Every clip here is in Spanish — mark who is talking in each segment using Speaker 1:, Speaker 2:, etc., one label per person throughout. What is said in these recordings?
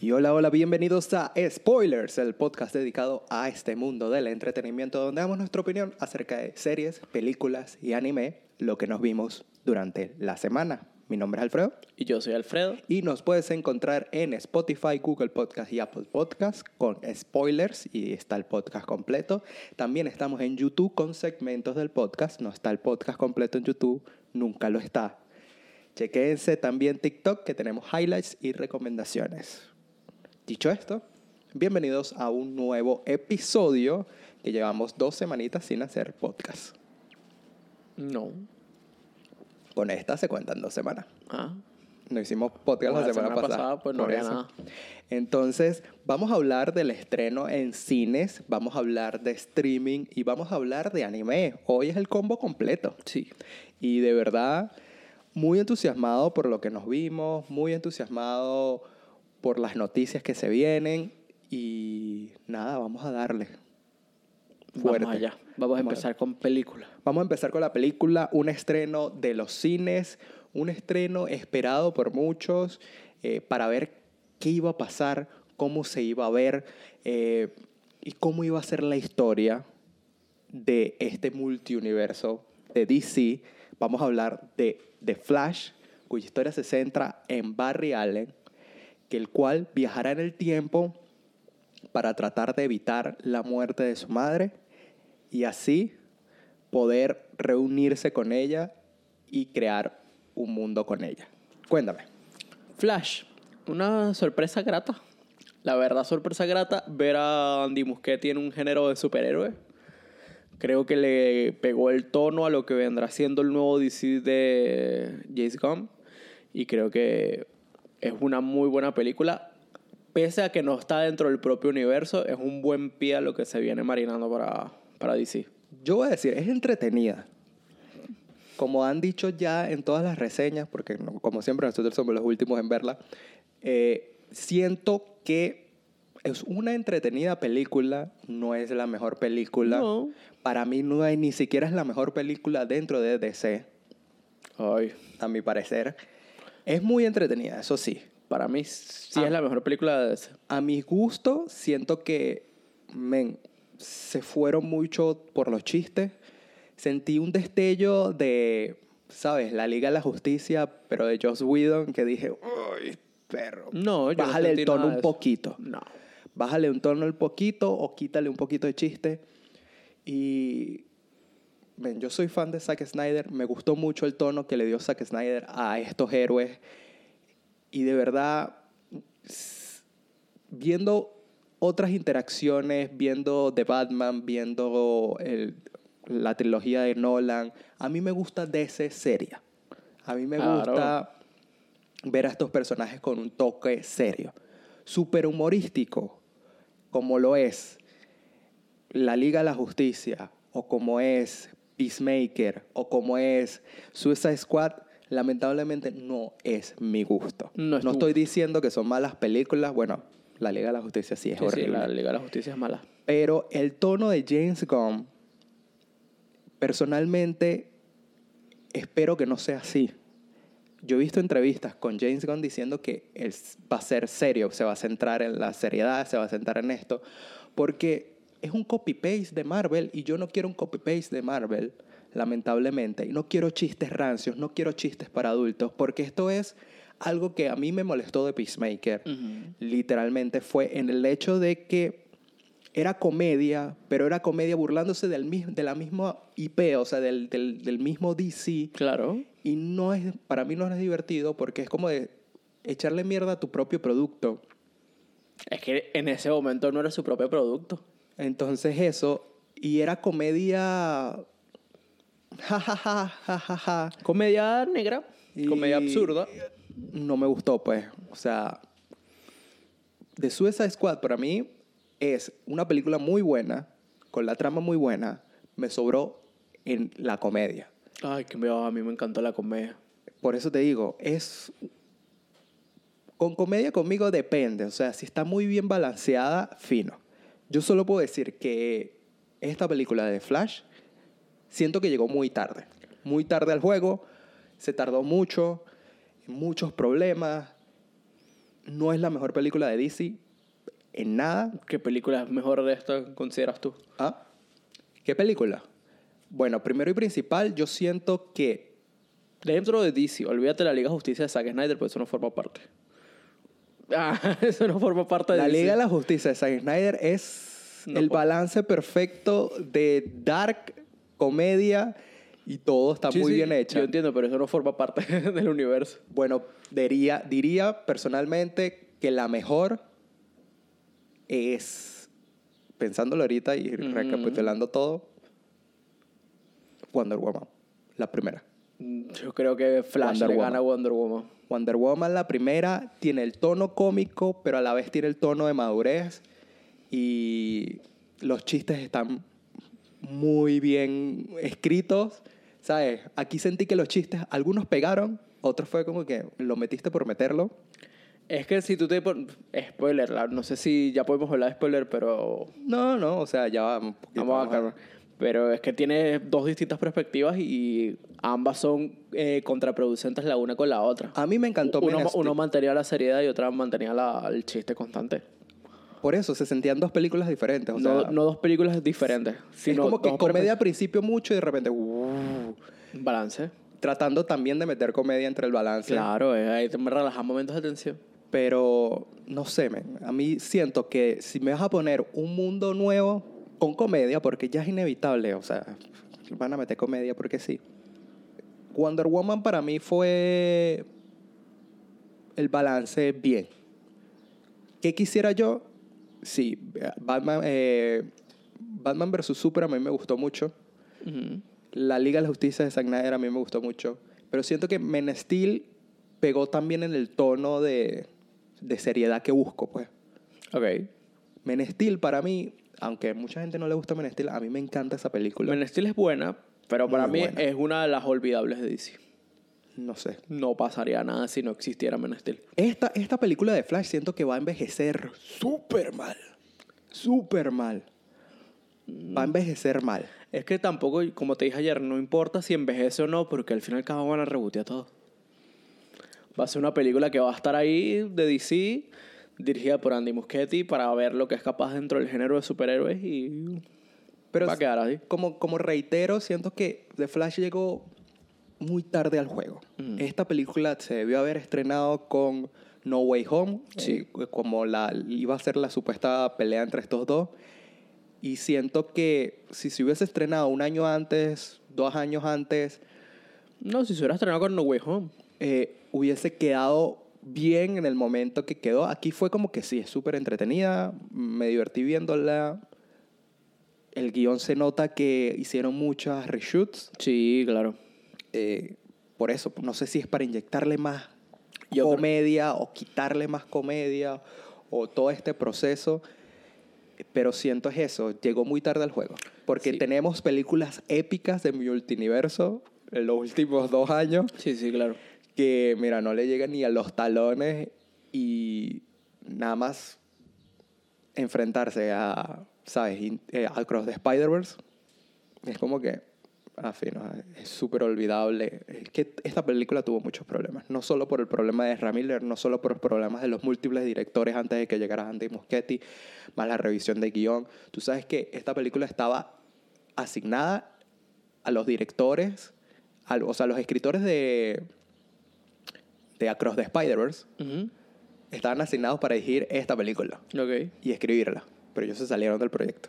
Speaker 1: Y hola, hola, bienvenidos a Spoilers, el podcast dedicado a este mundo del entretenimiento donde damos nuestra opinión acerca de series, películas y anime, lo que nos vimos durante la semana. Mi nombre es Alfredo
Speaker 2: Y yo soy Alfredo.
Speaker 1: y nos puedes encontrar en Spotify, Google Podcast y Apple Podcast con spoilers y está el podcast completo. También estamos en YouTube con segmentos del podcast. No está el podcast completo en YouTube, nunca lo está. Chequense también TikTok que tenemos highlights y recomendaciones. Dicho esto, bienvenidos a un nuevo episodio que llevamos dos semanitas sin hacer podcast.
Speaker 2: No.
Speaker 1: Con esta se cuentan dos semanas.
Speaker 2: Ah.
Speaker 1: No hicimos podcast
Speaker 2: Como
Speaker 1: la, semana, pasada.
Speaker 2: pues no
Speaker 1: por
Speaker 2: había
Speaker 1: eso.
Speaker 2: nada.
Speaker 1: Entonces, vamos a hablar del estreno en cines, vamos a hablar de streaming y vamos a hablar de anime. Hoy es el combo completo.
Speaker 2: Sí.
Speaker 1: Y de verdad, muy entusiasmado por lo que nos vimos, muy entusiasmado por las noticias que se vienen. Y nada, vamos a darle. Fuerte.
Speaker 2: Vamos allá. Vamos a
Speaker 1: Vamos
Speaker 2: empezar con película.
Speaker 1: Vamos a empezar con la película, un estreno de los cines, un estreno esperado por muchos eh, para ver qué iba a pasar, cómo se iba a ver eh, y cómo iba a ser la historia de este multiuniverso de DC. Vamos a hablar de The Flash, cuya historia se centra en Barry Allen, que el cual viajará en el tiempo para tratar de evitar la muerte de su madre y así poder reunirse con ella y crear un mundo con ella. Cuéntame.
Speaker 2: Flash. Una sorpresa grata. La verdad, sorpresa grata ver a Andy Muschietti en un género de superhéroe. Creo que le pegó el tono a lo que vendrá siendo el nuevo DC de James Gunn. Y creo que es una muy buena película. Pese a que no está dentro del propio universo, es un buen pie a lo que se viene marinando para, para DC.
Speaker 1: Yo voy a decir, es entretenida. Como han dicho ya en todas las reseñas, porque no- como siempre nosotros somos los últimos en verla, eh, siento que es una entretenida película, no es la mejor película.
Speaker 2: No.
Speaker 1: Para mí no hay ni siquiera es la mejor película dentro de DC,
Speaker 2: Ay,
Speaker 1: a mi parecer. Es muy entretenida, eso sí.
Speaker 2: para mí sí
Speaker 1: Ah.
Speaker 2: es la mejor película de ese.
Speaker 1: A mi gusto, siento que, men, se fueron mucho por los chistes. Sentí un destello de, ¿sabes? La Liga de la Justicia, pero de Joss Whedon, que dije, uy, perro.
Speaker 2: No, yo no
Speaker 1: Bájale
Speaker 2: sentí
Speaker 1: el tono
Speaker 2: nada de
Speaker 1: un
Speaker 2: eso.
Speaker 1: poquito.
Speaker 2: No.
Speaker 1: Bájale un tono el poquito o quítale un poquito de chiste. Y, men, yo soy fan de Zack Snyder. Me gustó mucho el tono que le dio Zack Snyder a estos héroes. Y de verdad, viendo otras interacciones, viendo The Batman, viendo el- la trilogía de Nolan, a mí me gusta DC seria. A mí me
Speaker 2: Claro.
Speaker 1: gusta ver a estos personajes con un toque serio, super humorístico, como lo es La Liga de la Justicia, o como es Peacemaker, o como es Suicide Squad. Lamentablemente no es mi gusto.
Speaker 2: No es tu
Speaker 1: estoy diciendo que son malas películas. Bueno, La Liga de la Justicia sí es
Speaker 2: Sí, sí,
Speaker 1: horrible.
Speaker 2: la Liga de la Justicia es mala.
Speaker 1: Pero el tono de James Gunn, personalmente, espero que no sea así. Yo he visto entrevistas con James Gunn diciendo que él s- va a ser serio, se va a centrar en la seriedad, se va a centrar en esto, porque es un copy-paste de Marvel y yo no quiero un copy-paste de Marvel, lamentablemente, y no quiero chistes rancios, no quiero chistes para adultos, porque esto es algo que a mí me molestó de Peacemaker literalmente fue en el hecho de que era comedia, pero era comedia burlándose del, mis- de la misma IP, o sea, del, del- del mismo DC.
Speaker 2: Claro.
Speaker 1: Y no es, para mí no es divertido porque es como de echarle mierda a tu propio producto.
Speaker 2: Es que en ese momento no era su propio producto.
Speaker 1: Entonces eso, y era comedia... Ja, ja, ja, ja, ja, ja.
Speaker 2: Comedia negra,
Speaker 1: Y-
Speaker 2: comedia absurda.
Speaker 1: No me gustó, pues. O sea, The Suicide Squad para mí es una película muy buena, con la trama muy buena. Me sobró en la comedia.
Speaker 2: Ay, que me, a mí me encantó la comedia.
Speaker 1: Por eso te digo, es... Con comedia conmigo depende. O sea, si está muy bien balanceada, fino. Yo solo puedo decir que esta película de Flash siento que llegó muy tarde. Muy tarde al juego, se tardó mucho, muchos problemas. no es la mejor película de DC en nada.
Speaker 2: ¿Qué película es mejor de esta consideras tú?
Speaker 1: ¿Ah? ¿Qué película? Bueno, primero y principal, yo siento que
Speaker 2: Dentro de DC, olvídate la Liga de Justicia de Zack Snyder, pues eso no forma parte. Ah, eso no forma parte de
Speaker 1: la
Speaker 2: DC.
Speaker 1: Liga de la Justicia de Zack Snyder es
Speaker 2: No
Speaker 1: el
Speaker 2: puedo.
Speaker 1: balance perfecto de dark, comedia y todo está
Speaker 2: Sí,
Speaker 1: muy
Speaker 2: sí,
Speaker 1: bien hecho.
Speaker 2: Yo entiendo, pero eso no forma parte del universo.
Speaker 1: Bueno, diría, diría personalmente que la mejor es, pensándolo ahorita y recapitulando todo, Wonder Woman, la primera.
Speaker 2: Yo creo que Flash
Speaker 1: Wonder
Speaker 2: le
Speaker 1: Woman.
Speaker 2: gana a Wonder Woman.
Speaker 1: Wonder Woman, la primera, tiene el tono cómico, pero a la vez tiene el tono de madurez y los chistes están muy bien escritos. ¿Sabes? Aquí sentí que los chistes, algunos pegaron, otros fue como que lo metiste por meterlo.
Speaker 2: Es que si tú te... pon- Spoiler, la- no sé si ya podemos hablar de spoiler, pero...
Speaker 1: No, no, o sea, ya vamos. un poquito,
Speaker 2: Vamos a calmar. Pero es que tiene dos distintas perspectivas y ambas son eh, contraproducentes la una con la otra.
Speaker 1: A mí Ah, me encantó
Speaker 2: uno,
Speaker 1: Man
Speaker 2: ma-
Speaker 1: of Steel.
Speaker 2: uno mantenía la seriedad y otra mantenía la- el chiste constante.
Speaker 1: Por eso se sentían dos películas diferentes. O
Speaker 2: no,
Speaker 1: sea,
Speaker 2: no dos películas diferentes,
Speaker 1: es
Speaker 2: sino
Speaker 1: como que
Speaker 2: dos
Speaker 1: comedia al principio mucho y de repente. uh,
Speaker 2: premis- balance.
Speaker 1: tratando también de meter comedia entre el balance.
Speaker 2: Claro, eh, ahí te me relajas momentos de tensión.
Speaker 1: Pero no sé, men, a mí siento que si me vas a poner un mundo nuevo con comedia, porque ya es inevitable, o sea, van a meter comedia porque sí. Wonder Woman para mí fue el balance bien. ¿Qué quisiera yo? Sí, Batman, eh, Batman vs. Super a mí me gustó mucho.
Speaker 2: Ujú.
Speaker 1: La Liga de la Justicia de Zack Snyder a mí me gustó mucho. Pero siento que Men Steel pegó también en el tono de, de seriedad que busco, pues.
Speaker 2: Ok.
Speaker 1: Men Steel para mí, aunque a mucha gente no le gusta Men Steel, a mí me encanta esa película.
Speaker 2: Men Steel es buena, pero para
Speaker 1: Muy
Speaker 2: mí
Speaker 1: buena.
Speaker 2: es una de las olvidables de DC.
Speaker 1: no sé.
Speaker 2: No pasaría nada si no existiera Men Steel.
Speaker 1: Esta, esta película de Flash siento que va a envejecer súper mal. Súper mal. Va a envejecer mal.
Speaker 2: Es que tampoco, como te dije ayer, no importa si envejece o no, porque al final y al cabo van a rebotear todo. Va a ser una película que va a estar ahí de DC, dirigida por Andy Muschietti, para ver lo que es capaz dentro del género de superhéroes y
Speaker 1: Pero
Speaker 2: va a quedar así.
Speaker 1: como, como reitero, siento que The Flash llegó muy tarde al juego.
Speaker 2: Mm.
Speaker 1: Esta película se debió haber estrenado con No Way Home,
Speaker 2: Sí.
Speaker 1: eh, como la, iba a ser la supuesta pelea entre estos dos. Y siento que si se hubiese estrenado un año antes, dos años antes,
Speaker 2: No, si se hubiera estrenado con No Way Home.
Speaker 1: eh, hubiese quedado bien en el momento que quedó. Aquí fue como que sí, es súper entretenida, me divertí viéndola. El guión se nota que hicieron muchas reshoots.
Speaker 2: Sí, claro.
Speaker 1: eh, por eso, no sé si es para inyectarle más
Speaker 2: Yo creo-
Speaker 1: comedia o quitarle más comedia o todo este proceso. Pero siento es eso, llegó muy tarde al juego. Porque
Speaker 2: Sí.
Speaker 1: tenemos películas épicas de mi multiverso en los últimos dos años
Speaker 2: Sí, sí, claro.
Speaker 1: que, mira, no le llega ni a los talones y nada más enfrentarse a, ¿sabes? In- eh, a Cross the Spider-Verse. Es como que, a fin, o sea, es súper olvidable. Es que esta película tuvo muchos problemas. No solo por el problema de Ramiller, no solo por los problemas de los múltiples directores antes de que llegara Andy Muschietti, más la revisión de guión. Tú sabes que esta película estaba asignada a los directores, al- o sea, los escritores de, de Across the Spider-Verse
Speaker 2: Ujú.
Speaker 1: estaban asignados para dirigir esta película
Speaker 2: Ok.
Speaker 1: y escribirla, pero ellos se salieron del proyecto.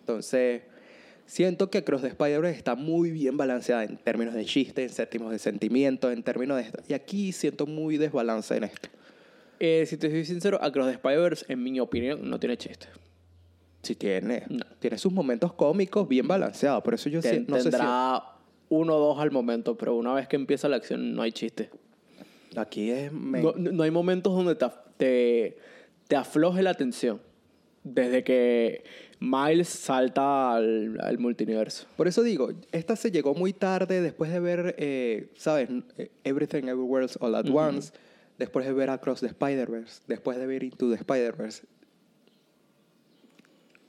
Speaker 1: Entonces, siento que Across the Spider-Verse está muy bien balanceada en términos de chiste, en términos de sentimiento, en términos de esto. Y aquí siento muy desbalance en esto.
Speaker 2: Eh, si te soy sincero, Across the Spider-Verse, en mi opinión, no tiene chiste.
Speaker 1: Si tiene,
Speaker 2: No.
Speaker 1: tiene sus momentos cómicos bien balanceados, por eso yo
Speaker 2: Ten-
Speaker 1: si- no sé si-
Speaker 2: tendrá uno o dos al momento, pero una vez que empieza la acción no hay chiste.
Speaker 1: Aquí es... me-
Speaker 2: No, no- no hay momentos donde te, af- te, te afloje la tensión. Desde que Miles salta al, al multiverso.
Speaker 1: Por eso digo, esta se llegó muy tarde después de ver, eh, ¿sabes? Eh, Everything Everywhere All At Once, después de ver Across the Spider-Verse, después de ver Into the Spider-Verse.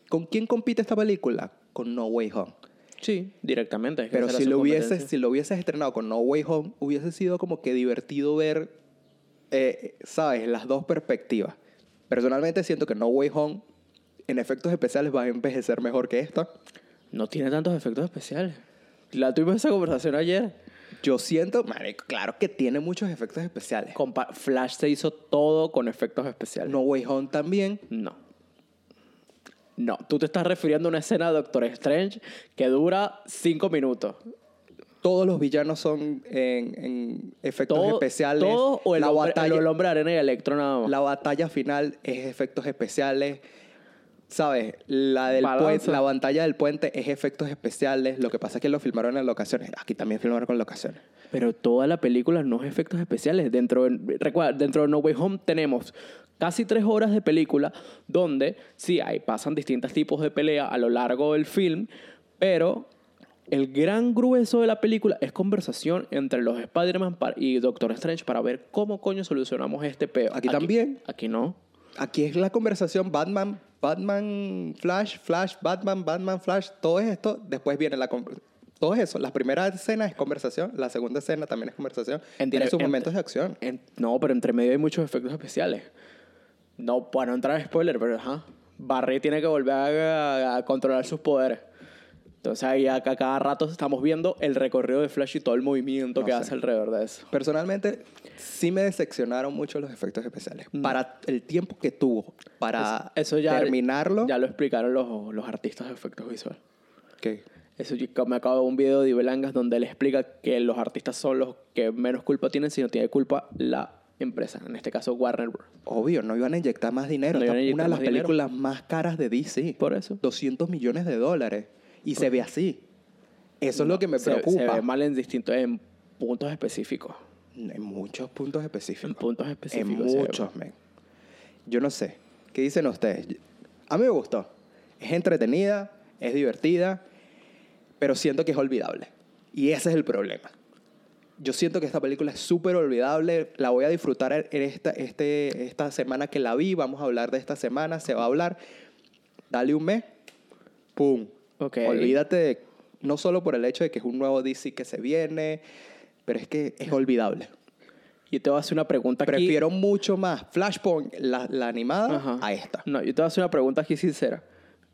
Speaker 1: ¿Con quién compite esta película? Con No Way Home.
Speaker 2: Sí, directamente. es que
Speaker 1: Pero
Speaker 2: esa era
Speaker 1: si
Speaker 2: su
Speaker 1: lo, hubiese,
Speaker 2: competencia.
Speaker 1: si lo hubieses estrenado con No Way Home, hubiese sido como que divertido ver eh, sabes, las dos perspectivas. Personalmente siento que No Way Home en efectos especiales va a envejecer mejor que esta.
Speaker 2: No tiene tantos efectos especiales. La tuvimos esa conversación ayer.
Speaker 1: Yo siento, marico, claro que tiene muchos efectos especiales.
Speaker 2: Compa- Flash se hizo todo con efectos especiales.
Speaker 1: No Way Home también.
Speaker 2: No. No, tú te estás refiriendo a una escena de Doctor Strange que dura cinco minutos.
Speaker 1: Todos los villanos son en, en efectos
Speaker 2: Todo,
Speaker 1: especiales.
Speaker 2: todo o el,
Speaker 1: la,
Speaker 2: hombre,
Speaker 1: batalla,
Speaker 2: el hombre de arena y electro nada más.
Speaker 1: la batalla final es efectos especiales. ¿Sabes? La, del
Speaker 2: Balanza.
Speaker 1: puente, la batalla del puente es efectos especiales. Lo que pasa es que lo filmaron en locaciones. Aquí también filmaron con locaciones.
Speaker 2: Pero toda la película no es efectos especiales. Dentro de, recuerda, dentro de No Way Home tenemos casi tres horas de película donde sí ahí pasan distintos tipos de pelea a lo largo del film, pero el gran grueso de la película es conversación entre los Spider-Man par- y Doctor Strange para ver cómo coño solucionamos este peo.
Speaker 1: Aquí también.
Speaker 2: Aquí no.
Speaker 1: Aquí es la conversación Batman, Batman, Flash, Flash, Batman, Batman, Flash, todo esto. Después viene la con- todo eso. La primera escena es conversación, la segunda escena también es conversación.
Speaker 2: Entre-
Speaker 1: tiene sus
Speaker 2: entre-
Speaker 1: momentos de acción.
Speaker 2: En- no, pero entre medio hay muchos efectos especiales. No, para no entrar en spoiler, pero ajá. Barry tiene que volver a, a controlar sus poderes. Entonces ahí acá cada rato estamos viendo el recorrido de Flash y todo el movimiento
Speaker 1: No
Speaker 2: que
Speaker 1: sé.
Speaker 2: hace alrededor de eso.
Speaker 1: Personalmente, sí me decepcionaron mucho los efectos especiales.
Speaker 2: Mm.
Speaker 1: Para el tiempo que tuvo, para
Speaker 2: Eso ya,
Speaker 1: terminarlo.
Speaker 2: Ya lo explicaron los, los artistas de efectos visuales.
Speaker 1: ¿Qué?
Speaker 2: Eso yo me acabo de ver un video de Ibelangas donde él explica que los artistas son los que menos culpa tienen, si no tiene culpa la empresa, en este caso Warner Bros.
Speaker 1: Obvio, no iban a inyectar más dinero.
Speaker 2: No
Speaker 1: Esta
Speaker 2: iban a
Speaker 1: es una
Speaker 2: inyectar
Speaker 1: de las
Speaker 2: más dinero.
Speaker 1: películas más caras de DC.
Speaker 2: Por eso.
Speaker 1: 200 millones de dólares. Y se ve así. Eso es lo que me
Speaker 2: Se-
Speaker 1: preocupa.
Speaker 2: Se ve mal en distintos en puntos específicos.
Speaker 1: En muchos puntos específicos.
Speaker 2: En puntos específicos,
Speaker 1: En
Speaker 2: sí,
Speaker 1: muchos, men. Yo no sé. ¿Qué dicen ustedes? A mí me gustó. Es entretenida, es divertida, pero siento que es olvidable. Y ese es el problema. Yo siento que esta película es súper olvidable. La voy a disfrutar en esta, este, esta semana que la vi. Vamos a hablar de esta semana. Se va a hablar. Dale un mes. ¡Pum!
Speaker 2: Ok.
Speaker 1: Olvídate de- no solo por el hecho de que es un nuevo DC que se viene, pero es que es olvidable.
Speaker 2: Yo te voy a hacer una pregunta aquí.
Speaker 1: Prefiero mucho más Flashpoint, la, la animada,
Speaker 2: Ajá.
Speaker 1: a esta.
Speaker 2: No, yo te voy a hacer una pregunta aquí sincera.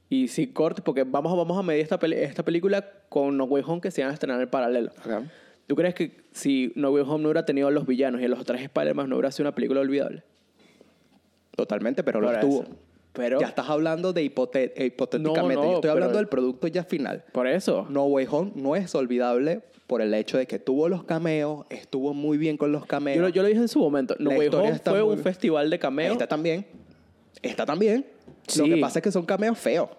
Speaker 2: Y sin corte, porque vamos, a- vamos a medir esta, peli- esta película con No Way Home que se van a estrenar en paralelo. ¿Tú crees que si No Way Home no hubiera tenido a los villanos y a los tres Spider-Man no hubiera sido una película olvidable?
Speaker 1: Totalmente, pero
Speaker 2: Por
Speaker 1: lo
Speaker 2: eso.
Speaker 1: tuvo.
Speaker 2: Pero,
Speaker 1: Ya estás hablando de hipote- eh, hipotéticamente.
Speaker 2: No, no,
Speaker 1: Yo estoy
Speaker 2: pero-
Speaker 1: hablando del producto ya final.
Speaker 2: por eso.
Speaker 1: No Way Home no es olvidable por el hecho de que tuvo los cameos, estuvo muy bien con los cameos.
Speaker 2: yo, lo- yo lo dije en su momento. No
Speaker 1: La
Speaker 2: Way
Speaker 1: historia
Speaker 2: Home
Speaker 1: está
Speaker 2: fue
Speaker 1: muy
Speaker 2: un
Speaker 1: bien.
Speaker 2: festival de cameos.
Speaker 1: Esta también. Esta también. Lo
Speaker 2: Sí.
Speaker 1: que pasa es que son cameos feos.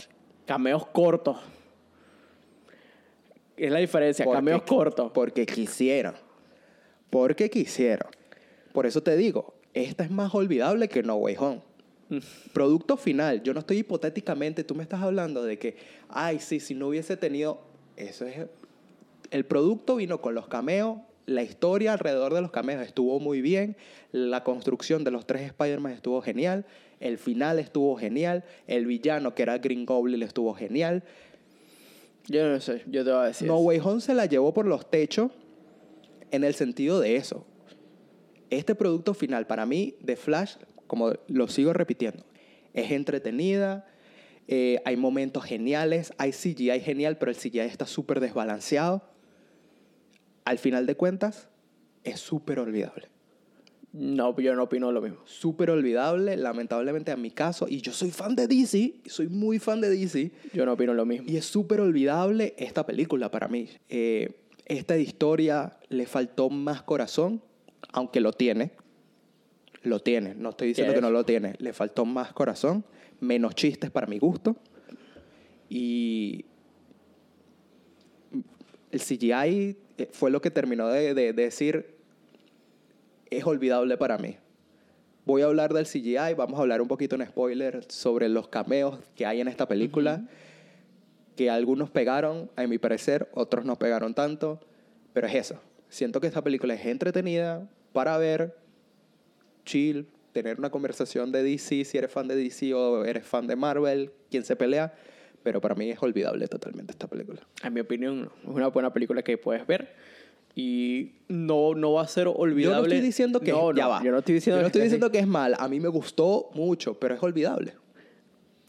Speaker 2: Cameos cortos. Es la diferencia,
Speaker 1: Porque-
Speaker 2: cameos cortos.
Speaker 1: Porque quisieron. Porque quisieron. Por eso te digo, esta es más olvidable que No Way Home. Producto final. Yo no estoy hipotéticamente, tú me estás hablando de que, ay, sí, si no hubiese tenido. Eso es. El producto vino con los cameos, la historia alrededor de los cameos estuvo muy bien, la construcción de los tres Spider-Man estuvo genial, el final estuvo genial, el villano que era Green Goblin estuvo genial,
Speaker 2: Yo no sé, yo te voy a decir.
Speaker 1: no
Speaker 2: eso.
Speaker 1: Way Home se la llevó por los techos en el sentido de eso. Este producto final para mí de Flash, como lo sigo repitiendo, es entretenida, eh, hay momentos geniales, hay CGI genial, pero el CGI está súper desbalanceado. Al final de cuentas, es súper olvidable.
Speaker 2: No, yo no opino lo mismo.
Speaker 1: Súper olvidable, lamentablemente a mi caso, y yo soy fan de DC, soy muy fan de DC,
Speaker 2: Yo no opino lo mismo.
Speaker 1: Y es súper olvidable esta película para mí. Eh, esta historia le faltó más corazón, aunque lo tiene. Lo tiene, no estoy diciendo
Speaker 2: Yes.
Speaker 1: que no lo tiene. Le faltó más corazón, menos chistes para mi gusto. Y el CGI eh, fue lo que terminó de, de- de decir, es olvidable para mí. Voy a hablar del CGI, vamos a hablar un poquito en spoiler sobre los cameos que hay en esta película que algunos pegaron, a mi parecer, otros no pegaron tanto, pero es eso. Siento que esta película es entretenida para ver, chill, tener una conversación de DC, si eres fan de DC o eres fan de Marvel, quién se pelea, pero para mí es olvidable totalmente esta película.
Speaker 2: En mi opinión, no. es una buena película que puedes ver. Y no, no va a ser olvidable.
Speaker 1: Yo no estoy diciendo que
Speaker 2: No, no,
Speaker 1: ya va.
Speaker 2: Yo no estoy diciendo,
Speaker 1: Yo no estoy diciendo que es mal. A mí me gustó mucho, pero es olvidable.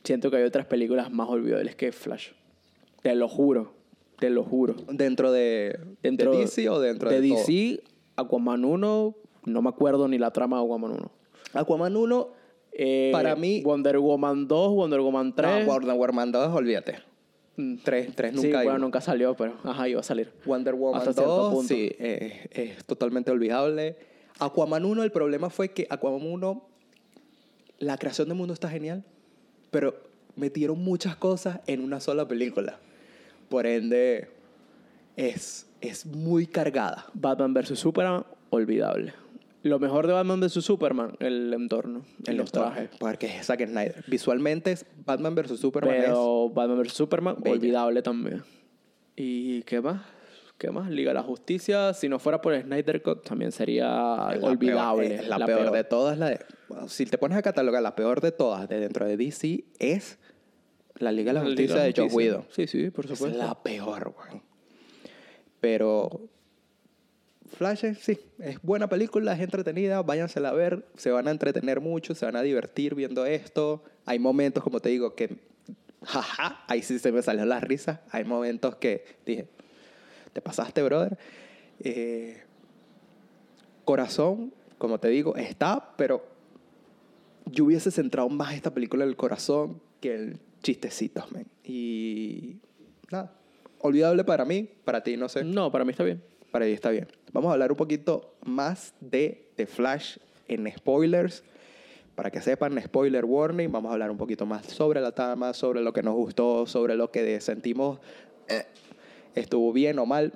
Speaker 2: Siento que hay otras películas más olvidables que Flash. Te lo juro. Te lo juro.
Speaker 1: Dentro de,
Speaker 2: Dentro
Speaker 1: de DC o dentro de,
Speaker 2: de
Speaker 1: todo.
Speaker 2: DC, Aquaman 1, no me acuerdo ni la trama de Aquaman 1.
Speaker 1: Aquaman 1,
Speaker 2: Eh,
Speaker 1: Para mí-
Speaker 2: Wonder Woman 2, Wonder Woman 3.
Speaker 1: no, Wonder Woman 2, olvídate.
Speaker 2: Mm.
Speaker 1: 3, 3
Speaker 2: sí,
Speaker 1: nunca hay.
Speaker 2: bueno, nunca salió, pero ajá, iba a salir.
Speaker 1: Wonder Woman
Speaker 2: Hasta cierto
Speaker 1: 2,
Speaker 2: punto.
Speaker 1: sí, eh, es totalmente olvidable. Aquaman 1, el problema fue que Aquaman 1, la creación del mundo está genial, pero metieron muchas cosas en una sola película. Por ende, es, es muy cargada.
Speaker 2: Batman vs. Superman, olvidable. Lo mejor de Batman vs. Superman, el entorno,
Speaker 1: En los trajes. Porque es Zack Snyder. Visualmente, es Batman vs. Superman es
Speaker 2: Pero Batman vs. Superman,
Speaker 1: Bella.
Speaker 2: olvidable también. ¿Y qué más? ¿Qué más? Liga de la Justicia, si no fuera por Snyder Cut, también sería
Speaker 1: la
Speaker 2: olvidable.
Speaker 1: peor, es la, peor, de todas. La de- bueno, si te pones a catalogar, la peor de todas de dentro de DC es la Liga de la Justicia de Joe Guido.
Speaker 2: Sí, sí, por
Speaker 1: Es
Speaker 2: supuesto.
Speaker 1: la peor, weón. Pero Flash, es- sí, es buena película, es entretenida, váyansela a ver, se van a entretener mucho, se van a divertir viendo esto. Hay momentos, como te digo, que, jaja, ahí sí se me salieron las risas. Hay momentos que dije, te pasaste, brother. Eh, corazón, como te digo, está, pero yo hubiese centrado más esta película en el corazón que en chistecitos, men. Y nada, olvidable para mí, para ti no sé,
Speaker 2: No, para mí está bien.
Speaker 1: para ti está bien. Vamos a hablar un poquito más de The Flash en spoilers. Para que sepan, spoiler warning, vamos a hablar un poquito más sobre la trama, sobre lo que nos gustó, sobre lo que sentimos eh, estuvo bien o mal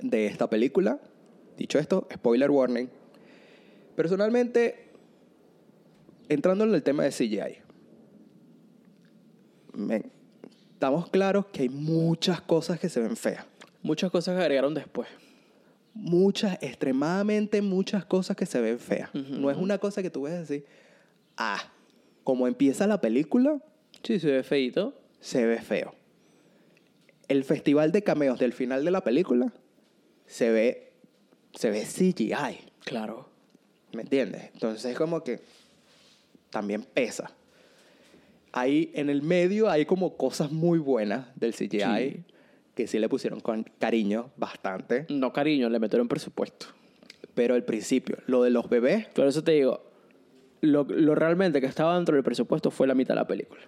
Speaker 1: de esta película. Dicho esto, spoiler warning. Personalmente, entrando en el tema de CGI, men, estamos claros que hay muchas cosas que se ven feas
Speaker 2: Muchas cosas que agregaron después.
Speaker 1: muchas, extremadamente muchas cosas que se ven feas. No es una cosa que tú ves así, ah, como empieza la película,
Speaker 2: Sí, se ve feito.
Speaker 1: se ve feo. El festival de cameos del final de la película se ve, se ve CGI,
Speaker 2: Claro.
Speaker 1: ¿me entiendes? Entonces es como que también pesa. Ahí en el medio hay como cosas muy buenas del CGI
Speaker 2: Sí.
Speaker 1: que sí le pusieron con cariño bastante,
Speaker 2: No, cariño, le metieron presupuesto.
Speaker 1: pero al principio, lo de los bebés,
Speaker 2: Por eso te digo, lo, lo realmente que estaba dentro del presupuesto fue la mitad de la película.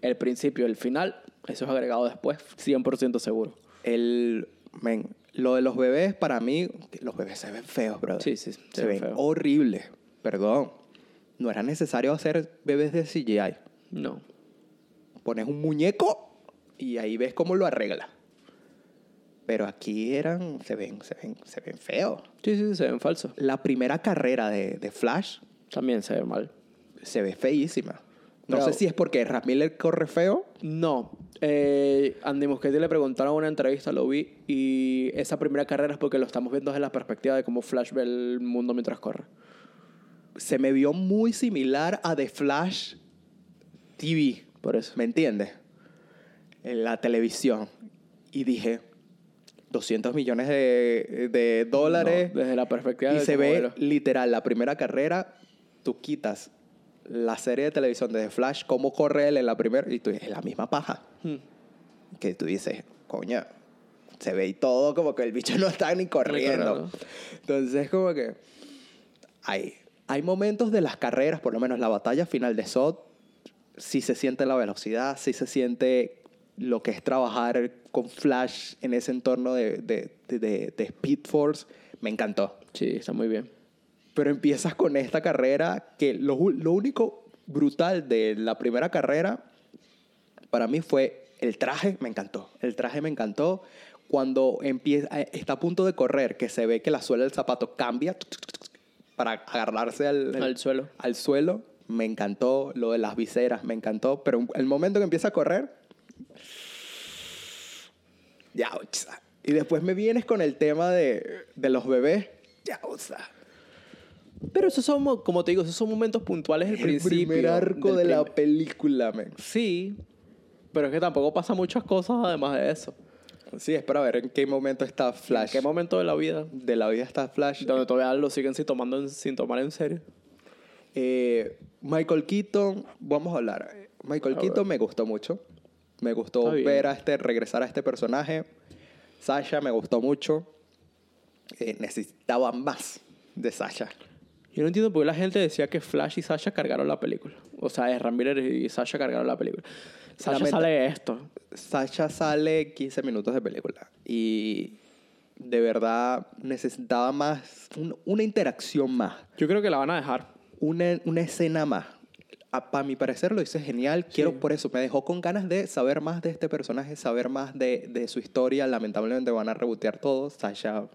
Speaker 2: El principio, el final, eso es agregado después, 100% seguro.
Speaker 1: El. Men, lo de los bebés, para mí, los bebés se ven feos, brother.
Speaker 2: Sí, sí, se
Speaker 1: se,
Speaker 2: ven
Speaker 1: ven
Speaker 2: feos.
Speaker 1: horribles. Perdón. No era necesario hacer bebés de CGI.
Speaker 2: No.
Speaker 1: Pones un muñeco y ahí ves cómo lo arregla. Pero aquí eran. Se ven, se ven, se ven feos.
Speaker 2: Sí, sí, se ven falsos.
Speaker 1: La primera carrera de, de Flash
Speaker 2: También se ve mal.
Speaker 1: se ve feísima. No
Speaker 2: Pero-
Speaker 1: sé si es porque Ram Miller corre feo.
Speaker 2: No. Eh, Andy Muschietti le preguntaron en una entrevista, lo vi, y esa primera carrera es porque lo estamos viendo desde la perspectiva de cómo Flash ve el mundo mientras corre.
Speaker 1: Se me vio muy similar a The Flash TV.
Speaker 2: Por eso.
Speaker 1: Pues, ¿me entiendes? En la televisión. Y dije, 200 millones de, de dólares.
Speaker 2: No, desde la perspectiva
Speaker 1: y
Speaker 2: de
Speaker 1: se
Speaker 2: cómo
Speaker 1: ve
Speaker 2: ve los-
Speaker 1: literal, la primera carrera, tú quitas la serie de televisión de The Flash, cómo corre él en la primera, y tú dices, es la misma paja.
Speaker 2: Hmm.
Speaker 1: Que tú dices, coño, se ve y todo como que el bicho no está ni corriendo.
Speaker 2: corriendo.
Speaker 1: Entonces, como que hay, hay momentos de las carreras, por lo menos la batalla final de SOT, si se siente la velocidad, si se siente lo que es trabajar con Flash en ese entorno de, de, de- de- de Speed Force, me encantó.
Speaker 2: Sí, está muy bien.
Speaker 1: Pero empiezas con esta carrera que lo, ju- lo único brutal de la primera carrera para mí fue el traje, me encantó. El traje me encantó. Cuando empieza, eh, está a punto de correr, que se ve que la suela del zapato cambia tuc, tuc, tuc, para agarrarse al,
Speaker 2: Al suelo.
Speaker 1: al suelo, me encantó. Lo de las viseras, me encantó. Pero el momento que empieza a correr, ya, ucha. Y después me vienes con el tema de, de los bebés, ya, ucha.
Speaker 2: Pero esos son, mo- como te digo, esos son momentos puntuales del
Speaker 1: El
Speaker 2: principio.
Speaker 1: primer arco
Speaker 2: del
Speaker 1: de la
Speaker 2: prim-
Speaker 1: película, men.
Speaker 2: Sí, pero es que tampoco pasa muchas cosas además de eso.
Speaker 1: Sí, es para ver en qué momento está Flash.
Speaker 2: ¿En qué momento de la vida?
Speaker 1: de la vida está Flash.
Speaker 2: Donde todavía lo siguen sin, tomando en- sin tomar en serio.
Speaker 1: Eh, Michael Keaton, vamos a hablar. Michael
Speaker 2: A ver.
Speaker 1: Keaton me gustó mucho. Me gustó
Speaker 2: Está bien.
Speaker 1: ver a este, regresar a este personaje. Sasha me gustó mucho. Eh, necesitaba más de Sasha.
Speaker 2: Yo no entiendo por qué la gente decía que Flash y Sasha cargaron la película. O sea, Ezra Miller y Sasha cargaron la película. Sasha
Speaker 1: Lamenta-
Speaker 2: sale de esto.
Speaker 1: Sasha sale 15 minutos de película y de verdad necesitaba más, un- una interacción más,
Speaker 2: Yo creo que la van a dejar.
Speaker 1: una, una escena más. A, pa' mi parecer lo hice genial, quiero
Speaker 2: Sí.
Speaker 1: por eso, me dejó con ganas de saber más de este personaje, saber más de, de su historia, lamentablemente van a rebotear todo, Sasha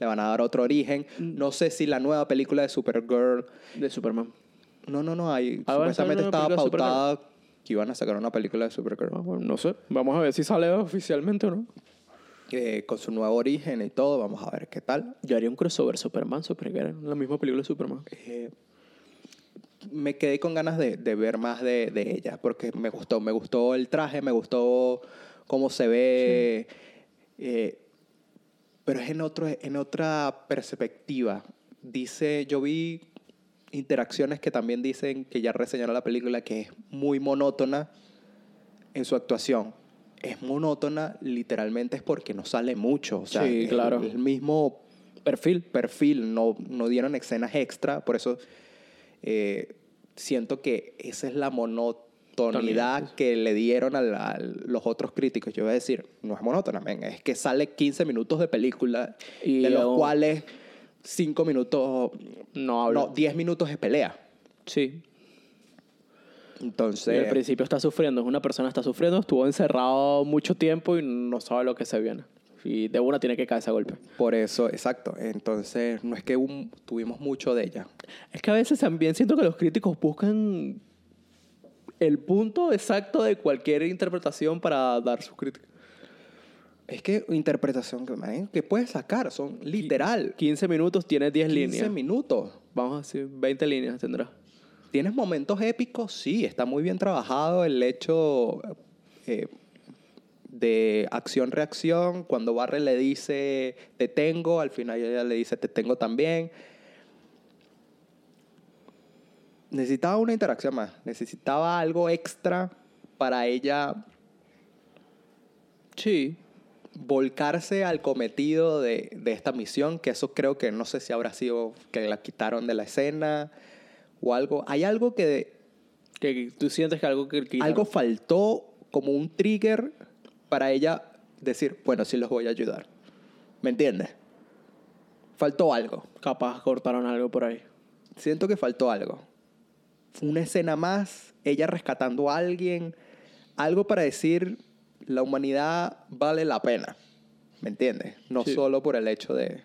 Speaker 1: le van a dar otro origen,
Speaker 2: Mm.
Speaker 1: no sé si la nueva película de Supergirl,
Speaker 2: De Superman.
Speaker 1: no, no, no, ahí
Speaker 2: Ah, va a estar
Speaker 1: supuestamente
Speaker 2: una
Speaker 1: estaba
Speaker 2: película de
Speaker 1: pautada que iban a sacar una película de Supergirl.
Speaker 2: Ah, bueno, no sé. Vamos a ver si sale oficialmente o no.
Speaker 1: eh, con su nuevo origen y todo. Vamos a ver qué tal.
Speaker 2: Yo haría un crossover Superman, Supergirl, la misma película de Superman.
Speaker 1: Eh, me quedé con ganas de, de ver más de, de ella porque me gustó. Me gustó el traje, me gustó cómo se ve. eh, pero es en, otro, en otra perspectiva. Dice, yo vi interacciones que también dicen que ya reseñaron la película que es muy monótona en su actuación. Es monótona, literalmente es porque no sale mucho. O sea,
Speaker 2: Sí,
Speaker 1: es
Speaker 2: claro.
Speaker 1: el mismo
Speaker 2: Perfil.
Speaker 1: perfil, no, no dieron escenas extra, por eso eh, siento que esa es la
Speaker 2: Tonidad,
Speaker 1: monotonidad que le dieron a, la- a los otros críticos. Yo voy a decir, no es monótona, men, es que sale 15 minutos de película,
Speaker 2: Y
Speaker 1: de los
Speaker 2: aún-
Speaker 1: cuales 5 minutos,
Speaker 2: No hablo.
Speaker 1: no, 10 minutos es pelea.
Speaker 2: Sí.
Speaker 1: Entonces,
Speaker 2: Al principio está sufriendo. Una persona está sufriendo, estuvo encerrado mucho tiempo y no sabe lo que se viene. Y de una tiene que caer ese golpe.
Speaker 1: por eso, exacto. Entonces, no es que un- tuvimos mucho de ella.
Speaker 2: Es que a veces también siento que los críticos buscan el punto exacto de cualquier interpretación para dar sus críticas.
Speaker 1: Es que interpretación que, man, que puedes sacar, son literal.
Speaker 2: 15 minutos tiene 10
Speaker 1: 15
Speaker 2: líneas.
Speaker 1: minutos.
Speaker 2: Vamos a decir, 20 líneas tendrá.
Speaker 1: ¿Tienes momentos épicos? Sí, está muy bien trabajado el hecho eh, de acción-reacción. Cuando Barre le dice te tengo, al final ella le dice te tengo también. Necesitaba una interacción más, necesitaba algo extra para ella
Speaker 2: Sí.
Speaker 1: volcarse al cometido de, de esta misión, que eso creo que no sé si habrá sido que la quitaron de la escena o algo. Hay algo que
Speaker 2: Que tú sientes que algo que... que-
Speaker 1: algo faltó como un trigger para ella decir, bueno, sí los voy a ayudar. ¿Me entiendes? Faltó algo.
Speaker 2: Capaz cortaron algo por ahí.
Speaker 1: Siento que faltó algo. Una escena más, ella rescatando a alguien, algo para decir, la humanidad vale la pena. ¿Me entiendes? No
Speaker 2: Sí.
Speaker 1: solo por el hecho de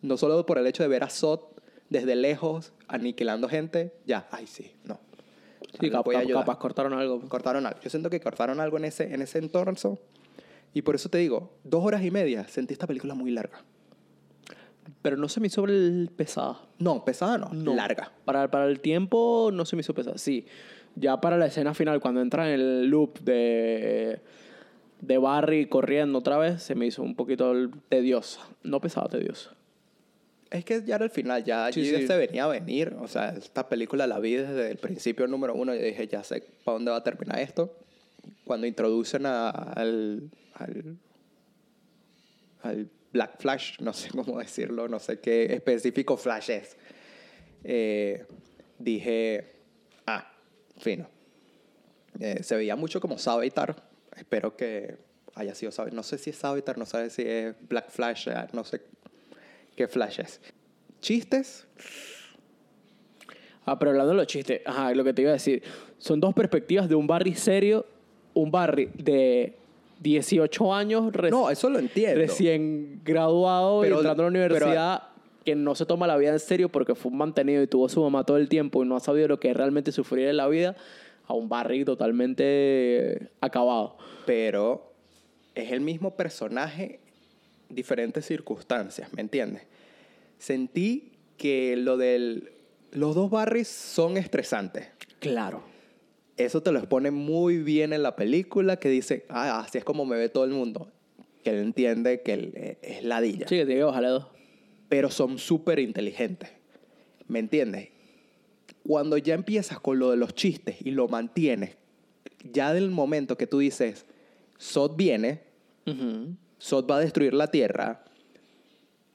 Speaker 1: no solo por el hecho de ver a Sot desde lejos aniquilando gente, ya, ay sí, no.
Speaker 2: Sí,
Speaker 1: Los
Speaker 2: cap-
Speaker 1: voy a
Speaker 2: cap-
Speaker 1: ayudar.
Speaker 2: capaz cortaron algo.
Speaker 1: Cortaron algo. Yo siento que cortaron algo en ese, en ese entorno. Y por eso te digo, dos horas y media sentí esta película muy larga.
Speaker 2: Pero no se me hizo el pesada.
Speaker 1: No, pesada no,
Speaker 2: No.
Speaker 1: larga.
Speaker 2: Para, para el tiempo no se me hizo pesada. Sí. Ya para la escena final, cuando entra en el loop de, de Barry corriendo otra vez, se me hizo un poquito tediosa. No pesada, tediosa.
Speaker 1: Es que ya era el final, ya
Speaker 2: Sí,
Speaker 1: allí
Speaker 2: sí.
Speaker 1: se venía a venir. O sea, esta película la vi desde el principio número uno. Yo dije, ya sé para dónde va a terminar esto. Cuando introducen a- al, al, al Black Flash, no sé cómo decirlo, no sé qué específico Flash es. eh, dije, ah, fino. Eh, se veía mucho como Savitar. Espero que haya sido Savitar. No sé si es Savitar, no sé si es Black Flash, eh, no sé qué Flash es. Chistes,
Speaker 2: Ah, pero hablando de los chistes, ajá, lo que te iba a decir. Son dos perspectivas de un Barry serio, un Barry de 18 años, reci-
Speaker 1: No, eso lo entiendo.
Speaker 2: recién graduado
Speaker 1: Pero-
Speaker 2: y entrando a la
Speaker 1: pero-
Speaker 2: universidad, que no se toma la vida en serio porque fue un mantenido y tuvo a su mamá todo el tiempo y no ha sabido lo que es realmente sufrir en la vida, a un Barry totalmente acabado.
Speaker 1: Pero es el mismo personaje, diferentes circunstancias, ¿me entiendes? Sentí que lo del. Los dos Barrys son estresantes.
Speaker 2: Claro.
Speaker 1: Eso te lo expone muy bien en la película, que dice, ah, así es como me ve todo el mundo. que él entiende que él, eh, es ladilla.
Speaker 2: Sí, que tiene que bajarle dos.
Speaker 1: Pero son súper inteligentes. ¿Me entiendes? Cuando ya empiezas con lo de los chistes y lo mantienes, ya del momento que tú dices, Sot viene,
Speaker 2: Ujú.
Speaker 1: Sot va a destruir la Tierra,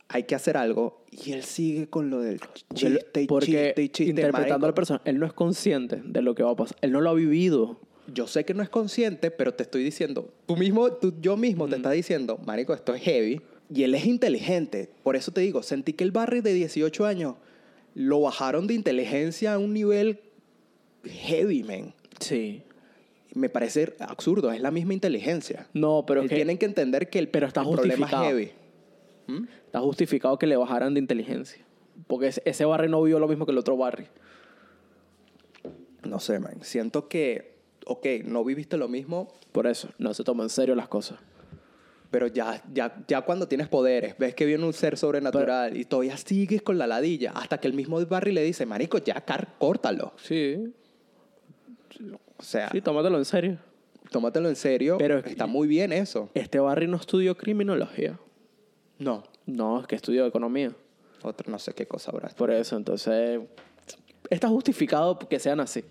Speaker 1: hay que hacer algo. Y él sigue con lo del chiste y
Speaker 2: Porque
Speaker 1: chiste y chiste.
Speaker 2: interpretando a la
Speaker 1: marico.
Speaker 2: persona, él no es consciente de lo que va a pasar. Él no lo ha vivido.
Speaker 1: Yo sé que no es consciente, pero te estoy diciendo, tú mismo, tú, yo mismo te estás diciendo, marico, esto es heavy. Y él es inteligente. Por eso te digo, sentí que el Barry de 18 años lo bajaron de inteligencia a un nivel heavy, man.
Speaker 2: Sí.
Speaker 1: Me parece absurdo, es la misma inteligencia.
Speaker 2: No, pero
Speaker 1: Y
Speaker 2: es que
Speaker 1: tienen que entender que el,
Speaker 2: Pero está
Speaker 1: el problema es
Speaker 2: justificado.
Speaker 1: heavy.
Speaker 2: está justificado que le bajaran de inteligencia. Porque ese- ese Barry no vio lo mismo que el otro Barry.
Speaker 1: No sé, man. Siento que, ok, no viviste lo mismo,
Speaker 2: Por eso, no se toma en serio las cosas.
Speaker 1: Pero ya, ya, ya cuando tienes poderes, ves que viene un ser sobrenatural y todavía sigues con la ladilla hasta que el mismo Barry le dice, marico, ya car- córtalo.
Speaker 2: Sí.
Speaker 1: O sea,
Speaker 2: Sí, tómatelo en serio.
Speaker 1: tómatelo en serio.
Speaker 2: Pero
Speaker 1: Pero
Speaker 2: es que-
Speaker 1: está muy bien eso.
Speaker 2: Este Barry no estudió criminología.
Speaker 1: No.
Speaker 2: No, es que estudió economía.
Speaker 1: Otro, no sé qué cosa habrá.
Speaker 2: Por eso, entonces. Está justificado que sean así.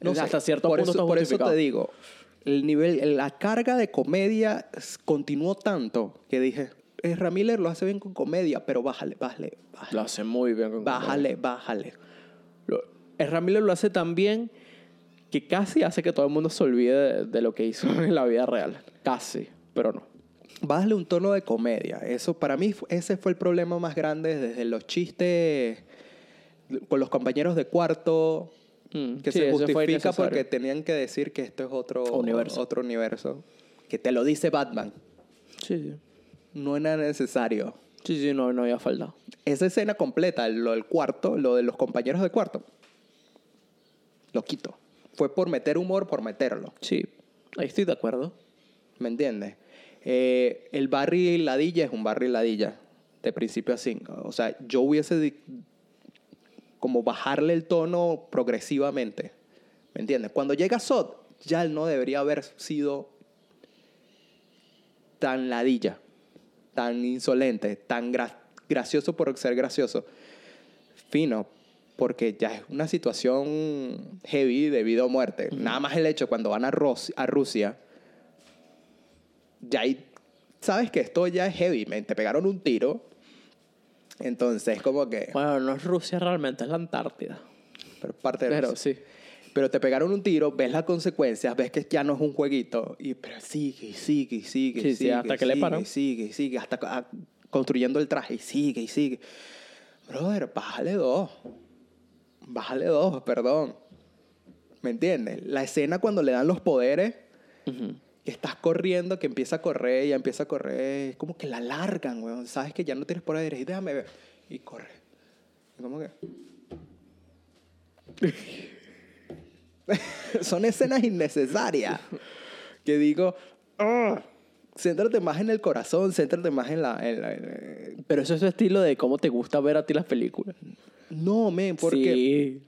Speaker 1: No sé.
Speaker 2: Hasta cierto
Speaker 1: por
Speaker 2: punto
Speaker 1: eso,
Speaker 2: está
Speaker 1: Por eso
Speaker 2: justificado.
Speaker 1: te digo, el nivel, la carga de comedia s- continuó tanto que dije, es Miller lo hace bien con comedia, pero bájale, bájale, bájale,
Speaker 2: Lo hace muy bien. Con
Speaker 1: bájale, bájale.
Speaker 2: Lo- el Ramírez lo hace tan bien que casi hace que todo el mundo se olvide de, de lo que hizo en la vida real. Casi, pero no.
Speaker 1: Bájale un tono de comedia. Eso, para mí, fu- ese fue el problema más grande desde los chistes con los compañeros de cuarto,
Speaker 2: Mm,
Speaker 1: que
Speaker 2: sí,
Speaker 1: se
Speaker 2: eso fue
Speaker 1: justifica
Speaker 2: innecesario.
Speaker 1: porque tenían que decir que esto es otro
Speaker 2: Universo.
Speaker 1: otro universo. Que te lo dice Batman.
Speaker 2: Sí, sí.
Speaker 1: No era necesario.
Speaker 2: Sí, sí, no, no había faltado.
Speaker 1: Esa escena completa, lo del cuarto, lo de los compañeros de cuarto, lo quito. Fue por meter humor, por meterlo.
Speaker 2: Sí, ahí estoy de acuerdo.
Speaker 1: ¿Me entiendes? Eh, el Barry Ladilla es un Barry Ladilla, de principio a fin. O sea, yo hubiese di- como bajarle el tono progresivamente. ¿Me entiendes? Cuando llega Sot, ya él no debería haber sido tan ladilla, tan insolente, tan gra- gracioso por ser gracioso. Fino, porque ya es una situación heavy de vida o muerte. Nada más el hecho cuando van a, Ros- a Rusia, ya ahí sabes que esto ya es heavy, men, te pegaron un tiro. Entonces, como que.
Speaker 2: Bueno, no es Rusia realmente, es la Antártida.
Speaker 1: Pero es parte de
Speaker 2: Pero
Speaker 1: Rusia.
Speaker 2: sí.
Speaker 1: Pero te pegaron un tiro, ves las consecuencias, ves que ya no es un jueguito. Y pero sigue, y sigue, y sigue, y
Speaker 2: Sí, sí,
Speaker 1: sigue.
Speaker 2: hasta
Speaker 1: y
Speaker 2: que le
Speaker 1: sigue,
Speaker 2: paran.
Speaker 1: y Sigue, y sigue, hasta ah, construyendo el traje, y sigue, y sigue. Brother, bájale dos. Bájale dos, perdón. ¿Me entiendes? La escena cuando le dan los poderes,
Speaker 2: Ujú.
Speaker 1: que estás corriendo, que empieza a correr, ya empieza a correr, es como que la largan, weón. Sabes que ya no tienes poderes, y déjame ver. Y corre. Y como que. Son escenas innecesarias. Que digo, "Ah, céntrate más en el corazón, céntrate más en la. en la- en la-".
Speaker 2: Pero eso es su estilo de cómo te gusta ver a ti las películas.
Speaker 1: No, men, porque
Speaker 2: Sí.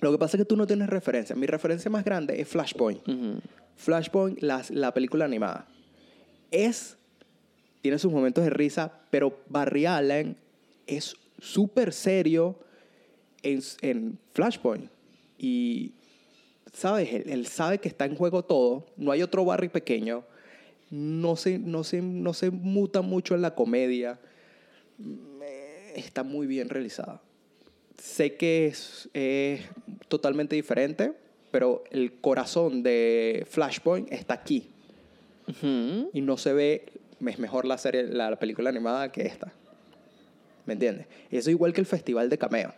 Speaker 1: lo que pasa es que tú no tienes referencia. Mi referencia más grande es Flashpoint.
Speaker 2: Ujú.
Speaker 1: Flashpoint, la, la película animada, es. Tiene sus momentos de risa, pero Barry Allen es súper serio en, en Flashpoint. Y, ¿sabes? Él, él sabe que está en juego todo. No hay otro Barry pequeño. No se, no se, no se muta mucho en la comedia. Eh, Está muy bien realizada. Sé que es, es totalmente diferente, pero el corazón de Flashpoint está aquí.
Speaker 2: Ujú.
Speaker 1: Y no se ve, es mejor la, serie, la, la película animada que esta. ¿Me entiendes? Y eso igual que el festival de cameo.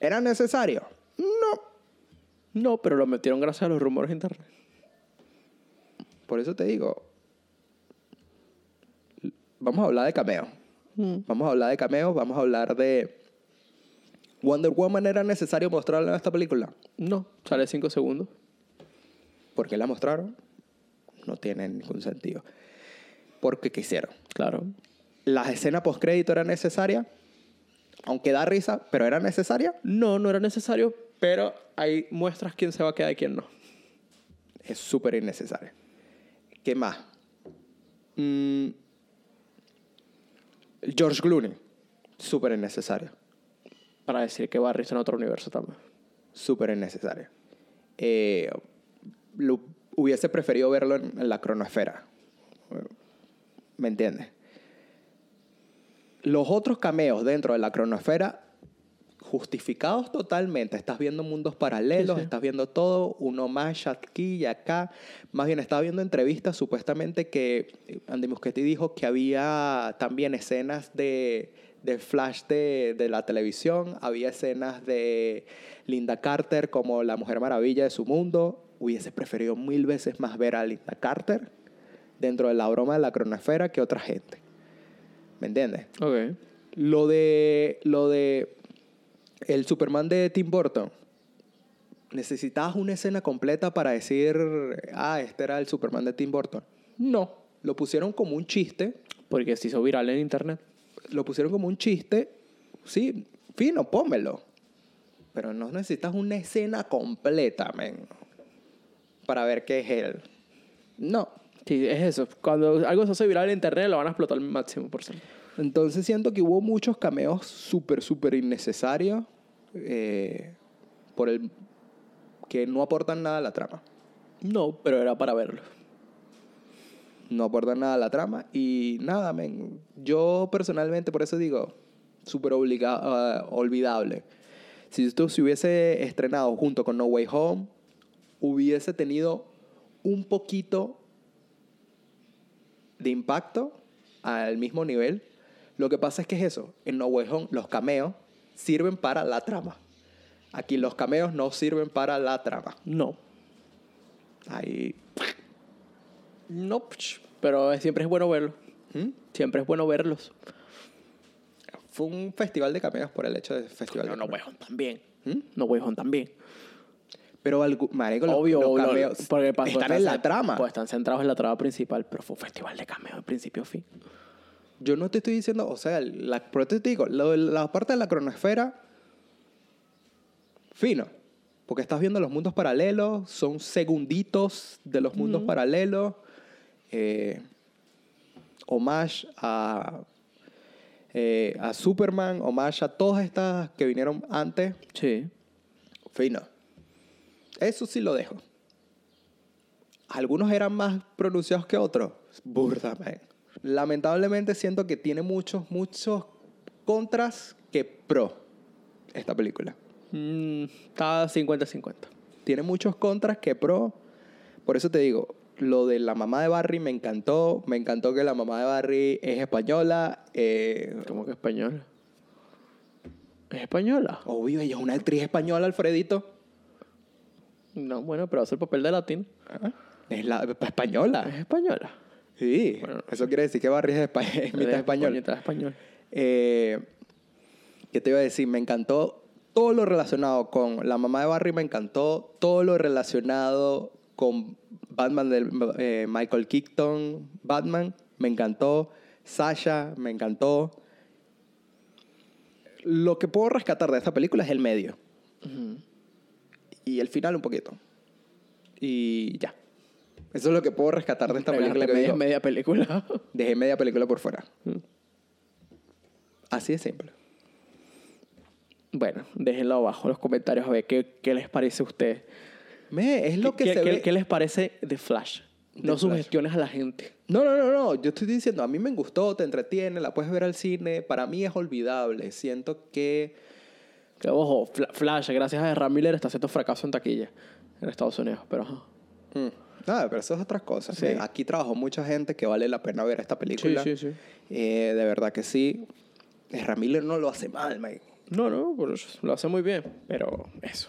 Speaker 1: ¿Era necesario?
Speaker 2: No, pero lo metieron gracias a los rumores de internet.
Speaker 1: Por eso te digo, vamos a hablar de cameo.
Speaker 2: Mm.
Speaker 1: Vamos a hablar de cameo, vamos a hablar de... ¿Wonder Woman era necesario mostrarla en esta película?
Speaker 2: No, sale 5 segundos.
Speaker 1: ¿Por qué la mostraron? No tiene ningún sentido. Porque quisieron.
Speaker 2: Claro.
Speaker 1: La escena postcrédito era necesaria, aunque da risa, pero era necesaria.
Speaker 2: No, no era necesario, pero ahí muestras quién se va a quedar y quién no.
Speaker 1: Es súper innecesaria. ¿Qué más? Mm, George Clooney, súper innecesario.
Speaker 2: Para decir que Barry está en otro universo también.
Speaker 1: súper innecesario. Eh, lo, hubiese preferido verlo en, en la cronosfera. ¿Me entiendes? Los otros cameos dentro de la cronosfera, justificados totalmente. Estás viendo mundos paralelos,
Speaker 2: Sí, sí.
Speaker 1: estás viendo todo, uno más aquí y acá. Más bien, estaba viendo entrevistas supuestamente que eh, Andy Muschietti dijo que había también escenas de, de flash de, de la televisión, había escenas de Linda Carter como la Mujer Maravilla de su mundo. Hubiese preferido mil veces más ver a Linda Carter dentro de la broma de la cronosfera que otra gente. ¿Me entiendes?
Speaker 2: Ok.
Speaker 1: Lo de. Lo de. El Superman de Tim Burton. ¿Necesitabas una escena completa para decir. Ah, este era el Superman de Tim Burton? No. Lo pusieron como un chiste.
Speaker 2: Porque se hizo viral en internet.
Speaker 1: Lo pusieron como un chiste. Sí, fino, pónmelo. Pero no necesitas una escena completa, men. Para ver qué es él. No.
Speaker 2: Sí, es eso. Cuando algo se hace viral en internet, lo van a explotar al máximo por ciento.
Speaker 1: Entonces siento que hubo muchos cameos súper, súper innecesarios eh, por el que no aportan nada a la trama.
Speaker 2: No, pero era para verlo.
Speaker 1: No aportan nada a la trama y nada, men. Yo personalmente, por eso digo, súper obliga- ah, olvidable. Si esto se hubiese estrenado junto con No Way Home, hubiese tenido un poquito de impacto al mismo nivel. Lo que pasa es que es eso. En No Way Home, los cameos sirven para la trama. Aquí los cameos no sirven para la trama.
Speaker 2: No.
Speaker 1: Ahí.
Speaker 2: No, pch, pero siempre es bueno verlo.
Speaker 1: ¿Mm?
Speaker 2: Siempre es bueno verlos.
Speaker 1: Fue un festival de cameos por el hecho de festival
Speaker 2: Pero
Speaker 1: de
Speaker 2: no
Speaker 1: cameos.
Speaker 2: huejón también.
Speaker 1: ¿Mm?
Speaker 2: No huejón también.
Speaker 1: Pero algu- marico, los-
Speaker 2: Obvio,
Speaker 1: los,
Speaker 2: obvio,
Speaker 1: cameos
Speaker 2: porque pasó-
Speaker 1: están en la trama.
Speaker 2: Pues están centrados en la trama principal, pero fue un festival de cameos de principio a fin.
Speaker 1: Yo no te estoy diciendo, o sea, la, pero te digo, lo de la parte de la cronosfera, fino. Porque estás viendo los mundos paralelos, son segunditos de los mundos paralelos. eh, homage a, eh, a Superman, homage a todas estas que vinieron antes.
Speaker 2: Sí.
Speaker 1: Fino. Eso sí lo dejo. Algunos eran más pronunciados que otros. Burda, man. Lamentablemente siento que tiene muchos, muchos contras que pro esta película.
Speaker 2: Mm, está 50-50.
Speaker 1: Tiene muchos contras que pro. Por eso te digo, lo de la mamá de Barry me encantó. Me encantó que la mamá de Barry es española. eh,
Speaker 2: ¿Cómo que española? ¿Es española?
Speaker 1: obvio, ella es una actriz española, Alfredito.
Speaker 2: No, bueno, pero hace el papel de latín.
Speaker 1: ¿Ah? Es la Ah, española.
Speaker 2: Es española.
Speaker 1: Sí,
Speaker 2: Bueno.
Speaker 1: eso quiere decir que Barry es, espa- es mitad español.
Speaker 2: Mitad español.
Speaker 1: Eh, ¿Qué te iba a decir? Me encantó todo lo relacionado con la mamá de Barry, me encantó todo lo relacionado con Batman de Michael Keaton, Batman, me encantó Sasha, me encantó. Lo que puedo rescatar de esta película es el medio y el final un poquito. Y ya. Eso es lo que puedo rescatar de esta película. que
Speaker 2: media,
Speaker 1: digo,
Speaker 2: media película.
Speaker 1: Dejé media película por fuera.
Speaker 2: Mm.
Speaker 1: Así de simple.
Speaker 2: bueno, déjenlo abajo en los comentarios a ver qué, qué les parece a ustedes.
Speaker 1: Me, es lo que
Speaker 2: ¿Qué,
Speaker 1: se
Speaker 2: qué-
Speaker 1: ve.
Speaker 2: qué les parece de Flash? no
Speaker 1: Flash.
Speaker 2: sugestiones a la gente.
Speaker 1: No, no, no, no. Yo estoy diciendo, a mí me gustó, te entretiene, la puedes ver al cine. Para mí es olvidable. Siento que.
Speaker 2: Que, ojo, Fla- Flash, gracias a Ram Miller, está haciendo fracaso en taquilla en Estados Unidos. Pero ajá.
Speaker 1: Mm, Nada, pero eso es otras cosas.
Speaker 2: Sí.
Speaker 1: Men, Aquí trabajó mucha gente que vale la pena ver esta película.
Speaker 2: Sí, sí, sí.
Speaker 1: Eh, de verdad que sí. eh, Ramírez no lo hace mal, man.
Speaker 2: No, no, pero lo hace muy bien. Pero eso.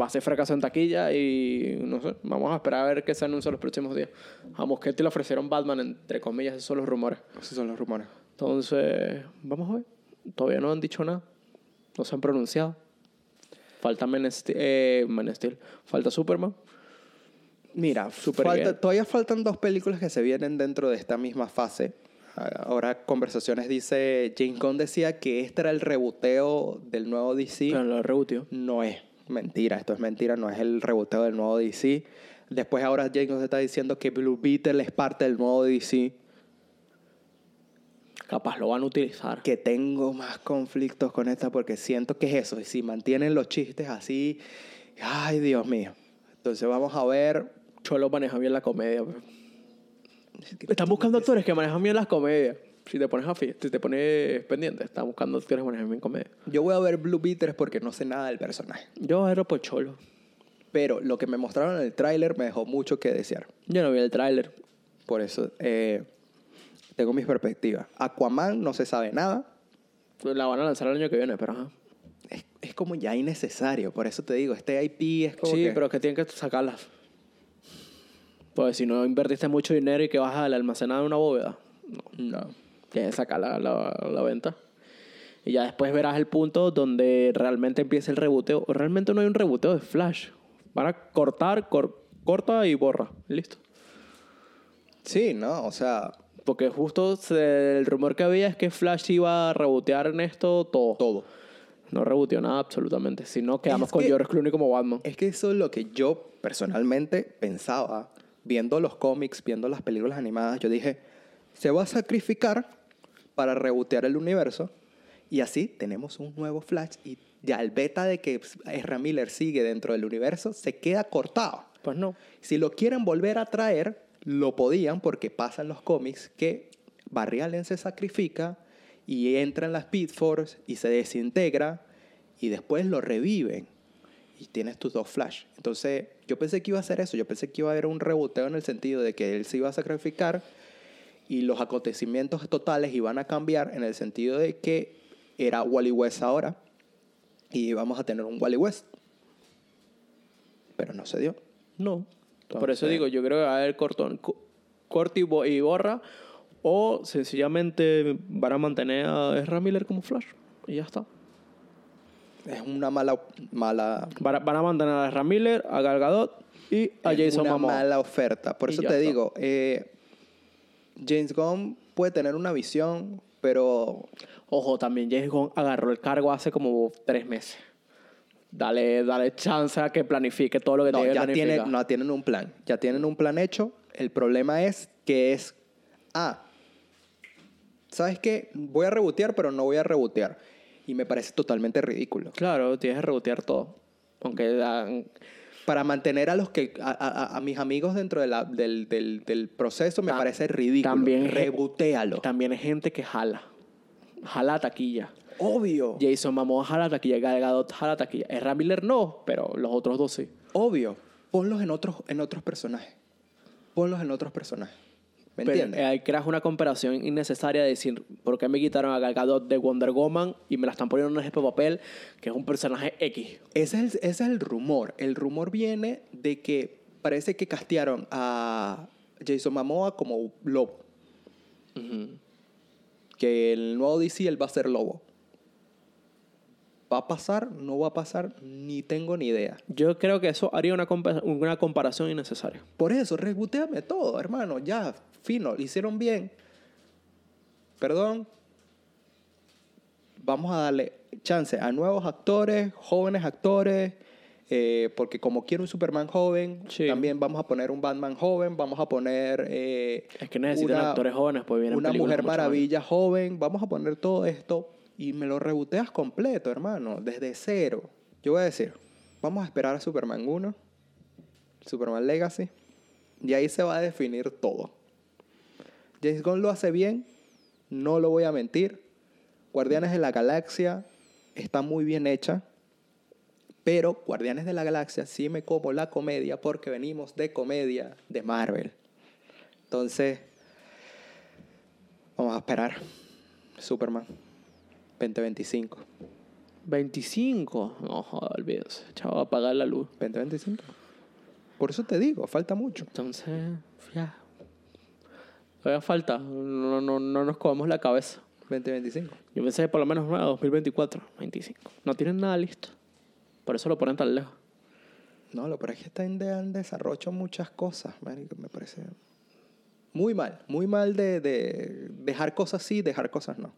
Speaker 2: Va a ser fracaso en taquilla y no sé. Vamos a esperar a ver qué se anuncia los próximos días. A Mosquete le ofrecieron Batman, entre comillas, esos son los rumores.
Speaker 1: Esos son los rumores.
Speaker 2: Entonces, vamos a ver. Todavía no han dicho nada. No se han pronunciado. Falta Man Steel. eh, Man Steel. Falta Superman.
Speaker 1: Mira,
Speaker 2: Super
Speaker 1: falta-
Speaker 2: bien.
Speaker 1: todavía faltan dos películas que se vienen dentro de esta misma fase. Ah, Ahora Conversaciones dice, James Gunn decía que este era el reboteo del nuevo DC.
Speaker 2: Pero no lo rebutió.
Speaker 1: No es mentira, esto es mentira, no es el reboteo del nuevo DC. Después ahora James Gunn está diciendo que Blue Beetle es parte del nuevo DC.
Speaker 2: Capaz lo van a utilizar.
Speaker 1: que tengo más conflictos con esta porque siento que es eso. Y si mantienen los chistes así, ay Dios mío. Entonces vamos a ver.
Speaker 2: Cholo maneja bien la comedia. pe. Están buscando actores que manejan bien las comedias. Si te pones a fi- si te pones pendiente, están buscando actores que manejan bien comedia.
Speaker 1: Yo voy a ver Blue Beaters porque no sé nada del personaje.
Speaker 2: Yo era por Cholo.
Speaker 1: Pero lo que me mostraron en el tráiler me dejó mucho que desear.
Speaker 2: Yo no vi el tráiler.
Speaker 1: Por eso eh, tengo mis perspectivas. Aquaman no se sabe nada.
Speaker 2: La van a lanzar el año que viene, pero ajá.
Speaker 1: Es, es como ya innecesario. Por eso te digo, este IP es como
Speaker 2: Sí,
Speaker 1: que-
Speaker 2: pero es que tienen que sacarlas. Pues si no invertiste mucho dinero y que vas al almacenar en una bóveda,
Speaker 1: No.
Speaker 2: tienes que sacar la, la- la venta. Y ya después verás el punto donde realmente empieza el reboteo. Realmente no hay un reboteo de Flash. Van a cortar, cor- corta y borra. Listo.
Speaker 1: Sí, no, o sea,
Speaker 2: Porque justo se- el rumor que había es que Flash iba a rebotear en esto todo.
Speaker 1: todo.
Speaker 2: No reboteó nada absolutamente, sino quedamos
Speaker 1: Es
Speaker 2: con
Speaker 1: que-
Speaker 2: George Clooney como Batman.
Speaker 1: Es que eso es lo que yo personalmente pensaba, viendo los cómics, viendo las películas animadas. Yo dije, se va a sacrificar para rebotear el universo y así tenemos un nuevo Flash y ya el beta de que Ezra Miller sigue dentro del universo se queda cortado.
Speaker 2: Pues no.
Speaker 1: Si lo quieren volver a traer, lo podían porque pasan los cómics que Barry Allen se sacrifica y entra en la Speed Force y se desintegra y después lo reviven y tienes tus dos Flash. Entonces, yo pensé que iba a ser eso, yo pensé que iba a haber un reboteo en el sentido de que él se iba a sacrificar y los acontecimientos totales iban a cambiar en el sentido de que era Wally West ahora y íbamos a tener un Wally West. Pero no se dio.
Speaker 2: No. Por eso
Speaker 1: Entonces-
Speaker 2: digo, yo creo que va a haber cortón, co- corte y, bo- y borra. O sencillamente van a mantener a Ezra Miller como Flash. Y ya está.
Speaker 1: Es una mala, mala,
Speaker 2: Van a, van a mantener a Ezra Miller, a Gal Gadot y a
Speaker 1: es
Speaker 2: Ah, Jason
Speaker 1: una
Speaker 2: Momoa.
Speaker 1: mala oferta. Por
Speaker 2: Y
Speaker 1: eso
Speaker 2: ya
Speaker 1: te
Speaker 2: está.
Speaker 1: digo, eh, James Gunn puede tener una visión, pero
Speaker 2: Ojo, también James Gunn agarró el cargo hace como tres meses. Dale, dale chance a que planifique todo lo que
Speaker 1: no,
Speaker 2: tiene que
Speaker 1: ya tienen,
Speaker 2: planificar.
Speaker 1: no, tienen un plan. Ya tienen un plan hecho. El problema es que es, ah, ¿sabes qué? Voy a rebotear, pero no voy a rebotear. Y me parece totalmente ridículo.
Speaker 2: Claro, tienes que rebotear todo. Aunque ah, dan-
Speaker 1: Para mantener a los que a, a- a mis amigos dentro de la- del, del- del proceso me
Speaker 2: Ta-
Speaker 1: parece ridículo.
Speaker 2: también-
Speaker 1: rebotealo.
Speaker 2: también hay gente que jala. Jala taquilla.
Speaker 1: Obvio.
Speaker 2: Jason Momoa jala taquilla, Gal Gadot jala taquilla. Ezra Miller no, pero los otros dos sí.
Speaker 1: Obvio. Ponlos en otros, en otros personajes. Ponlos en otros personajes. ¿Me
Speaker 2: Pero,
Speaker 1: entiendes?
Speaker 2: eh, Ahí creas una comparación innecesaria de decir, ¿por qué me quitaron a Gal Gadot de Wonder Woman y me la están poniendo en este papel que es un personaje X?
Speaker 1: Ese, es el, ese es el rumor. El rumor viene de que parece que castearon a Jason Momoa como lobo. Que el nuevo DC él va a ser lobo. ¿Va a pasar? ¿No va a pasar? Ni tengo ni idea.
Speaker 2: Yo creo que eso haría una, compa- una comparación innecesaria.
Speaker 1: Por eso, reboteame todo, hermano. Ya, fino, lo hicieron bien. Perdón. Vamos a darle chance a nuevos actores, jóvenes actores, eh, porque como quiero un Superman joven,
Speaker 2: Sí.
Speaker 1: también vamos a poner un Batman joven, vamos a poner... eh,
Speaker 2: Es que necesitan
Speaker 1: una-
Speaker 2: actores jóvenes, pues vienen
Speaker 1: Una
Speaker 2: películas
Speaker 1: Mujer
Speaker 2: mucho más.
Speaker 1: Maravilla joven, vamos a poner todo esto y me lo reboteas completo, hermano, desde cero. Yo voy a decir, vamos a esperar a Superman 1, Superman Legacy, y ahí se va a definir todo. James Gunn lo hace bien, no lo voy a mentir. Guardianes de la Galaxia está muy bien hecha, pero Guardianes de la Galaxia sí me como la comedia porque venimos de comedia de Marvel. Entonces, vamos a esperar. Superman 2025.
Speaker 2: 25. No, joder, olvídense. Chavo, apagar la luz.
Speaker 1: 2025. Por eso te digo, falta mucho.
Speaker 2: Entonces, ya. Todavía falta. No, no, no nos comamos la cabeza.
Speaker 1: 2025.
Speaker 2: Yo pensé que por lo menos "Ah, nueva, 2024, 25. No tienen nada listo. Por eso lo ponen tan lejos.
Speaker 1: No, lo pero es que está en, de- en desarrollo muchas cosas, marico, me parece muy mal, muy mal de, de dejar cosas sí, dejar cosas no.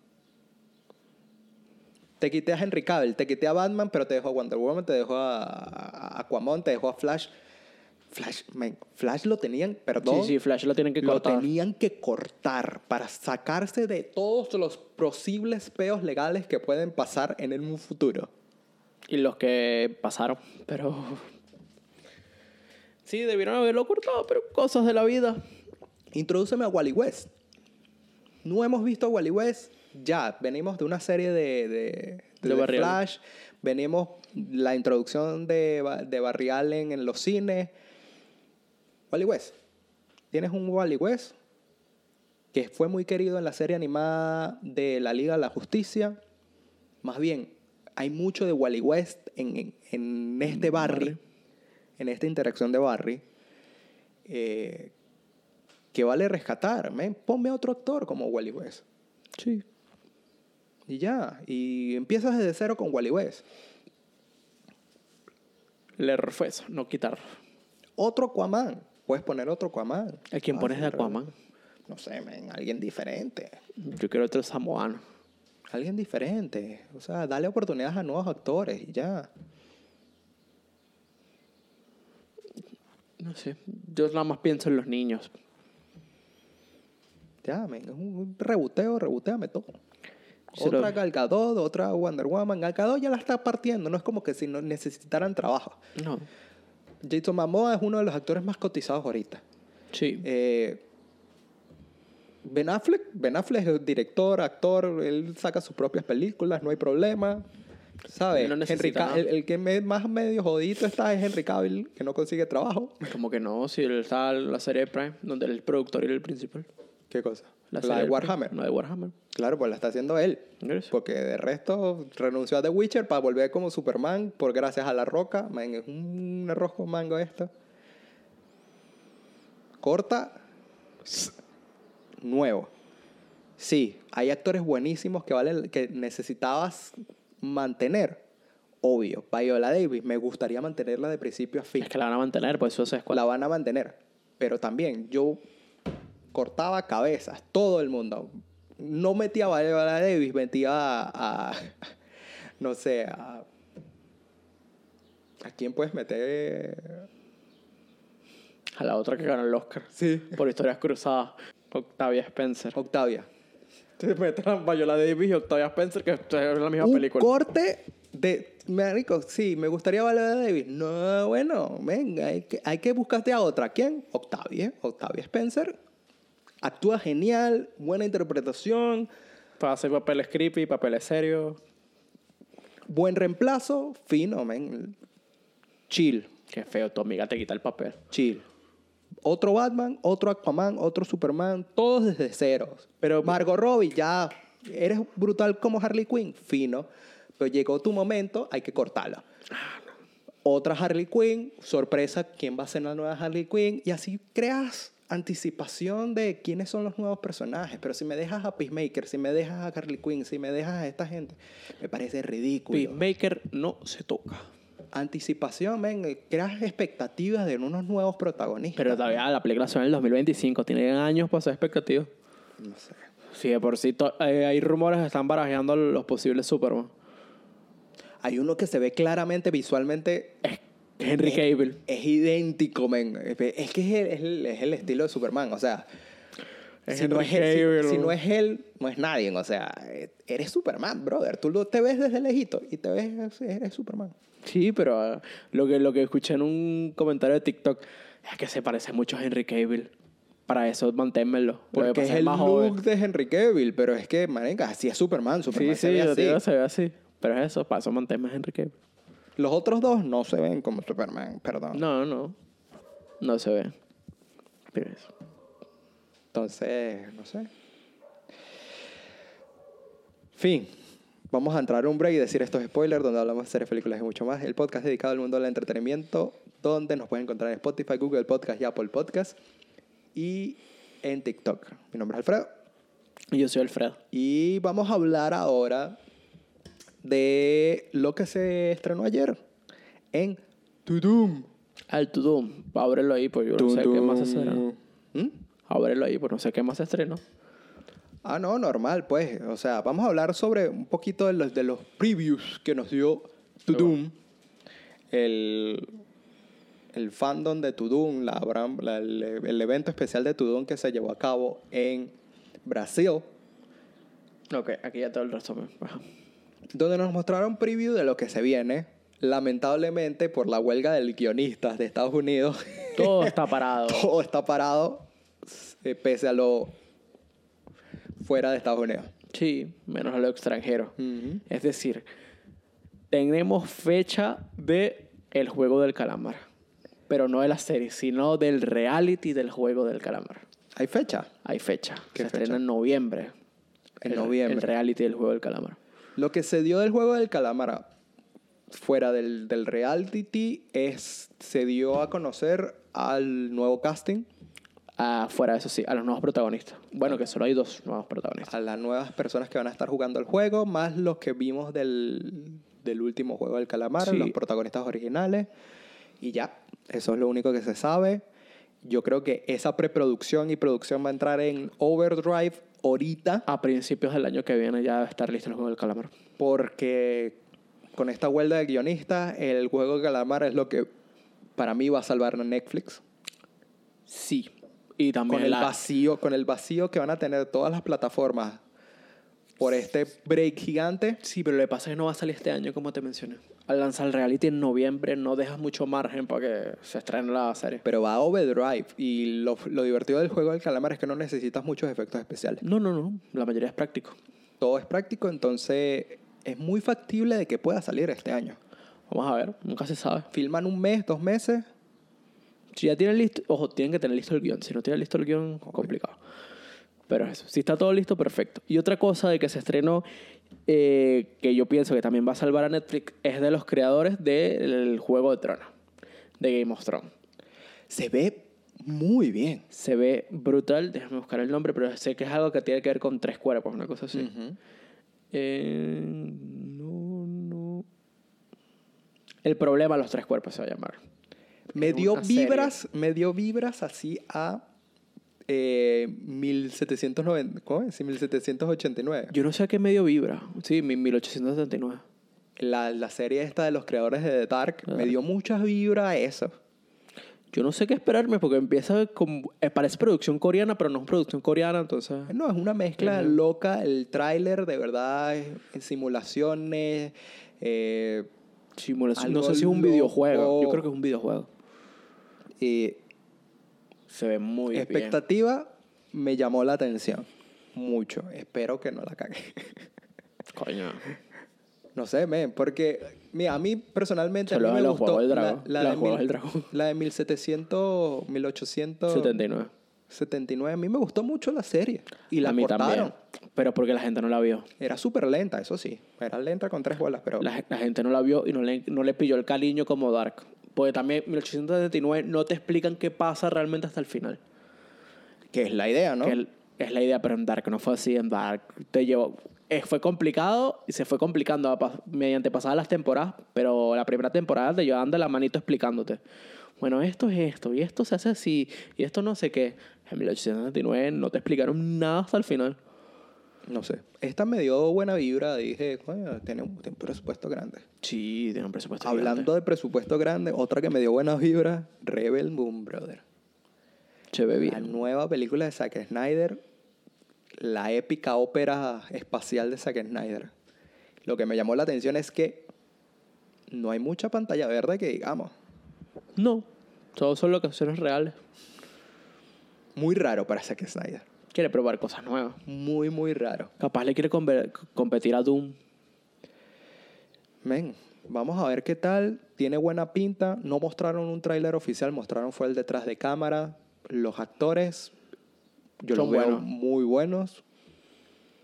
Speaker 1: Te quité a Henry Cavill, te quité a Batman, pero te dejó a Wonder Woman, te dejó a, a Aquaman, te dejó a Flash. Flash, men, Flash lo tenían, perdón.
Speaker 2: Sí, sí, Flash lo tienen que
Speaker 1: lo
Speaker 2: cortar.
Speaker 1: tenían que cortar para sacarse de todos los posibles peos legales que pueden pasar en el futuro.
Speaker 2: Y los que pasaron, pero... Sí, debieron haberlo cortado, pero cosas de la vida.
Speaker 1: Introdúceme a Wally West. No hemos visto a Wally West ya. Venimos de una serie de, de,
Speaker 2: De
Speaker 1: de
Speaker 2: Barry Allen.
Speaker 1: Flash. Venimos la introducción de, Ba- de Barry Allen en los cines. Wally West. Tienes un Wally West que fue muy querido en la serie animada de la Liga de la Justicia. Más bien, hay mucho de Wally West en, en- en este Barry, en esta interacción de Barry, eh, que vale rescatar. men. Ponme a otro actor como Wally West.
Speaker 2: Sí.
Speaker 1: Y ya, y empiezas desde cero con Wally West.
Speaker 2: Le fue eso, no quitarlo.
Speaker 1: Otro Aquaman. Puedes poner otro Aquaman.
Speaker 2: ¿A quién pones de
Speaker 1: Fácil,
Speaker 2: Aquaman?
Speaker 1: No sé, men, alguien diferente.
Speaker 2: Yo quiero otro samoano.
Speaker 1: Alguien diferente. O sea, dale oportunidades a nuevos actores y ya.
Speaker 2: No sé. Yo nada más pienso en los niños.
Speaker 1: Ya, men, es un rebuteo, rebuteame todo.
Speaker 2: Se lo-
Speaker 1: otra Gal Gadot, otra Wonder Woman. Gal Gadot ya la está partiendo. No es como que si no necesitaran trabajo.
Speaker 2: No.
Speaker 1: Jason Momoa es uno de los actores más cotizados ahorita.
Speaker 2: Sí.
Speaker 1: Eh, ben Affleck, Ben Affleck es director, actor, él saca sus propias películas, no hay problema. ¿Sabes?
Speaker 2: No necesita
Speaker 1: Henry Ca-
Speaker 2: nada.
Speaker 1: el, el que me- más medio jodito está es Henry Cavill, que no consigue trabajo.
Speaker 2: Como que no, si él está en la serie de Prime, donde él es el productor y él es el principal.
Speaker 1: ¿Qué cosa? La,
Speaker 2: serie
Speaker 1: de
Speaker 2: Prime,
Speaker 1: Warhammer.
Speaker 2: La de Warhammer.
Speaker 1: Claro, pues la está haciendo él.
Speaker 2: ¿Eres?
Speaker 1: Porque de resto renunció a The Witcher para volver como Superman por gracias a la roca. Man, es un arroz con mango esto. Corta. Nuevo. Sí, hay actores buenísimos que, valen, que necesitabas mantener. Obvio. Viola Davis, me gustaría mantenerla de principio a fin.
Speaker 2: Es que la van a mantener, pues eso es cual.
Speaker 1: La van a mantener. Pero también yo cortaba cabezas, todo el mundo. No metía a Viola Davis, metía a, a- no sé, a, ¿a quién puedes meter?
Speaker 2: A la otra que ganó el Oscar.
Speaker 1: Sí.
Speaker 2: Por historias cruzadas. Octavia Spencer.
Speaker 1: Octavia.
Speaker 2: Se meten a Viola Davis y Octavia Spencer, que esto es la misma
Speaker 1: Un
Speaker 2: película.
Speaker 1: corte de, marico, sí, me gustaría Viola Davis. No, bueno, venga, hay que, hay que buscarte a otra. ¿Quién? Octavia, Octavia Spencer. Actúa genial, buena interpretación,
Speaker 2: Para hacer papeles creepy, papeles serios.
Speaker 1: Buen reemplazo, fino, men. Chill,
Speaker 2: Qué feo, tu amiga te quita el papel.
Speaker 1: chill. Otro Batman, otro Aquaman, otro Superman, todos desde ceros. Pero Margot Robbie, ya eres brutal como Harley Quinn, fino. Pero llegó tu momento, hay que cortarla. Otra Harley Quinn, sorpresa, ¿quién va a ser la nueva Harley Quinn? Y así creas anticipación de quiénes son los nuevos personajes. Pero si me dejas a Peacemaker, si me dejas a Harley Quinn, si me dejas a esta gente, me parece ridículo.
Speaker 2: Peacemaker no se toca.
Speaker 1: Anticipación, men, creas expectativas de unos nuevos protagonistas.
Speaker 2: Pero todavía la película suena en el 2025. Tienen años para hacer expectativas.
Speaker 1: No sé.
Speaker 2: Sí, de por sí to- eh, hay rumores que están barajeando los posibles Superman.
Speaker 1: Hay uno que se ve claramente visualmente.
Speaker 2: Es Henry
Speaker 1: es-
Speaker 2: Cable.
Speaker 1: Es idéntico, men. Es es que es el, es el- es el estilo de Superman, o sea.
Speaker 2: Es
Speaker 1: si, no
Speaker 2: Henry
Speaker 1: es él, si-
Speaker 2: Cavill.
Speaker 1: si no es él, no es nadie. O sea, eh, eres Superman, brother. Tú lo- te ves desde lejito y te ves, así, eres Superman.
Speaker 2: Sí, pero ah, lo, que, lo que escuché en un comentario de TikTok es que se parece mucho a Henry Cable. Para eso, manténmelo. Lo que
Speaker 1: Porque es
Speaker 2: pasa
Speaker 1: el
Speaker 2: más
Speaker 1: look
Speaker 2: joven.
Speaker 1: de Henry Cavill, pero es que, marica, así es Superman. Superman
Speaker 2: Sí,
Speaker 1: se
Speaker 2: sí,
Speaker 1: ve
Speaker 2: yo
Speaker 1: así.
Speaker 2: te digo, se ve así. Pero es eso, para eso manténme a Henry Cable.
Speaker 1: Los otros dos no se ven como Superman, perdón.
Speaker 2: No, no. No se ve. Pero eso.
Speaker 1: Entonces, no sé. Fin. Vamos a entrar a un break y decir estos spoilers donde hablamos de series, películas y mucho más. El podcast dedicado al mundo del entretenimiento, donde nos pueden encontrar en Spotify, Google Podcast y Apple Podcast. Y en TikTok. Mi nombre es Alfredo.
Speaker 2: Y Yo soy Alfredo.
Speaker 1: Y vamos a hablar ahora de lo que se estrenó ayer en Tudum.
Speaker 2: Al Tudum. Ábrelo ahí, pues yo no sé qué más ¿ah? se estrenó.
Speaker 1: ¿Mm?
Speaker 2: Ábrelo ahí, pues no sé qué más se estrenó.
Speaker 1: Ah, no, normal, pues. O sea, vamos a hablar sobre un poquito de los, de los previews que nos dio Tudum, el, el fandom de Tudum, la, abram- la- el, el evento especial de Tudum que se llevó a cabo en Brasil,
Speaker 2: Ok, aquí ya todo el resumen. Ajá.
Speaker 1: donde nos mostraron preview de lo que se viene. Lamentablemente, por la huelga del guionistas de Estados Unidos,
Speaker 2: Todo está parado.
Speaker 1: todo está parado, eh, pese a lo fuera de Estados Unidos.
Speaker 2: Sí, menos a lo
Speaker 1: Mm.
Speaker 2: extranjero. Es decir, tenemos fecha de el juego del calamar. Pero no de la serie, sino del reality del juego del calamar.
Speaker 1: Hay fecha,
Speaker 2: Hay fecha.
Speaker 1: ¿Qué
Speaker 2: Se
Speaker 1: fecha?
Speaker 2: estrena en noviembre.
Speaker 1: en
Speaker 2: El- El
Speaker 1: noviembre.
Speaker 2: reality del juego del calamar.
Speaker 1: Lo que se dio del juego del calamar fuera del, del reality es, se dio a conocer al nuevo casting,
Speaker 2: Ah, fuera de eso sí, a los nuevos protagonistas. Bueno, que solo hay dos nuevos protagonistas.
Speaker 1: a las nuevas personas que van a estar jugando el juego, más los que vimos del, del último juego del calamar,
Speaker 2: Sí.
Speaker 1: los protagonistas originales. Y ya, eso es lo único que se sabe. Yo creo que esa preproducción y producción va a entrar en overdrive ahorita.
Speaker 2: A principios del año que viene ya va a estar listo el juego del calamar.
Speaker 1: porque con esta huelga de guionistas, el juego de calamar es lo que para mí va a salvar a Netflix.
Speaker 2: Sí. Y también
Speaker 1: Con el
Speaker 2: la-
Speaker 1: vacío, con el vacío que van a tener todas las plataformas por este break gigante.
Speaker 2: Sí, pero lo que pasa es que no va a salir este año, como te mencioné. Al lanzar el reality en noviembre, no dejas mucho margen para que se estrene la serie.
Speaker 1: Pero va a overdrive y lo, lo divertido del juego del calamar es que no necesitas muchos efectos especiales.
Speaker 2: No, no, no. La mayoría es práctico.
Speaker 1: Todo es práctico, entonces es muy factible de que pueda salir este año.
Speaker 2: Vamos a ver, nunca se sabe.
Speaker 1: Filman un mes, dos meses,
Speaker 2: Si ya tienen listo, ojo, tienen que tener listo el guión. Si no tienen listo el guión, complicado. Pero eso, si está todo listo, perfecto. Y otra cosa de que se estrenó, eh, que yo pienso que también va a salvar a Netflix, es de los creadores del Juego de Tronos, de Game of Thrones.
Speaker 1: se ve muy bien.
Speaker 2: Se ve brutal, déjame buscar el nombre, pero sé que es algo que tiene que ver con tres cuerpos, una cosa así.
Speaker 1: Ujú.
Speaker 2: Eh, no, no. El problema de los tres cuerpos se va a llamar.
Speaker 1: Me
Speaker 2: en
Speaker 1: dio
Speaker 2: una serie.
Speaker 1: vibras, me dio vibras así a eh, 1790, ¿cómo es? Sí, 1789.
Speaker 2: Yo no sé a qué medio vibra. Sí, mi- 1879.
Speaker 1: La, la serie esta de los creadores de The Dark me
Speaker 2: Dark.
Speaker 1: dio muchas vibras a eso.
Speaker 2: Yo no sé qué esperarme porque empieza con... eh, parece producción coreana, pero no es producción coreana, entonces...
Speaker 1: No, es una mezcla
Speaker 2: Ujú.
Speaker 1: loca, el tráiler de verdad, es- simulaciones, eh,
Speaker 2: Simulación.
Speaker 1: Algo
Speaker 2: No sé si es un
Speaker 1: loco.
Speaker 2: videojuego. Yo creo que es un videojuego.
Speaker 1: eh,
Speaker 2: Se ve muy bien.
Speaker 1: expectativa me llamó la atención mucho. Espero que no la cague.
Speaker 2: Coño.
Speaker 1: No sé, men, porque mira, a mí personalmente a
Speaker 2: Solo
Speaker 1: mí me
Speaker 2: de los
Speaker 1: gustó
Speaker 2: Juegos del Dragón.
Speaker 1: la, la
Speaker 2: Los
Speaker 1: de
Speaker 2: Juegos
Speaker 1: mil-
Speaker 2: del Dragón.
Speaker 1: la de 1700 1879
Speaker 2: 79.
Speaker 1: a mí me gustó mucho la serie y la
Speaker 2: A mí
Speaker 1: cortaron.
Speaker 2: también. Pero porque la gente no la vio.
Speaker 1: Era súper lenta, eso sí, era lenta con tres bolas, pero
Speaker 2: La, gen- la gente no la vio y no le, no le pilló el cariño como Dark. Porque también 1879 no te explican qué pasa realmente hasta el final.
Speaker 1: que es la idea, ¿no?
Speaker 2: Que el- es la idea, pero en Dark no fue así. En Dark te llevó. eh, fue complicado y se fue complicando a pas- mediante pasadas las temporadas, pero la primera temporada te llevaban de la manito explicándote. Bueno, esto es esto, y esto se hace así, y esto no sé qué. En 1879 no te explicaron nada hasta el final.
Speaker 1: No sé. Esta me dio buena vibra, dije, coño, tiene un, tiene un presupuesto grande.
Speaker 2: Sí, tiene un presupuesto.
Speaker 1: Hablando
Speaker 2: gigante.
Speaker 1: de presupuesto grande, otra que me dio buena vibra, Rebel Moon, brother.
Speaker 2: Chévere
Speaker 1: La
Speaker 2: bien.
Speaker 1: nueva película de Zack Snyder, la épica ópera espacial de Zack Snyder. Lo que me llamó la atención es que no hay mucha pantalla verde que digamos.
Speaker 2: No, todos son locaciones reales.
Speaker 1: Muy raro para Zack Snyder.
Speaker 2: Quiere probar cosas nuevas.
Speaker 1: Muy, muy raro.
Speaker 2: Capaz le quiere conver- competir a Doom.
Speaker 1: Men, vamos a ver qué tal. Tiene buena pinta. No mostraron un tráiler oficial, mostraron fue el detrás de cámara. Los actores, yo
Speaker 2: Son
Speaker 1: los veo
Speaker 2: buenos.
Speaker 1: muy buenos.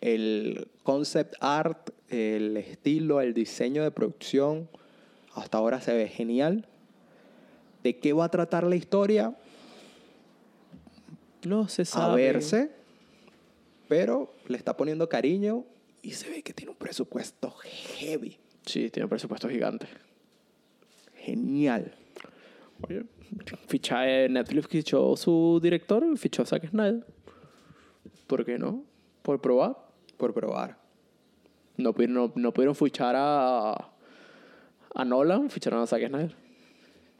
Speaker 1: El concept art, el estilo, el diseño de producción, hasta ahora se ve genial. ¿De qué va a tratar la historia?
Speaker 2: No se sabe.
Speaker 1: A verse. Pero le está poniendo cariño y se ve que tiene un presupuesto heavy.
Speaker 2: Sí, tiene un presupuesto gigante.
Speaker 1: Genial.
Speaker 2: Oye, ficha eh, Netflix fichó su director, fichó a Zack Snyder. ¿Por qué no? Por probar.
Speaker 1: Por probar.
Speaker 2: No, pudi- no, no pudieron fichar a, a Nolan, ficharon a Zack Snyder.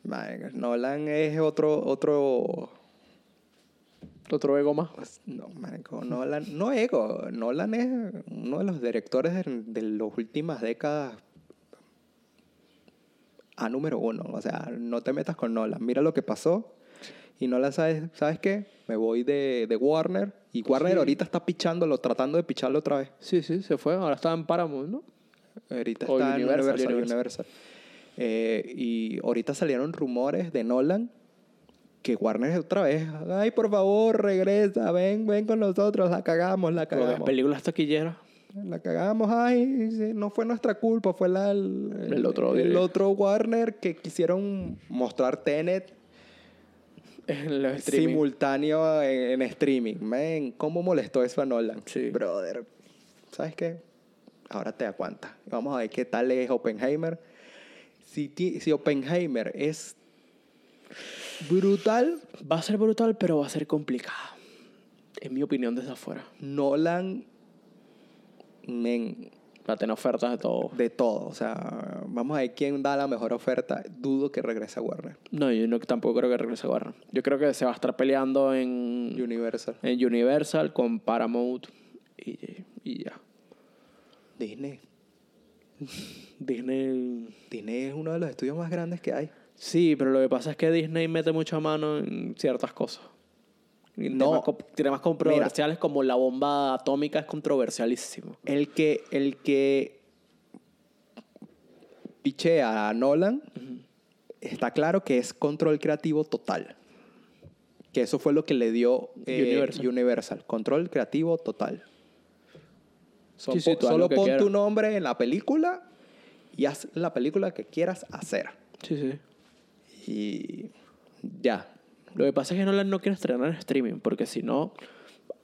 Speaker 1: Marico, Nolan es otro, otro,
Speaker 2: Otro ego más.
Speaker 1: no, marico, Nolan, no ego, Nolan es uno de los directores de, de las últimas décadas a número uno, o sea, no te metas con Nolan, mira lo que pasó y Nolan, ¿sabes, ¿sabes qué? Me voy de, de Warner y Warner
Speaker 2: Sí.
Speaker 1: ahorita está pichándolo, tratando de picharlo otra vez.
Speaker 2: Sí, sí, se fue. Ahora está en Paramount, ¿no?
Speaker 1: Ahorita
Speaker 2: O
Speaker 1: está en
Speaker 2: Universal,
Speaker 1: Universal, Universal.
Speaker 2: Universal.
Speaker 1: Eh, y ahorita salieron rumores de Nolan que Warner otra vez, ay, por favor, regresa, ven, ven con nosotros, la cagamos, la
Speaker 2: Con las
Speaker 1: cagamos.
Speaker 2: películas taquilleras.
Speaker 1: La cagamos, ay, sí, no fue nuestra culpa, fue la, el,
Speaker 2: El otro
Speaker 1: el
Speaker 2: director.
Speaker 1: otro Warner que quisieron mostrar Tenet
Speaker 2: En los streaming.
Speaker 1: simultáneo en, en streaming. Man, ¿cómo molestó eso a Nolan?
Speaker 2: Sí.
Speaker 1: Brother, ¿sabes qué? Ahora te aguanta. Vamos a ver qué tal es Oppenheimer. Si, ti- si Oppenheimer es brutal,
Speaker 2: Va a ser brutal, pero va a ser complicada. En mi opinión, desde afuera.
Speaker 1: Nolan, men,
Speaker 2: Va a tener ofertas de todo.
Speaker 1: de todo. O sea, vamos a ver quién da la mejor oferta. Dudo que regrese a Warner.
Speaker 2: No, yo no, tampoco creo que regrese a Warner. Yo creo que se va a estar peleando en,
Speaker 1: Universal.
Speaker 2: en Universal con Paramount y, y ya.
Speaker 1: Disney.
Speaker 2: Disney.
Speaker 1: Disney es uno de los estudios más grandes que hay.
Speaker 2: Sí, pero lo que pasa es que Disney mete mucha mano en ciertas cosas. En
Speaker 1: No.
Speaker 2: Temas, co- temas controversiales como la bomba atómica es controversialísimo.
Speaker 1: El que, el que pichea a Nolan, está claro que es control creativo total. Que eso fue lo que le dio eh, Universal.
Speaker 2: Universal.
Speaker 1: Control creativo total. Son
Speaker 2: Sí, sí,
Speaker 1: po-
Speaker 2: tú haz
Speaker 1: solo
Speaker 2: lo que
Speaker 1: pon
Speaker 2: quieras.
Speaker 1: tu nombre en la película y haz la película que quieras hacer.
Speaker 2: Sí, sí.
Speaker 1: Y ya.
Speaker 2: Lo que pasa es que Nolan no quiere estrenar en streaming, porque si no,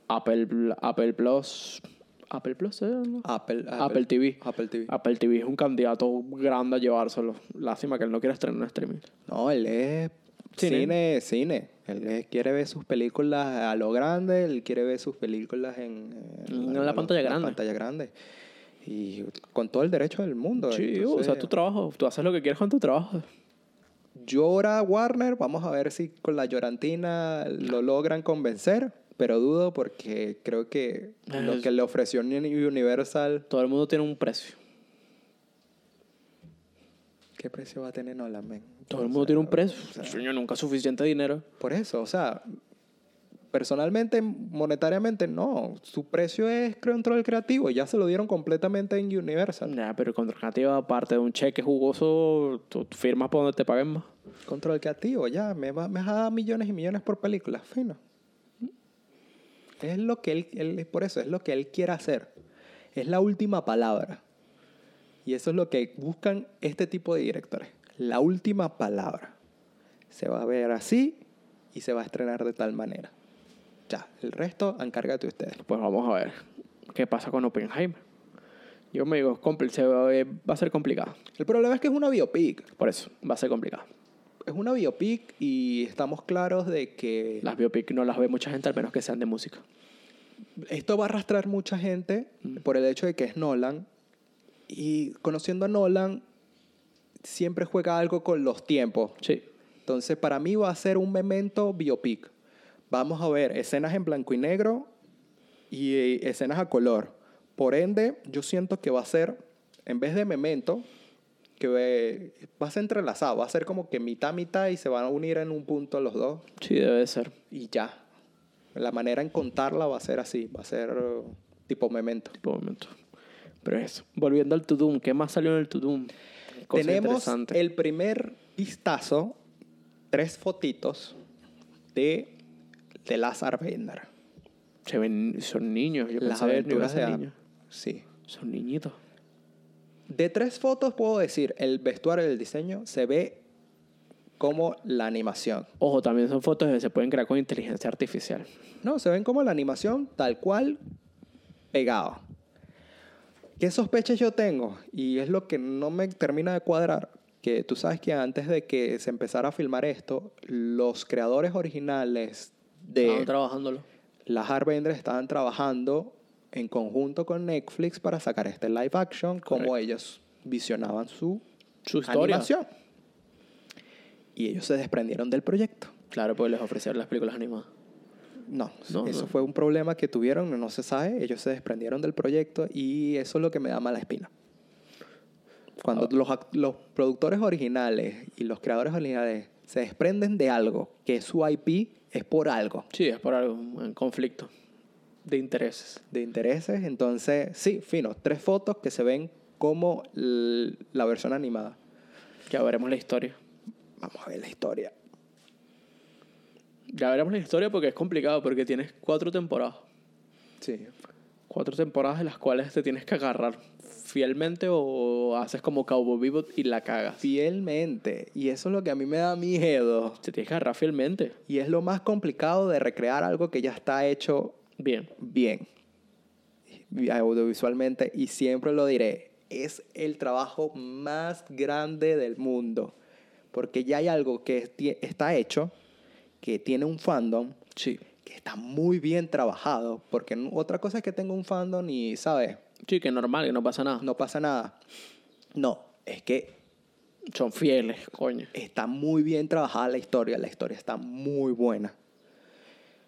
Speaker 2: Apple, Apple Plus. ¿Apple Plus? eh, no?
Speaker 1: Apple,
Speaker 2: Apple TV.
Speaker 1: Apple TV.
Speaker 2: Apple TV es un candidato grande a llevárselo. Lástima que él no quiera estrenar en streaming.
Speaker 1: No, él es
Speaker 2: Cine.
Speaker 1: cine, cine. Él es- quiere ver sus películas a lo grande, él quiere ver sus películas en,
Speaker 2: En la pantalla grande.
Speaker 1: pantalla grande. Y con todo el derecho del mundo.
Speaker 2: Sí, o
Speaker 1: entonces,
Speaker 2: sea, tu trabajo. Tú haces lo que quieres con tu trabajo.
Speaker 1: llora Warner, vamos a ver si con la llorantina lo logran convencer, pero dudo porque creo que lo
Speaker 2: Es-
Speaker 1: que le ofreció Universal,
Speaker 2: Todo el mundo tiene un precio.
Speaker 1: ¿qué precio va a tener Nolan? men?
Speaker 2: Todo el mundo tiene un precio. Coño, nunca es suficiente dinero.
Speaker 1: Por eso, o sea, personalmente, monetariamente, no. Su precio es control creativo. Ya se lo dieron completamente en Universal.
Speaker 2: Nah, pero con alternativa, aparte de un cheque jugoso, tú tú firmas por donde te paguen más.
Speaker 1: Control creativo, ya. Me, va- me vas a dar millones y millones por película. Fino. Es lo que él, él- por eso, es lo que él quiere hacer. Es la última palabra. Y eso es lo que buscan este tipo de directores. La última palabra. Se va a ver así y se va a estrenar de tal manera. Ya, el resto encárgate ustedes.
Speaker 2: Pues vamos a ver qué pasa con Oppenheimer. Yo me digo, es compli- se va, a ver- va a ser complicado.
Speaker 1: El problema es que es una biopic.
Speaker 2: Por eso, va a ser complicado.
Speaker 1: Es una biopic y estamos claros de que
Speaker 2: Las biopic no las ve mucha gente, al menos que sean de música.
Speaker 1: esto va a arrastrar mucha gente por el hecho de que es Nolan. Y conociendo a Nolan, siempre juega algo con los tiempos.
Speaker 2: Sí.
Speaker 1: Entonces, para mí va a ser un memento biopic. Vamos a ver escenas en blanco y negro y eh, escenas a color. Por ende, yo siento que va a ser, en vez de memento, que eh, va a ser entrelazado, va a ser como que mitad, mitad y se van a unir en un punto los dos
Speaker 2: Sí, debe de ser.
Speaker 1: y ya. La manera en contarla va a ser así, va a ser eh, tipo memento.
Speaker 2: Por momento. Pero eso. Volviendo al To Doom, ¿qué más salió en el To Doom? Cosa
Speaker 1: Tenemos
Speaker 2: interesante.
Speaker 1: el primer vistazo, tres fotitos de The Last Airbender.
Speaker 2: Se ven, son niños. Yo
Speaker 1: Las
Speaker 2: pensé que
Speaker 1: aventuras
Speaker 2: iban
Speaker 1: de
Speaker 2: a ser
Speaker 1: Aang.
Speaker 2: niños.
Speaker 1: Sí.
Speaker 2: Son niñitos.
Speaker 1: De tres fotos puedo decir, el vestuario y el diseño se ve como la animación.
Speaker 2: Ojo, también son fotos que se pueden crear con inteligencia artificial.
Speaker 1: No, se ven como la animación tal cual pegado. ¿Qué sospechas yo tengo? Y es lo que no me termina de cuadrar. Que tú sabes que antes de que se empezara a filmar esto, los creadores originales
Speaker 2: Estaban
Speaker 1: de
Speaker 2: trabajándolo.
Speaker 1: las Harbenders estaban trabajando en conjunto con Netflix para sacar este live action, como
Speaker 2: Correcto.
Speaker 1: ellos visionaban su
Speaker 2: Su historia.
Speaker 1: animación. y ellos se desprendieron del proyecto.
Speaker 2: Claro, pues les ofrecieron las películas animadas.
Speaker 1: No,
Speaker 2: No,
Speaker 1: eso
Speaker 2: no.
Speaker 1: fue un problema que tuvieron, no se sabe, ellos se desprendieron del proyecto y eso es lo que me da mala espina. Cuando
Speaker 2: Ah.
Speaker 1: los, act- los productores originales y los creadores originales se desprenden de algo, que es su IP es por algo,
Speaker 2: Sí, es por algún conflicto de intereses.
Speaker 1: de intereses, entonces, sí, fino, tres fotos que se ven como l- la versión animada.
Speaker 2: Ya veremos la historia.
Speaker 1: Vamos a ver la historia.
Speaker 2: Ya veremos la historia porque es complicado, porque tienes cuatro temporadas.
Speaker 1: Sí.
Speaker 2: Cuatro temporadas de las cuales te tienes que agarrar fielmente o haces como Cowboy Bebop y la cagas.
Speaker 1: Fielmente, y eso es lo que a mí me da miedo.
Speaker 2: Te tienes que agarrar fielmente.
Speaker 1: Y es lo más complicado de recrear algo que ya está hecho
Speaker 2: Bien.
Speaker 1: bien y audiovisualmente y siempre lo diré, es el trabajo más grande del mundo, porque ya hay algo que esti- está hecho, que tiene un fandom,
Speaker 2: Sí.
Speaker 1: que está muy bien trabajado, porque n- otra cosa es que tenga un fandom y, ¿sabes?
Speaker 2: Sí, que normal, que no pasa nada.
Speaker 1: No pasa nada. No, es que
Speaker 2: Son fieles, coño.
Speaker 1: está muy bien trabajada la historia, la historia está muy buena.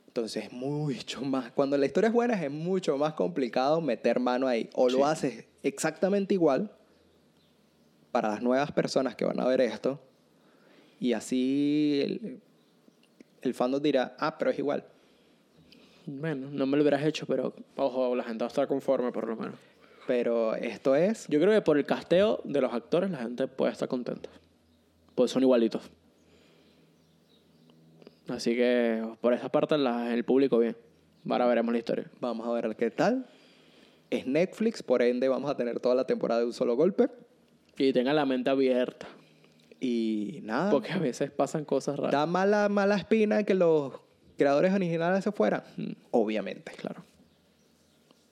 Speaker 1: Entonces es mucho más, cuando la historia es buena es mucho más complicado meter mano ahí. O
Speaker 2: Sí.
Speaker 1: lo haces exactamente igual para las nuevas personas que van a ver esto y así el, el fandom dirá, ah, pero es igual.
Speaker 2: Bueno, no me lo hubieras hecho, pero ojo, la gente va a estar conforme por lo menos.
Speaker 1: Pero esto es,
Speaker 2: Yo creo que por el casteo de los actores la gente puede estar contenta. Pues son igualitos. Así que por esa parte la- el público bien. Ahora veremos la historia.
Speaker 1: vamos a ver qué tal. Es Netflix, por ende vamos a tener toda la temporada de un solo golpe.
Speaker 2: Y tengan la mente abierta.
Speaker 1: Y nada.
Speaker 2: Porque a veces pasan cosas raras.
Speaker 1: Ah. da mala, mala espina que los creadores originales se fueran. Obviamente.
Speaker 2: Mm. Claro.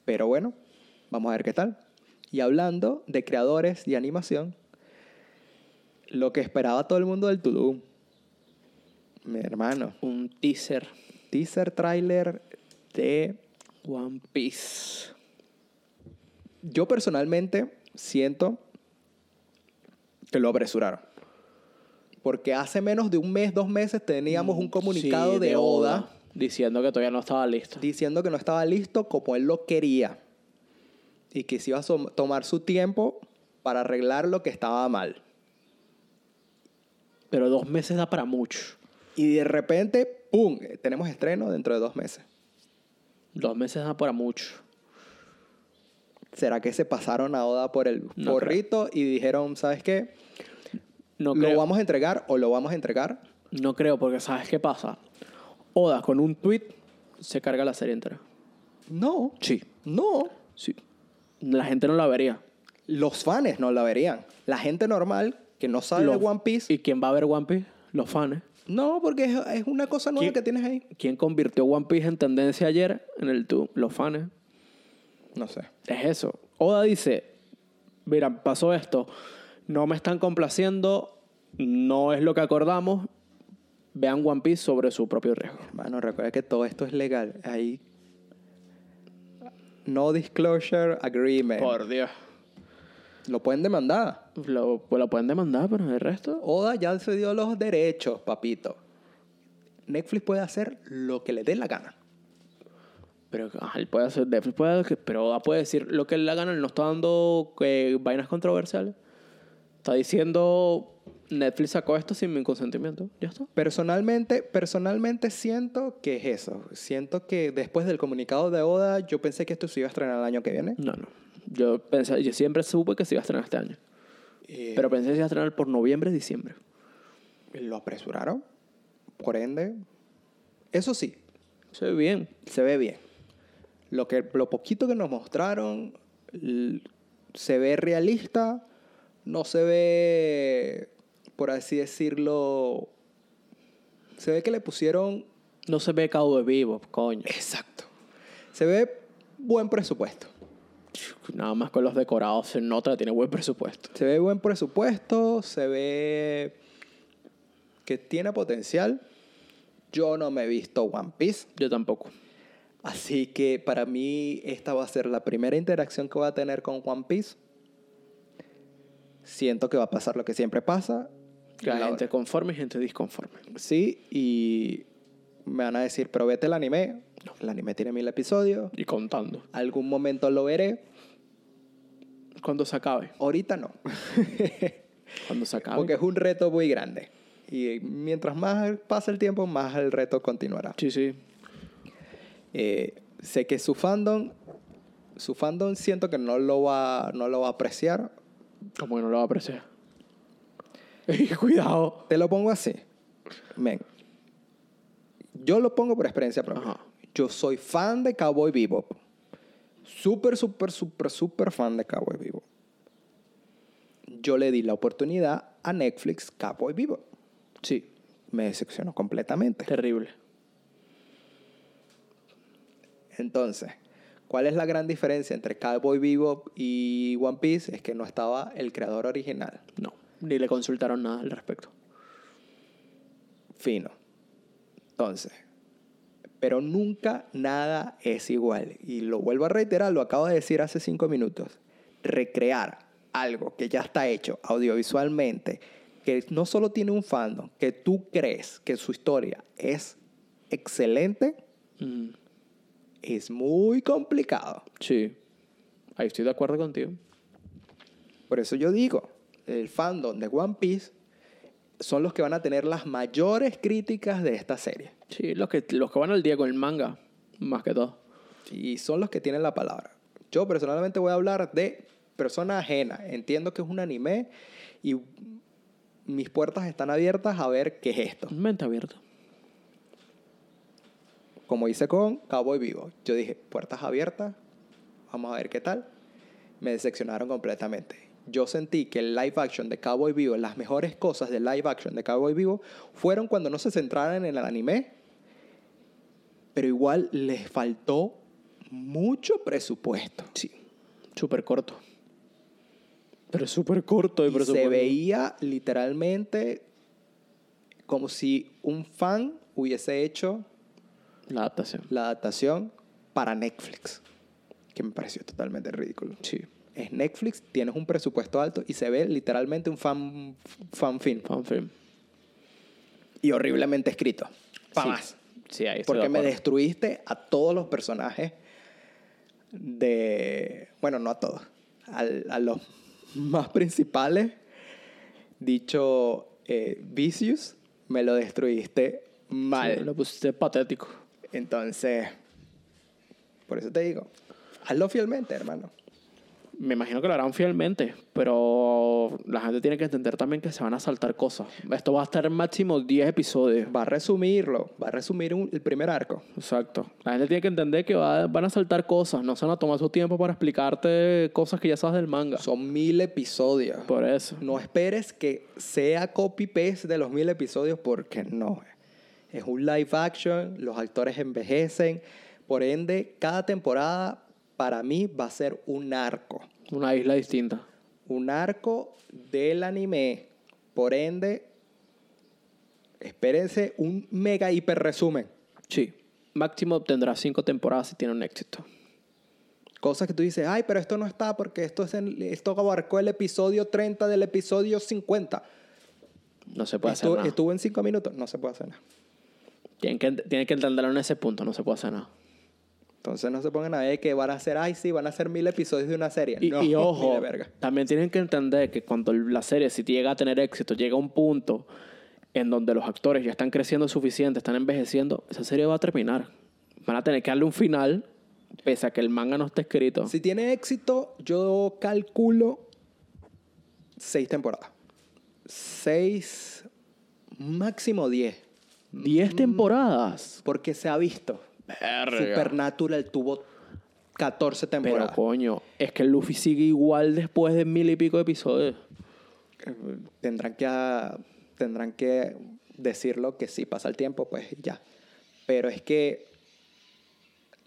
Speaker 1: Pero bueno, vamos a ver qué tal. Y hablando de creadores y animación, lo que esperaba todo el mundo del Tulum. Mi hermano,
Speaker 2: Un teaser.
Speaker 1: teaser trailer de...
Speaker 2: One Piece.
Speaker 1: Yo personalmente siento que lo apresuraron. Porque hace menos de un mes, dos meses, teníamos un comunicado
Speaker 2: Mm, Sí,
Speaker 1: de, Oda
Speaker 2: Diciendo que todavía no estaba listo.
Speaker 1: diciendo que no estaba listo como él lo quería y que se iba a som- tomar su tiempo para arreglar lo que estaba mal.
Speaker 2: Pero dos meses da para mucho.
Speaker 1: Y de repente, ¡pum!, tenemos estreno dentro de dos meses.
Speaker 2: Dos meses da para mucho.
Speaker 1: ¿Será que se pasaron a Oda por el
Speaker 2: No
Speaker 1: forrito y dijeron, ¿sabes qué?
Speaker 2: No
Speaker 1: ¿Lo
Speaker 2: creo.
Speaker 1: vamos a entregar o lo vamos a entregar?
Speaker 2: No creo, porque ¿sabes qué pasa? Oda con un tweet se carga la serie entera.
Speaker 1: No,
Speaker 2: Sí.
Speaker 1: no.
Speaker 2: Sí. La gente no la vería.
Speaker 1: Los fans no la verían. La gente normal que no sabe de
Speaker 2: Los-
Speaker 1: One Piece,
Speaker 2: ¿Y quién va a ver One Piece? Los fans.
Speaker 1: no, porque es, es una cosa nueva
Speaker 2: ¿Quién-
Speaker 1: que tienes ahí.
Speaker 2: ¿Quién convirtió One Piece en tendencia ayer en el tú? Los fans.
Speaker 1: No sé.
Speaker 2: Es eso. Oda dice, mira, pasó esto, no me están complaciendo, no es lo que acordamos, vean One Piece sobre su propio riesgo.
Speaker 1: Hermano, recuerda que todo esto es legal. Ahí. No disclosure agreement.
Speaker 2: Dios.
Speaker 1: Lo pueden demandar.
Speaker 2: Lo, pues lo pueden demandar, pero el resto...
Speaker 1: Oda ya se dio los derechos, papito. Netflix puede hacer lo que le dé la gana.
Speaker 2: Pero ah, él puede hacer, Netflix puede, pero Oda puede decir lo que él la gana, él no está dando eh, vainas controversiales. Está diciendo, Netflix sacó esto sin mi consentimiento. Ya está.
Speaker 1: Personalmente, personalmente siento que es eso. Siento que después del comunicado de Oda, yo pensé que esto se iba a estrenar el año que viene.
Speaker 2: No, no. Yo, pensé, yo siempre supe que se iba a estrenar este año.
Speaker 1: Eh,
Speaker 2: Pero pensé que se iba a estrenar por noviembre, diciembre.
Speaker 1: lo apresuraron. Por ende. Eso sí,
Speaker 2: Se ve bien.
Speaker 1: se ve bien. Lo, que, lo poquito que nos mostraron l- se ve realista, no se ve, por así decirlo, se ve que le pusieron...
Speaker 2: No se ve Cowboy Vivo, coño.
Speaker 1: Eh. Exacto. Se ve buen presupuesto.
Speaker 2: Nada más con los decorados se nota que tiene buen presupuesto.
Speaker 1: Se ve buen presupuesto, se ve que tiene potencial. Yo no me he visto One Piece.
Speaker 2: Yo tampoco.
Speaker 1: Así que para mí esta va a ser la primera interacción que voy a tener con One Piece. Siento que va a pasar lo que siempre pasa.
Speaker 2: Que hay
Speaker 1: La-
Speaker 2: gente conforme y gente disconforme.
Speaker 1: Sí, y me van a decir, pero vete el anime. El anime tiene mil episodios.
Speaker 2: Y contando.
Speaker 1: Algún momento lo veré.
Speaker 2: Cuando se acabe.
Speaker 1: Ahorita no.
Speaker 2: Cuando se acabe.
Speaker 1: Porque es un reto muy grande. Y mientras más pasa el tiempo, más el reto continuará.
Speaker 2: Sí, sí.
Speaker 1: Eh, sé que su fandom, su fandom siento que no lo va, no lo va a apreciar.
Speaker 2: Como que no lo va a apreciar. Y cuidado.
Speaker 1: Te lo pongo así. Men, yo lo pongo por experiencia propia.
Speaker 2: Ajá.
Speaker 1: Yo soy fan de Cowboy Bebop. Súper, súper, súper, súper fan de Cowboy Bebop. Yo le di la oportunidad a Netflix Cowboy Bebop.
Speaker 2: Sí.
Speaker 1: Me decepcionó completamente.
Speaker 2: Terrible.
Speaker 1: Entonces, ¿cuál es la gran diferencia entre Cowboy Bebop y One Piece? Es que no estaba el creador original.
Speaker 2: No. Ni le consultaron nada al respecto.
Speaker 1: Fino. Entonces, pero nunca nada es igual. Y lo vuelvo a reiterar, lo acabo de decir hace cinco minutos. Recrear algo que ya está hecho audiovisualmente, que no solo tiene un fandom, que tú crees que su historia es excelente,
Speaker 2: Mm,
Speaker 1: es muy complicado.
Speaker 2: Sí. Ahí estoy de acuerdo contigo.
Speaker 1: Por eso yo digo, el fandom de One Piece son los que van a tener las mayores críticas de esta serie.
Speaker 2: Sí, los que, los que van al día con el manga. Más que todo.
Speaker 1: Y son los que tienen la palabra. Yo personalmente voy a hablar de persona ajena. Entiendo que es un anime y mis puertas están abiertas a ver qué es esto.
Speaker 2: Mente abierta.
Speaker 1: Como hice con Cowboy Vivo. Yo dije, puertas abiertas, vamos a ver qué tal. Me decepcionaron completamente. Yo sentí que el live action de Cowboy Vivo, las mejores cosas del live action de Cowboy Vivo, fueron cuando no se centraron en el anime, pero igual les faltó mucho presupuesto.
Speaker 2: Sí. Súper corto. Pero es súper corto.
Speaker 1: Y se veía literalmente como si un fan hubiese hecho
Speaker 2: La adaptación.
Speaker 1: la adaptación para Netflix, que me pareció totalmente ridículo.
Speaker 2: Sí.
Speaker 1: Es Netflix, tienes un presupuesto alto y se ve literalmente un fan, fan film
Speaker 2: Fan film.
Speaker 1: y horriblemente escrito. Pa'
Speaker 2: Sí.
Speaker 1: más.
Speaker 2: Sí, ahí estoy de
Speaker 1: Porque me
Speaker 2: acuerdo.
Speaker 1: destruiste a todos los personajes de. Bueno, no a todos. al- a los más principales. Dicho eh, Vicious, me lo destruiste
Speaker 2: Sí,
Speaker 1: mal.
Speaker 2: Lo pusiste patético.
Speaker 1: Entonces, por eso te digo, hazlo fielmente, hermano.
Speaker 2: Me imagino que lo harán fielmente, pero la gente tiene que entender también que se van a saltar cosas. Esto va a estar máximo 10 episodios.
Speaker 1: Va a resumirlo, va a resumir un- el primer arco.
Speaker 2: Exacto. La gente tiene que entender que va- van a saltar cosas. No se van a tomar su tiempo para explicarte cosas que ya sabes del manga.
Speaker 1: Son mil episodios.
Speaker 2: Por eso.
Speaker 1: No esperes que sea copy-paste de los mil episodios porque no. Es un live action, los actores envejecen. Por ende, cada temporada para mí va a ser un arco.
Speaker 2: Una isla distinta.
Speaker 1: Un arco del anime. Por ende, espérense un mega hiper resumen.
Speaker 2: Sí. Máximo obtendrá 5 temporadas si tiene un éxito.
Speaker 1: Cosas que tú dices, ay, pero esto no está porque esto, es en- esto abarcó el episodio 30 del episodio 50.
Speaker 2: No se puede
Speaker 1: Estu-
Speaker 2: hacer nada.
Speaker 1: Estuvo en 5 minutos, no se puede hacer nada.
Speaker 2: Tienen, que, tienen que entenderlo en ese punto. No se puede hacer nada.
Speaker 1: Entonces no se pongan a ver que van a hacer, ay, sí, van a hacer mil episodios de una serie.
Speaker 2: Y,
Speaker 1: no,
Speaker 2: y
Speaker 1: ni
Speaker 2: ojo,
Speaker 1: de verga.
Speaker 2: también tienen que entender que cuando la serie, si llega a tener éxito, llega a un punto en donde los actores ya están creciendo suficiente, están envejeciendo, esa serie va a terminar. Van a tener que darle un final, pese a que el manga no esté escrito.
Speaker 1: Si tiene éxito, yo calculo seis temporadas. Seis, máximo diez. Mm.
Speaker 2: 10 temporadas.
Speaker 1: Porque se ha visto. Supernatural tuvo 14
Speaker 2: Pero
Speaker 1: temporadas.
Speaker 2: coño, es que Luffy sigue igual después de mil y pico de episodios.
Speaker 1: tendrán que a- tendrán que decirlo que si pasa el tiempo pues ya pero es que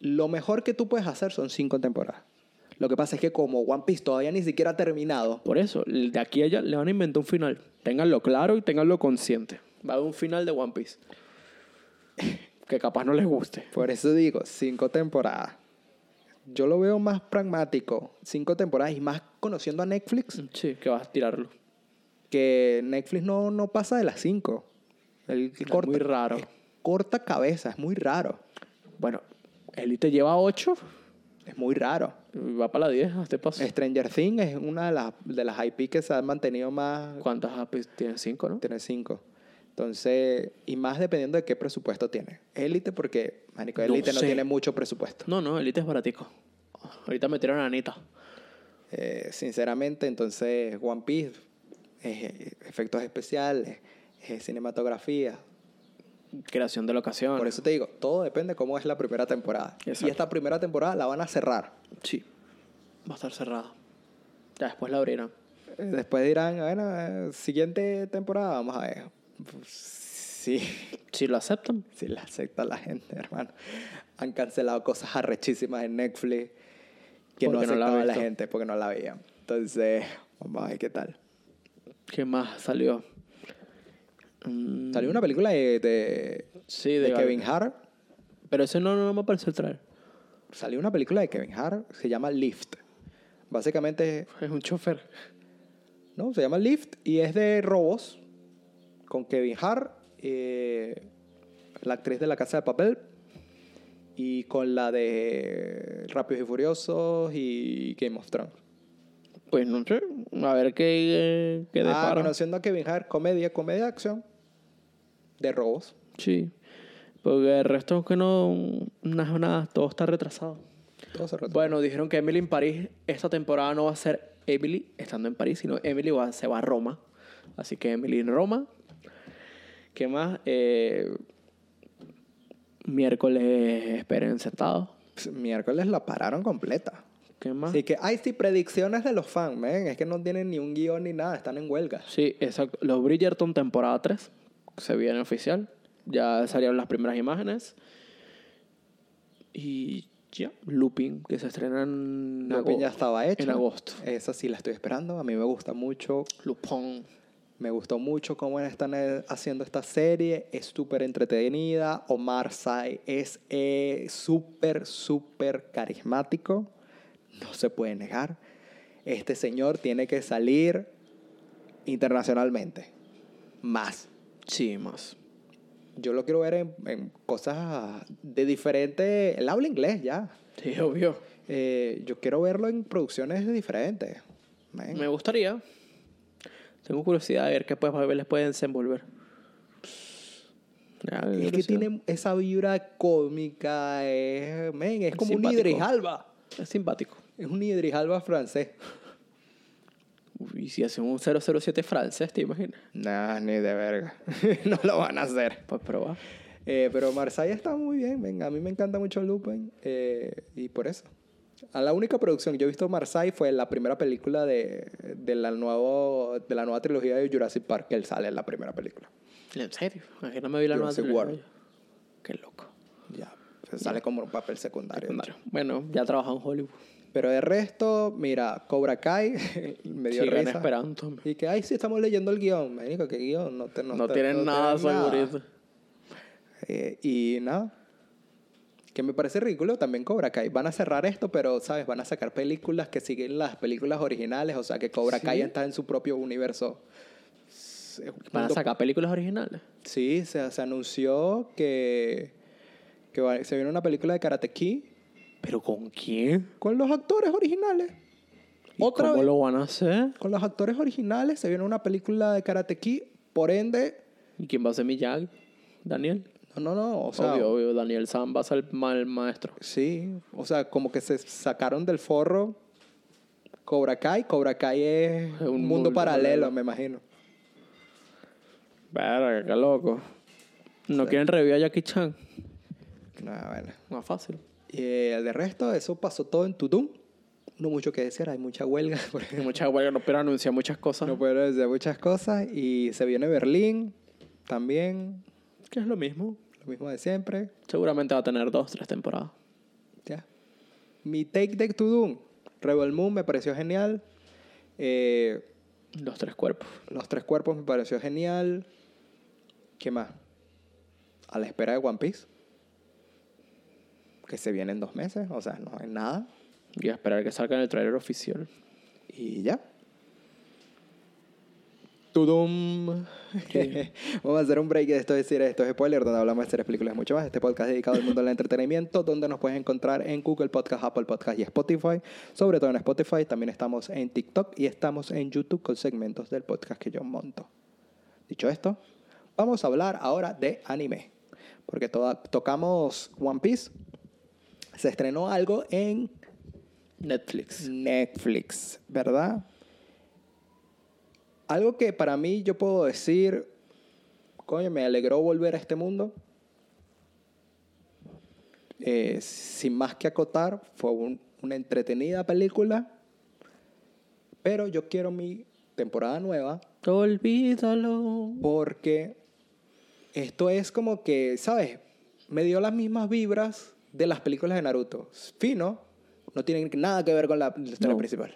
Speaker 1: lo mejor que tú puedes hacer son cinco temporadas lo que pasa es que como One Piece todavía ni siquiera ha terminado
Speaker 2: Por eso, de aquí a allá le van a inventar un final. Ténganlo claro y ténganlo consciente. Va a haber un final de One Piece. que capaz no les guste.
Speaker 1: por eso digo cinco temporadas yo lo veo
Speaker 2: Mm.
Speaker 1: más pragmático cinco temporadas y más conociendo a Netflix
Speaker 2: Sí, que vas a tirarlo.
Speaker 1: que Netflix no, no pasa de las 5. El
Speaker 2: Es
Speaker 1: corta,
Speaker 2: muy raro.
Speaker 1: es corta cabeza, es muy raro.
Speaker 2: Bueno, Elite lleva 8
Speaker 1: Es muy raro.
Speaker 2: y va para la 10 a este paso.
Speaker 1: Stranger Things es una de las, de las IP que se han mantenido más.
Speaker 2: ¿Cuántas Ah, apps tiene? 5, ¿no?
Speaker 1: Tiene 5. Entonces, y más dependiendo de qué presupuesto tiene. Élite, porque, manico,
Speaker 2: No
Speaker 1: Élite no,
Speaker 2: sé.
Speaker 1: tiene mucho presupuesto.
Speaker 2: No, no, Elite es baratico. Ahorita metieron a Anita.
Speaker 1: Eh, sinceramente, entonces, One Piece, eh, efectos especiales, eh, cinematografía.
Speaker 2: Creación de locación.
Speaker 1: Por eso te digo, todo depende cómo es la primera temporada.
Speaker 2: Exacto.
Speaker 1: Y esta primera temporada la van a cerrar.
Speaker 2: Sí. Va a estar cerrada. Ya después la abrirán.
Speaker 1: Eh, Después dirán, bueno, eh, siguiente temporada, vamos a ver. Sí.
Speaker 2: Si lo aceptan.
Speaker 1: Si la acepta la gente, hermano. Han cancelado cosas arrechísimas en Netflix que no
Speaker 2: Porque no la ha
Speaker 1: aceptaba la
Speaker 2: visto.
Speaker 1: gente porque no la veía. Entonces, vamos a ver qué tal.
Speaker 2: ¿Qué más salió? Mm,
Speaker 1: Salió una película de, de,
Speaker 2: Sí,
Speaker 1: de
Speaker 2: de,
Speaker 1: Kevin Hart.
Speaker 2: Pero ese no, no me apareció el trailer.
Speaker 1: Salió una película de Kevin Hart, se llama Lift. Básicamente,
Speaker 2: Es un chofer.
Speaker 1: ¿no? Se llama Lift y es de robos con Kevin Hart, eh, la actriz de La Casa de Papel y con la de Rápidos y Furiosos y Game of Thrones.
Speaker 2: Pues no sé. A ver qué, qué
Speaker 1: ah,
Speaker 2: depara.
Speaker 1: conociendo a Kevin Hart, comedia, comedia de acción, de robos.
Speaker 2: Sí. Porque el resto es que no. Nada, nada. Todo está retrasado.
Speaker 1: Todo se retrasa.
Speaker 2: Bueno, dijeron que Emily en París esta temporada no va a ser Emily estando en París, sino Emily va- se va a Roma. Así que Emily en Roma. ¿Qué más? Eh, miércoles esperen sentados.
Speaker 1: Pues, miércoles la pararon completa.
Speaker 2: ¿Qué más?
Speaker 1: Así que, ay, sí, predicciones de los fans, men. Es que no tienen ni un guión ni nada, están en huelga.
Speaker 2: Sí, exacto. Los Bridgerton temporada 3 se viene oficial. Ya salieron las primeras imágenes. Y ya, Looping, que se estrena en,
Speaker 1: La
Speaker 2: ago-
Speaker 1: piña estaba Eh. hecha.
Speaker 2: en agosto.
Speaker 1: Esa sí la estoy esperando. A mí me gusta mucho.
Speaker 2: Lupón.
Speaker 1: Me gustó mucho cómo están eh, haciendo esta serie. Es súper entretenida. Omar Sy es eh, súper, súper carismático. No se puede negar. Este señor tiene que salir internacionalmente. Más.
Speaker 2: Sí, más.
Speaker 1: Yo lo quiero ver en, en cosas de diferente. Él habla inglés ya.
Speaker 2: Sí, obvio.
Speaker 1: Eh, yo quiero verlo en producciones diferentes. Man.
Speaker 2: Me gustaría. Tengo curiosidad de ver qué pues, les pueden desenvolver. Ya,
Speaker 1: Es que
Speaker 2: curiosidad.
Speaker 1: tiene esa vibra cómica, es, men, es como un
Speaker 2: Simpático.
Speaker 1: Idris Alba.
Speaker 2: Es simpático.
Speaker 1: Es un Idris Alba francés.
Speaker 2: Y si hacen un 007 francés, ¿te imaginas?
Speaker 1: Nah, ni de verga. no lo van a hacer.
Speaker 2: Pues probar.
Speaker 1: Eh, pero Marsella está muy bien, men. A mí me encanta mucho Lupin. eh, y por eso. A la única producción que yo he visto Marsella fue la primera película de, de, la nuevo, de la nueva trilogía de Jurassic Park, que él sale en la primera película.
Speaker 2: ¿En serio? ¿A que no me vi la nueva
Speaker 1: Jurassic
Speaker 2: trilogía?
Speaker 1: World.
Speaker 2: Qué loco.
Speaker 1: Ya. Sale como un papel secundario.
Speaker 2: Claro. Bueno, ya trabajado en Hollywood.
Speaker 1: Pero de resto, mira, Cobra Kai me dio
Speaker 2: Sigan
Speaker 1: risa.
Speaker 2: esperando. hombre.
Speaker 1: Y que, ay, sí, estamos leyendo el guión. Marico, ¿qué guión? No, te-
Speaker 2: No,
Speaker 1: te-
Speaker 2: tienen
Speaker 1: no
Speaker 2: nada
Speaker 1: tienen nada.
Speaker 2: seguro.
Speaker 1: Eh, y nada. Que me parece ridículo también Cobra Kai. Van a cerrar esto, pero, ¿sabes? Van a sacar películas que siguen las películas originales. O sea, que Cobra
Speaker 2: Sí.
Speaker 1: Kai está en su propio universo. Es un
Speaker 2: Van a
Speaker 1: mundo-
Speaker 2: sacar películas originales.
Speaker 1: Sí, se, se anunció que, que va- se viene una película de Karate Kid
Speaker 2: ¿Pero con quién?
Speaker 1: con los actores originales.
Speaker 2: ¿Y
Speaker 1: Otra
Speaker 2: ¿Cómo
Speaker 1: vez.
Speaker 2: lo van a hacer?
Speaker 1: Con los actores originales se viene una película de Karate Kid. Por ende...
Speaker 2: ¿Y quién va a ser Miyagi? ¿Daniel?
Speaker 1: No, no, no. O sea,
Speaker 2: obvio, obvio. Daniel Sam va a ser el mal maestro.
Speaker 1: Sí, o sea, como que se sacaron del forro Cobra Kai. Cobra Kai es
Speaker 2: Es
Speaker 1: un
Speaker 2: un
Speaker 1: mundo,
Speaker 2: mundo
Speaker 1: paralelo,
Speaker 2: paralelo.
Speaker 1: me imagino.
Speaker 2: Verga, qué loco. ¿No quieren revivir a Jackie Chan?
Speaker 1: Ah, bueno.
Speaker 2: Más fácil.
Speaker 1: Y eh, de resto, eso pasó todo en Tudum. No mucho que decir, hay mucha huelga, por
Speaker 2: Hay
Speaker 1: ejemplo.
Speaker 2: muchas huelgas, no pero anunciar muchas cosas.
Speaker 1: No puedo decir muchas cosas. Y se viene Berlín también,
Speaker 2: Que es lo mismo.
Speaker 1: lo mismo de siempre.
Speaker 2: Seguramente va a tener dos, tres temporadas.
Speaker 1: Ya. Mi take de Tudum, Rebel Moon me pareció genial. Eh,
Speaker 2: Los tres cuerpos.
Speaker 1: Los tres cuerpos me pareció genial. ¿Qué más? A la espera de One Piece. Que se viene en dos meses, o sea, no hay nada.
Speaker 2: Y a esperar que salgan el trailer oficial.
Speaker 1: Y ya. Tudum. Vamos a hacer un break de esto es decir esto es spoiler, donde hablamos de series, películas y mucho más. Este podcast es dedicado al mundo del entretenimiento, donde nos puedes encontrar en Google Podcast, Apple Podcast y Spotify. Sobre todo en Spotify, también estamos en TikTok y estamos en YouTube con segmentos del podcast que yo monto. Dicho esto, vamos a hablar ahora de anime, porque toda- tocamos One Piece. Se estrenó algo en
Speaker 2: Netflix.
Speaker 1: Netflix, ¿verdad? Algo que para mí yo puedo decir, coño, me alegró volver a este mundo. Eh, sin más que acotar, fue un- una entretenida película, pero yo quiero mi temporada nueva
Speaker 2: Olvídalo.
Speaker 1: porque esto es como que, ¿sabes? Me dio las mismas vibras de las películas de Naruto. Fino, no tienen nada que ver con la historia
Speaker 2: No.
Speaker 1: principal.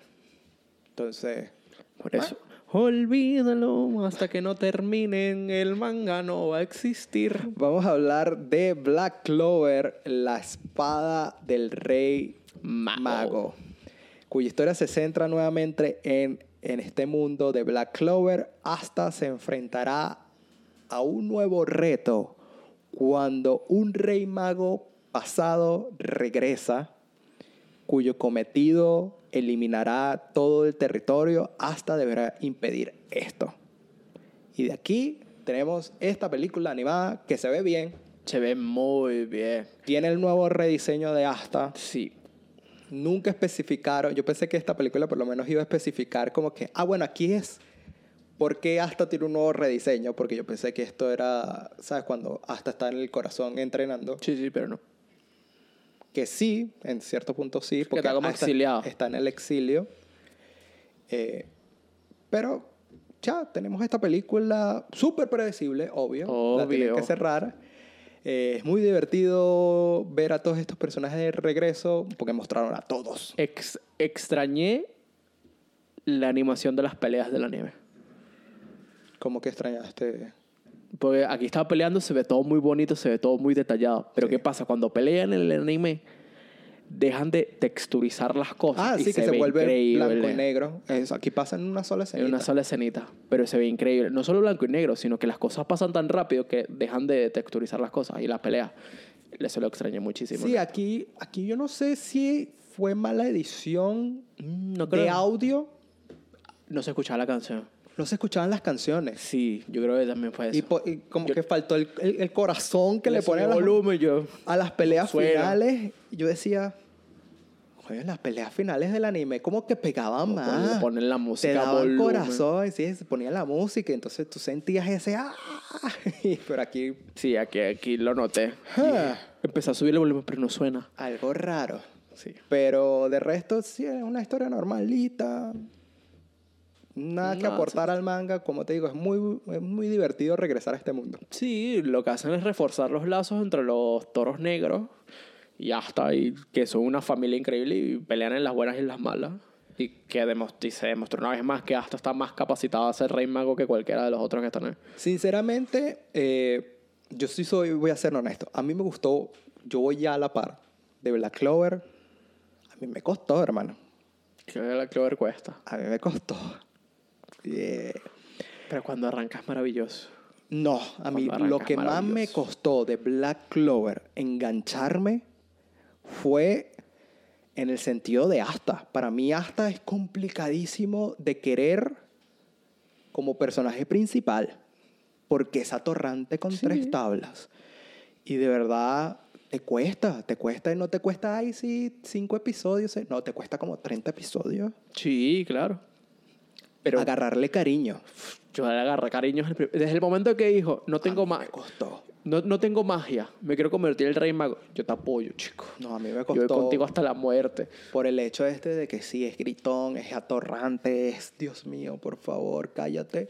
Speaker 1: Entonces,
Speaker 2: Por eso. Ah. Olvídalo hasta que no terminen. El manga no va a existir.
Speaker 1: vamos a hablar de Black Clover, la espada del rey
Speaker 2: Mago.
Speaker 1: mago, cuya historia se centra nuevamente en, en este mundo de Black Clover, hasta se enfrentará a un nuevo reto cuando un rey mago pasado regresa, cuyo cometido eliminará todo el territorio hasta deberá impedir esto. Y de aquí tenemos esta película animada que se ve bien,
Speaker 2: Se ve muy bien.
Speaker 1: tiene el nuevo rediseño de Asta
Speaker 2: Sí.
Speaker 1: nunca especificaron. Yo pensé que esta película por lo menos iba a especificar como que, ah, bueno, aquí es. ¿Por qué hasta tiene un nuevo rediseño? Porque yo pensé que esto era, ¿sabes? Cuando hasta está en el corazón entrenando.
Speaker 2: Sí, sí, pero no.
Speaker 1: Que sí, en cierto punto sí, porque
Speaker 2: está como
Speaker 1: Asta
Speaker 2: exiliado.
Speaker 1: está en el exilio. Eh, pero ya tenemos esta película súper predecible, obvio. La tienen
Speaker 2: Obvio.
Speaker 1: que cerrar. Eh, es muy divertido ver a todos estos personajes de regreso, porque mostraron a todos.
Speaker 2: Ex- extrañé la animación de las peleas de la nieve.
Speaker 1: Como que extrañaste.
Speaker 2: Porque aquí estaba peleando, se ve todo muy bonito, se ve todo muy detallado. Pero
Speaker 1: Sí.
Speaker 2: ¿qué pasa? Cuando pelean en el anime, dejan de texturizar las cosas.
Speaker 1: Ah,
Speaker 2: y
Speaker 1: sí, que se,
Speaker 2: ve
Speaker 1: vuelve
Speaker 2: increíble.
Speaker 1: blanco y negro. Eso, aquí pasa en una sola escena.
Speaker 2: En una sola escenita. Pero se ve increíble. No solo blanco y negro, sino que las cosas pasan tan rápido que dejan de texturizar las cosas y las peleas. Eso lo extrañé muchísimo.
Speaker 1: Sí,
Speaker 2: ¿no?
Speaker 1: aquí, aquí yo no sé si fue mala edición
Speaker 2: Mm, no
Speaker 1: de
Speaker 2: creo.
Speaker 1: audio.
Speaker 2: No se escuchaba la canción.
Speaker 1: No se escuchaban las canciones.
Speaker 2: Sí, yo creo que también fue eso.
Speaker 1: Y, po- y como
Speaker 2: Yo-
Speaker 1: que faltó el, el- el corazón que le,
Speaker 2: pone
Speaker 1: ponen a las,
Speaker 2: volumen yo.
Speaker 1: a las peleas
Speaker 2: Suena.
Speaker 1: finales. Y Yo decía, "Coño, las peleas finales del anime como que pegaban
Speaker 2: No, cuando
Speaker 1: más.
Speaker 2: le ponen la música
Speaker 1: Te daban
Speaker 2: volumen.
Speaker 1: corazón, sí, se ponía la música. Entonces tú sentías ese... ¡Ah! Pero aquí
Speaker 2: Sí, aquí, aquí lo noté.
Speaker 1: Ah.
Speaker 2: Y Empecé a subir el volumen, pero no suena.
Speaker 1: algo raro.
Speaker 2: Sí.
Speaker 1: Pero de resto, sí, es una historia normalita. Nada que
Speaker 2: No,
Speaker 1: aportar al manga. Como te digo, es muy, es muy divertido regresar a este mundo.
Speaker 2: Sí, lo que hacen es reforzar los lazos entre los toros negros y hasta y que son una familia increíble y pelean en las buenas y en las malas. Y que demos- y se demostró una vez más que hasta está más capacitado a ser rey mago que cualquiera de los otros que están ahí.
Speaker 1: Sinceramente, eh, yo sí soy, voy a ser honesto. A mí me gustó, yo voy ya a la par de Black Clover. A mí me costó, hermano.
Speaker 2: Que la Clover cuesta.
Speaker 1: A mí me costó. Eh,
Speaker 2: Pero cuando arranca es maravilloso.
Speaker 1: No, a mí
Speaker 2: Cuando
Speaker 1: lo
Speaker 2: arrancas,
Speaker 1: que más me
Speaker 2: maravilloso.
Speaker 1: costó de Black Clover engancharme fue en el sentido de Asta. Para mí Asta es complicadísimo de querer como personaje principal porque es atorrante con
Speaker 2: Sí.
Speaker 1: tres tablas. Y de verdad te cuesta, te cuesta y no te cuesta, ay, sí, cinco episodios, eh, no, te cuesta como 30 episodios.
Speaker 2: Sí, claro.
Speaker 1: Pero
Speaker 2: Pero-
Speaker 1: agarrarle cariño.
Speaker 2: Yo le agarré cariño en el prim- desde el momento que dijo, no
Speaker 1: a
Speaker 2: tengo
Speaker 1: mí
Speaker 2: más.
Speaker 1: Me costó.
Speaker 2: No, no tengo magia. Me quiero convertir en el rey mago. Yo te apoyo, chico.
Speaker 1: No, a mí me
Speaker 2: Yo
Speaker 1: costó.
Speaker 2: voy contigo hasta la muerte.
Speaker 1: Por el hecho este de que sí, es gritón, es atorrante, es Dios mío, por favor, cállate.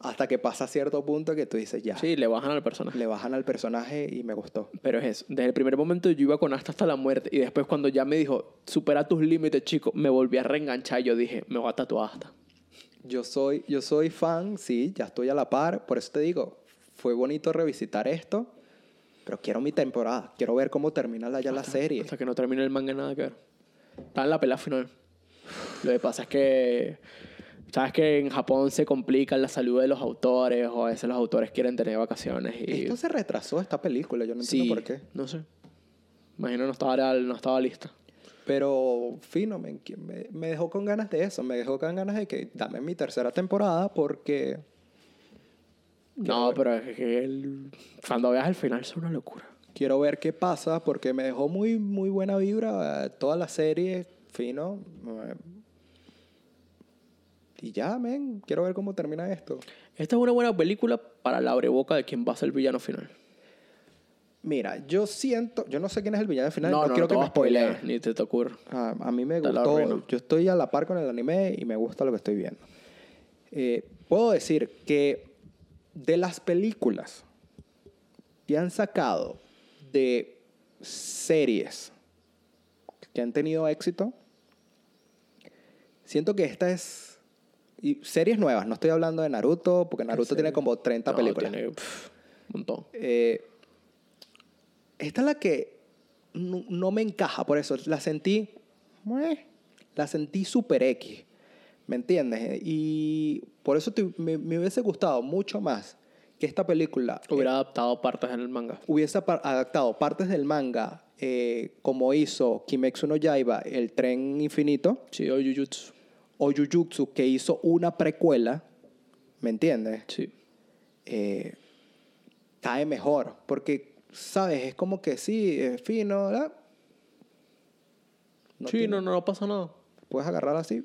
Speaker 1: Hasta que pasa cierto punto que tú dices, ya,
Speaker 2: Sí, le bajan al personaje.
Speaker 1: le bajan al personaje y me gustó.
Speaker 2: Pero es eso. Desde el primer momento yo iba con hasta hasta la muerte. Y después cuando ya me dijo, supera tus límites, chico, me volví a reenganchar. Yo dije, me voy a tatuar hasta.
Speaker 1: Yo soy, yo soy fan, sí, ya estoy a la par, por eso te digo, fue bonito revisitar esto, pero quiero mi temporada, quiero ver cómo termina la- ya la serie.
Speaker 2: Hasta que no termine el manga nada que ver. Está en la pelea final. Lo que pasa es que Sabes que en Japón se complica la salud de los autores o a veces los autores quieren tener vacaciones y...
Speaker 1: Esto se retrasó esta película, yo no entiendo
Speaker 2: sí,
Speaker 1: por qué.
Speaker 2: No sé. Imagino no estaba, no estaba lista.
Speaker 1: Pero fino, me, me- me dejó con ganas de eso, me dejó con ganas de que dame mi tercera temporada porque...
Speaker 2: No, pero es que el- cuando veas el final es una locura.
Speaker 1: Quiero ver qué pasa porque me dejó muy, muy buena vibra eh, toda la serie, fino. eh, Y ya, men, quiero ver cómo termina esto.
Speaker 2: Esta es una buena película para la abreboca de quién va a ser el villano final.
Speaker 1: Mira, yo siento, yo no sé quién es el villano final,
Speaker 2: no,
Speaker 1: no,
Speaker 2: no,
Speaker 1: quiero
Speaker 2: no te
Speaker 1: que
Speaker 2: voy
Speaker 1: me
Speaker 2: a spoilear,
Speaker 1: spoileen.
Speaker 2: Ni te te ocurra.
Speaker 1: Ah, a mí me
Speaker 2: Te la arruino.
Speaker 1: gustó, yo estoy a la par con el anime y me gusta lo que estoy viendo. Eh, puedo decir que de las películas que han sacado de series que han tenido éxito, siento que esta es... Y series nuevas, no estoy hablando de Naruto, porque Naruto tiene
Speaker 2: serie?
Speaker 1: como 30
Speaker 2: No,
Speaker 1: películas.
Speaker 2: tiene, pf, un montón.
Speaker 1: Eh, esta es la que no, no me encaja, por eso la sentí. mueh, La sentí super X. ¿Me entiendes? Y por eso te- me, me hubiese gustado mucho más que esta película eh,
Speaker 2: Hubiera adaptado partes en el manga.
Speaker 1: hubiese apa- adaptado partes del manga eh, como hizo Kimetsu no Yaiba, El Tren Infinito,
Speaker 2: Sí, o Jujutsu.
Speaker 1: o Jujutsu, que hizo una precuela. ¿Me entiendes?
Speaker 2: Sí.
Speaker 1: eh, cae mejor. Porque, ¿sabes? Es como que sí, es fino, ¿verdad? No
Speaker 2: sí,
Speaker 1: tiene-
Speaker 2: no, no, no pasa nada.
Speaker 1: Puedes agarrar así,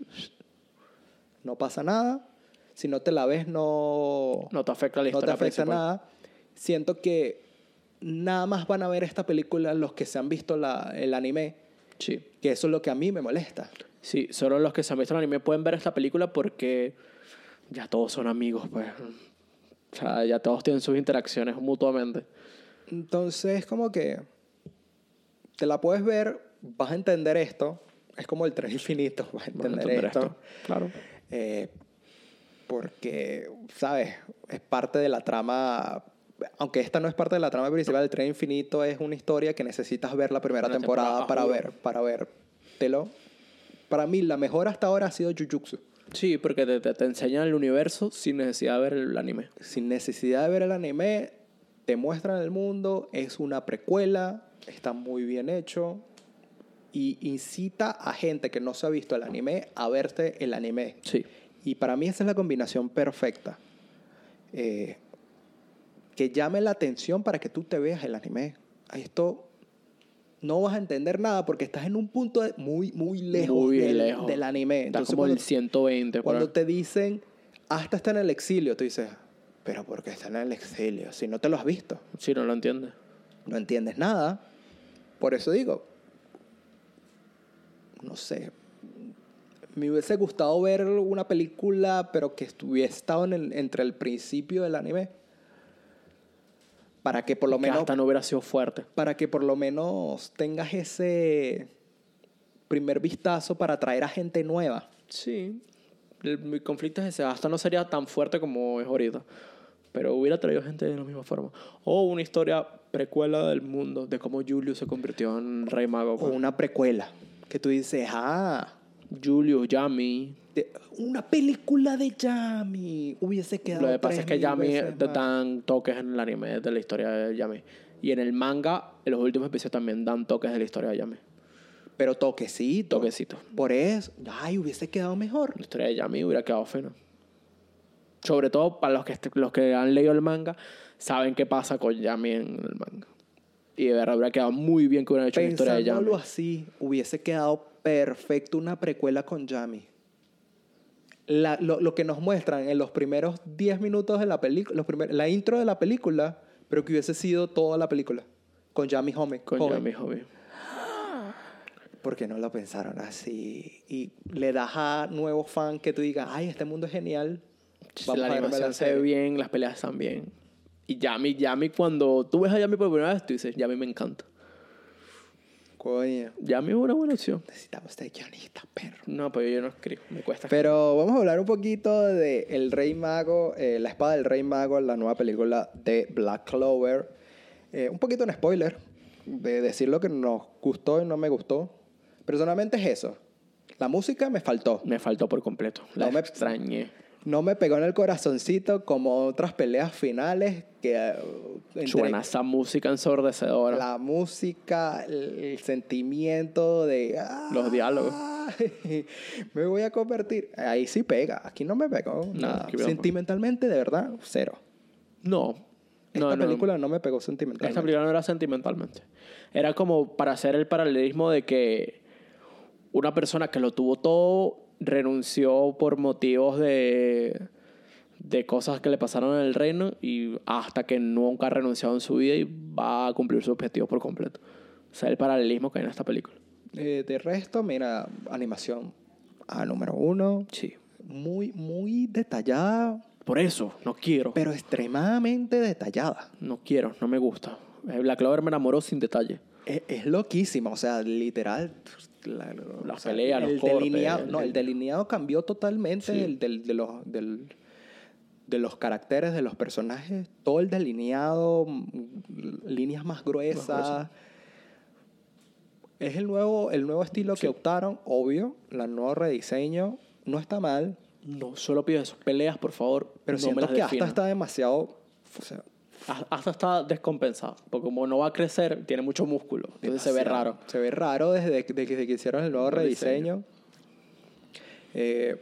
Speaker 1: no pasa nada. Si no te la ves, no,
Speaker 2: No te afecta la
Speaker 1: no
Speaker 2: historia
Speaker 1: te afecta
Speaker 2: principal.
Speaker 1: nada. Siento que nada más van a ver esta película los que se han visto la- el anime,
Speaker 2: Sí.
Speaker 1: que eso es lo que a mí me molesta.
Speaker 2: Sí, solo los que se han visto el anime pueden ver esta película porque ya todos son amigos, pues. O sea, ya todos tienen sus interacciones mutuamente.
Speaker 1: Entonces, como que te la puedes ver, vas a entender esto. Es como el tren infinito, vas a
Speaker 2: Van a
Speaker 1: entender,
Speaker 2: entender
Speaker 1: esto.
Speaker 2: Claro.
Speaker 1: Eh, porque, ¿sabes? Es parte de la trama. Aunque esta no es parte de la trama principal, el tren infinito es una historia que necesitas ver la primera
Speaker 2: Una
Speaker 1: temporada,
Speaker 2: temporada,
Speaker 1: para
Speaker 2: juro.
Speaker 1: ver, para ver. Telo. Para mí, la mejor hasta ahora ha sido Jujutsu.
Speaker 2: Sí, porque te, te, te enseñan el universo sin necesidad de ver el anime.
Speaker 1: sin necesidad de ver el anime, te muestran el mundo, es una precuela, está muy bien hecho y incita a gente que no se ha visto el anime a verte el anime.
Speaker 2: Sí.
Speaker 1: Y para mí esa es la combinación perfecta. Eh, que llame la atención para que tú te veas el anime. A Esto no vas a entender nada porque estás en un punto de- muy, muy lejos,
Speaker 2: Muy
Speaker 1: del,
Speaker 2: lejos.
Speaker 1: del anime.
Speaker 2: Está
Speaker 1: Entonces,
Speaker 2: como el
Speaker 1: cuando-
Speaker 2: 120. por
Speaker 1: cuando
Speaker 2: ahí.
Speaker 1: te dicen, hasta está en el exilio, tú dices, pero ¿por qué está en el exilio? Si no te lo has visto,
Speaker 2: Sí, no lo entiendes.
Speaker 1: no entiendes nada. Por eso digo, no sé, me hubiese gustado ver una película, pero que estuviese estado en el- entre el principio del anime. Para que por lo
Speaker 2: Que
Speaker 1: menos
Speaker 2: hasta no hubiera sido fuerte.
Speaker 1: para que por lo menos tengas ese primer vistazo para atraer a gente nueva.
Speaker 2: Sí. El- mi conflicto es ese. Hasta no sería tan fuerte como es ahorita. Pero hubiera traído gente de la misma forma. O una historia precuela del mundo, de cómo Julius se convirtió en rey mago.
Speaker 1: o
Speaker 2: pues.
Speaker 1: una precuela que tú dices, ah,
Speaker 2: Julius, Yami.
Speaker 1: de- una película de Yami hubiese quedado.
Speaker 2: Lo que pasa es que
Speaker 1: 3000
Speaker 2: Yami
Speaker 1: veces
Speaker 2: te
Speaker 1: más.
Speaker 2: dan toques en el anime de la historia de Yami. Y en el manga, en los últimos episodios también dan toques de la historia de Yami.
Speaker 1: Pero toquecito.
Speaker 2: Toquecitos.
Speaker 1: Por eso, ay, hubiese quedado mejor.
Speaker 2: La historia de Yami hubiera quedado fina. Sobre todo para los que, est- los que han leído el manga, saben qué pasa con Yami en el manga. Y de verdad hubiera quedado muy bien que hubieran hecho una historia de
Speaker 1: Pensándolo
Speaker 2: Yami.
Speaker 1: así, hubiese quedado perfecto una precuela con Yami. La- lo, lo que nos muestran en los primeros 10 minutos de la película, la intro de la película, pero que hubiese sido toda la película. Con Yami Home.
Speaker 2: Con
Speaker 1: joven.
Speaker 2: Yami, joven.
Speaker 1: porque no lo pensaron así. Y le das a nuevos fans que tú digas, ay, este mundo es genial.
Speaker 2: la
Speaker 1: verme
Speaker 2: animación se
Speaker 1: serie".
Speaker 2: ve bien, las peleas están bien. Y Yami, Yami, cuando tú ves a Yami por primera vez, tú dices, Yami me encanta.
Speaker 1: Coño,
Speaker 2: Yami es una buena opción.
Speaker 1: necesitamos de guionistas, perro.
Speaker 2: No, pero yo no escribo, me cuesta.
Speaker 1: Pero vamos a hablar un poquito de El Rey Mago, eh, La Espada del Rey Mago, la nueva película de Black Clover. Eh, un poquito en spoiler, de decir lo que nos gustó y no me gustó. Personalmente es eso. La música me faltó.
Speaker 2: Me faltó por completo. La
Speaker 1: No me-
Speaker 2: extrañé.
Speaker 1: No me pegó en el corazoncito como otras peleas finales que... eh, entre-
Speaker 2: Suena esa música ensordecedora.
Speaker 1: La música, el el sentimiento de... ¡ah!
Speaker 2: Los diálogos.
Speaker 1: Me voy a convertir. Ahí sí pega. Aquí no me pegó nada.
Speaker 2: aquí vamos.
Speaker 1: Sentimentalmente, de verdad, cero.
Speaker 2: No.
Speaker 1: Esta
Speaker 2: no, no.
Speaker 1: película no me pegó
Speaker 2: Esta
Speaker 1: sentimentalmente.
Speaker 2: película no era sentimentalmente. Era como para hacer el paralelismo de que una persona que lo tuvo todo renunció por motivos de, de cosas que le pasaron en el reino y hasta que nunca ha renunciado en su vida y va a cumplir su objetivo por completo. O sea, el paralelismo que hay en esta película.
Speaker 1: Eh, de resto, mira, animación a número uno.
Speaker 2: Sí.
Speaker 1: Muy, muy detallada,
Speaker 2: Por eso, no quiero.
Speaker 1: pero extremadamente detallada.
Speaker 2: No quiero, no me gusta. Eh, Black Clover me enamoró sin detalle.
Speaker 1: Es, es loquísima, o sea, literal. pues, la-
Speaker 2: Las
Speaker 1: o sea,
Speaker 2: peleas, los
Speaker 1: el
Speaker 2: cortes,
Speaker 1: delineado,
Speaker 2: el-
Speaker 1: no, el delineado cambió totalmente
Speaker 2: Sí.
Speaker 1: del, del- de, los, del- de los caracteres, de los personajes. Todo el delineado, mm, líneas más gruesas.
Speaker 2: gruesas.
Speaker 1: Es el nuevo, el nuevo estilo
Speaker 2: Sí.
Speaker 1: que optaron, obvio. La nuevo rediseño no está mal,
Speaker 2: No, solo pido eso. Peleas, por favor.
Speaker 1: pero
Speaker 2: no me
Speaker 1: siento
Speaker 2: las
Speaker 1: que hasta
Speaker 2: definan.
Speaker 1: está demasiado. o sea,
Speaker 2: Ha- Hasta está descompensado, porque como no va a crecer, tiene mucho músculo, entonces se ve
Speaker 1: Demasiado.
Speaker 2: raro.
Speaker 1: Se ve raro desde que, desde que hicieron el nuevo
Speaker 2: Nuevo
Speaker 1: rediseño. Eh,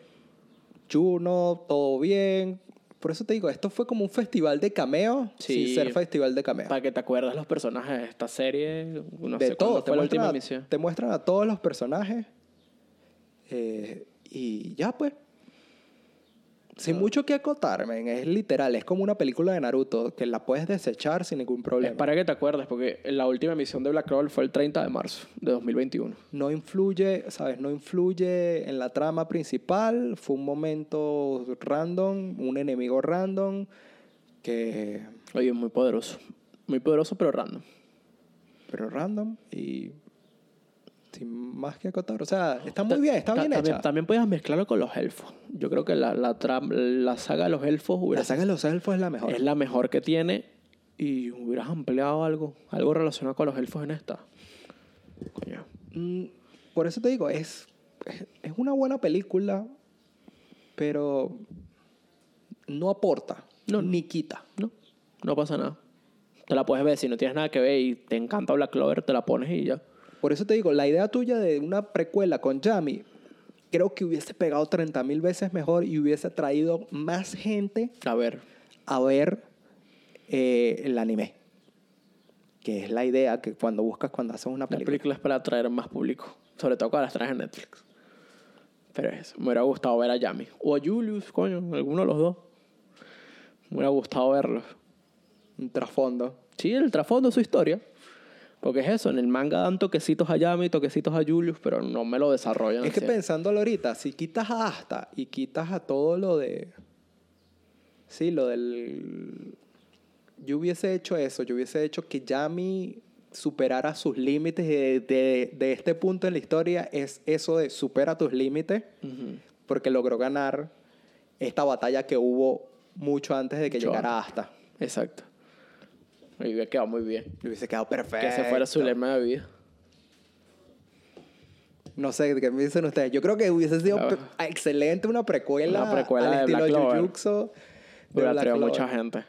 Speaker 1: Juno, todo bien. Por eso te digo, esto fue como un festival de cameo
Speaker 2: Sí.
Speaker 1: sin ser festival de cameo.
Speaker 2: Para que te acuerdes los personajes de esta serie, no
Speaker 1: de
Speaker 2: sé
Speaker 1: todo,
Speaker 2: cuándo
Speaker 1: te
Speaker 2: fue la última
Speaker 1: muestran, a,
Speaker 2: emisión.
Speaker 1: te muestran a todos los personajes. Eh, y ya pues. Sin
Speaker 2: Ah.
Speaker 1: mucho que acotar, men, es literal, es como una película de Naruto que la puedes desechar sin ningún
Speaker 2: Es
Speaker 1: problema.
Speaker 2: para que te acuerdes, porque la última emisión de Black Clover fue el 30 de marzo de 2021.
Speaker 1: no influye, ¿sabes? No influye en la trama principal. Fue un momento random, un enemigo random que...
Speaker 2: Oye, muy poderoso. Muy poderoso, pero random.
Speaker 1: Pero random y... Sin más que acotar. O sea, está muy bien, está
Speaker 2: Ta-
Speaker 1: bien
Speaker 2: también,
Speaker 1: hecha.
Speaker 2: También podías mezclarlo con los elfos. Yo creo que la, la, tram- la saga de los elfos hubiera
Speaker 1: La saga de los elfos es la mejor.
Speaker 2: es la mejor que tiene y hubieras ampliado algo, algo relacionado con los elfos en esta. Coño.
Speaker 1: Mm, por eso te digo, es, es, es una buena película, pero no aporta,
Speaker 2: No, no.
Speaker 1: ni quita.
Speaker 2: No, no pasa nada. Te la puedes ver si no tienes nada que ver y te encanta Black Clover, te la pones y ya.
Speaker 1: Por eso te digo, la idea tuya de una precuela con Yami, creo que hubiese pegado 30 mil veces mejor y hubiese traído más gente
Speaker 2: A ver,
Speaker 1: a ver eh, el anime. Que es la idea que cuando buscas, cuando haces una
Speaker 2: las
Speaker 1: película.
Speaker 2: películas para atraer más público, sobre todo cuando las traes en Netflix. Pero es, me hubiera gustado ver a Yami o a Julius, coño, alguno de los dos. Me hubiera gustado verlos.
Speaker 1: Un trasfondo.
Speaker 2: Sí, el trasfondo de su historia. Porque es eso, en el manga dan toquecitos a Yami, toquecitos a Julius, pero no me lo desarrollan.
Speaker 1: Es que
Speaker 2: así.
Speaker 1: pensándolo ahorita, si quitas a Asta y quitas a todo lo de. Sí, lo del. Yo hubiese hecho eso, yo hubiese hecho que Yami superara sus límites y de, de- de este punto en la historia es eso de supera tus límites
Speaker 2: Ujú.
Speaker 1: porque logró ganar esta batalla que hubo mucho antes de que
Speaker 2: Mucho
Speaker 1: llegara Asta.
Speaker 2: Exacto. Y hubiera quedado muy bien.
Speaker 1: Le hubiese quedado perfecto.
Speaker 2: Que se fuera su lema de vida.
Speaker 1: No sé, ¿qué me dicen ustedes? Yo creo que hubiese sido
Speaker 2: Claro.
Speaker 1: pe- excelente una precuela,
Speaker 2: Una precuela
Speaker 1: al
Speaker 2: de
Speaker 1: estilo
Speaker 2: Black Clover.
Speaker 1: Jujutsu. de
Speaker 2: Hubiera
Speaker 1: Black
Speaker 2: traído
Speaker 1: Clover.
Speaker 2: mucha gente.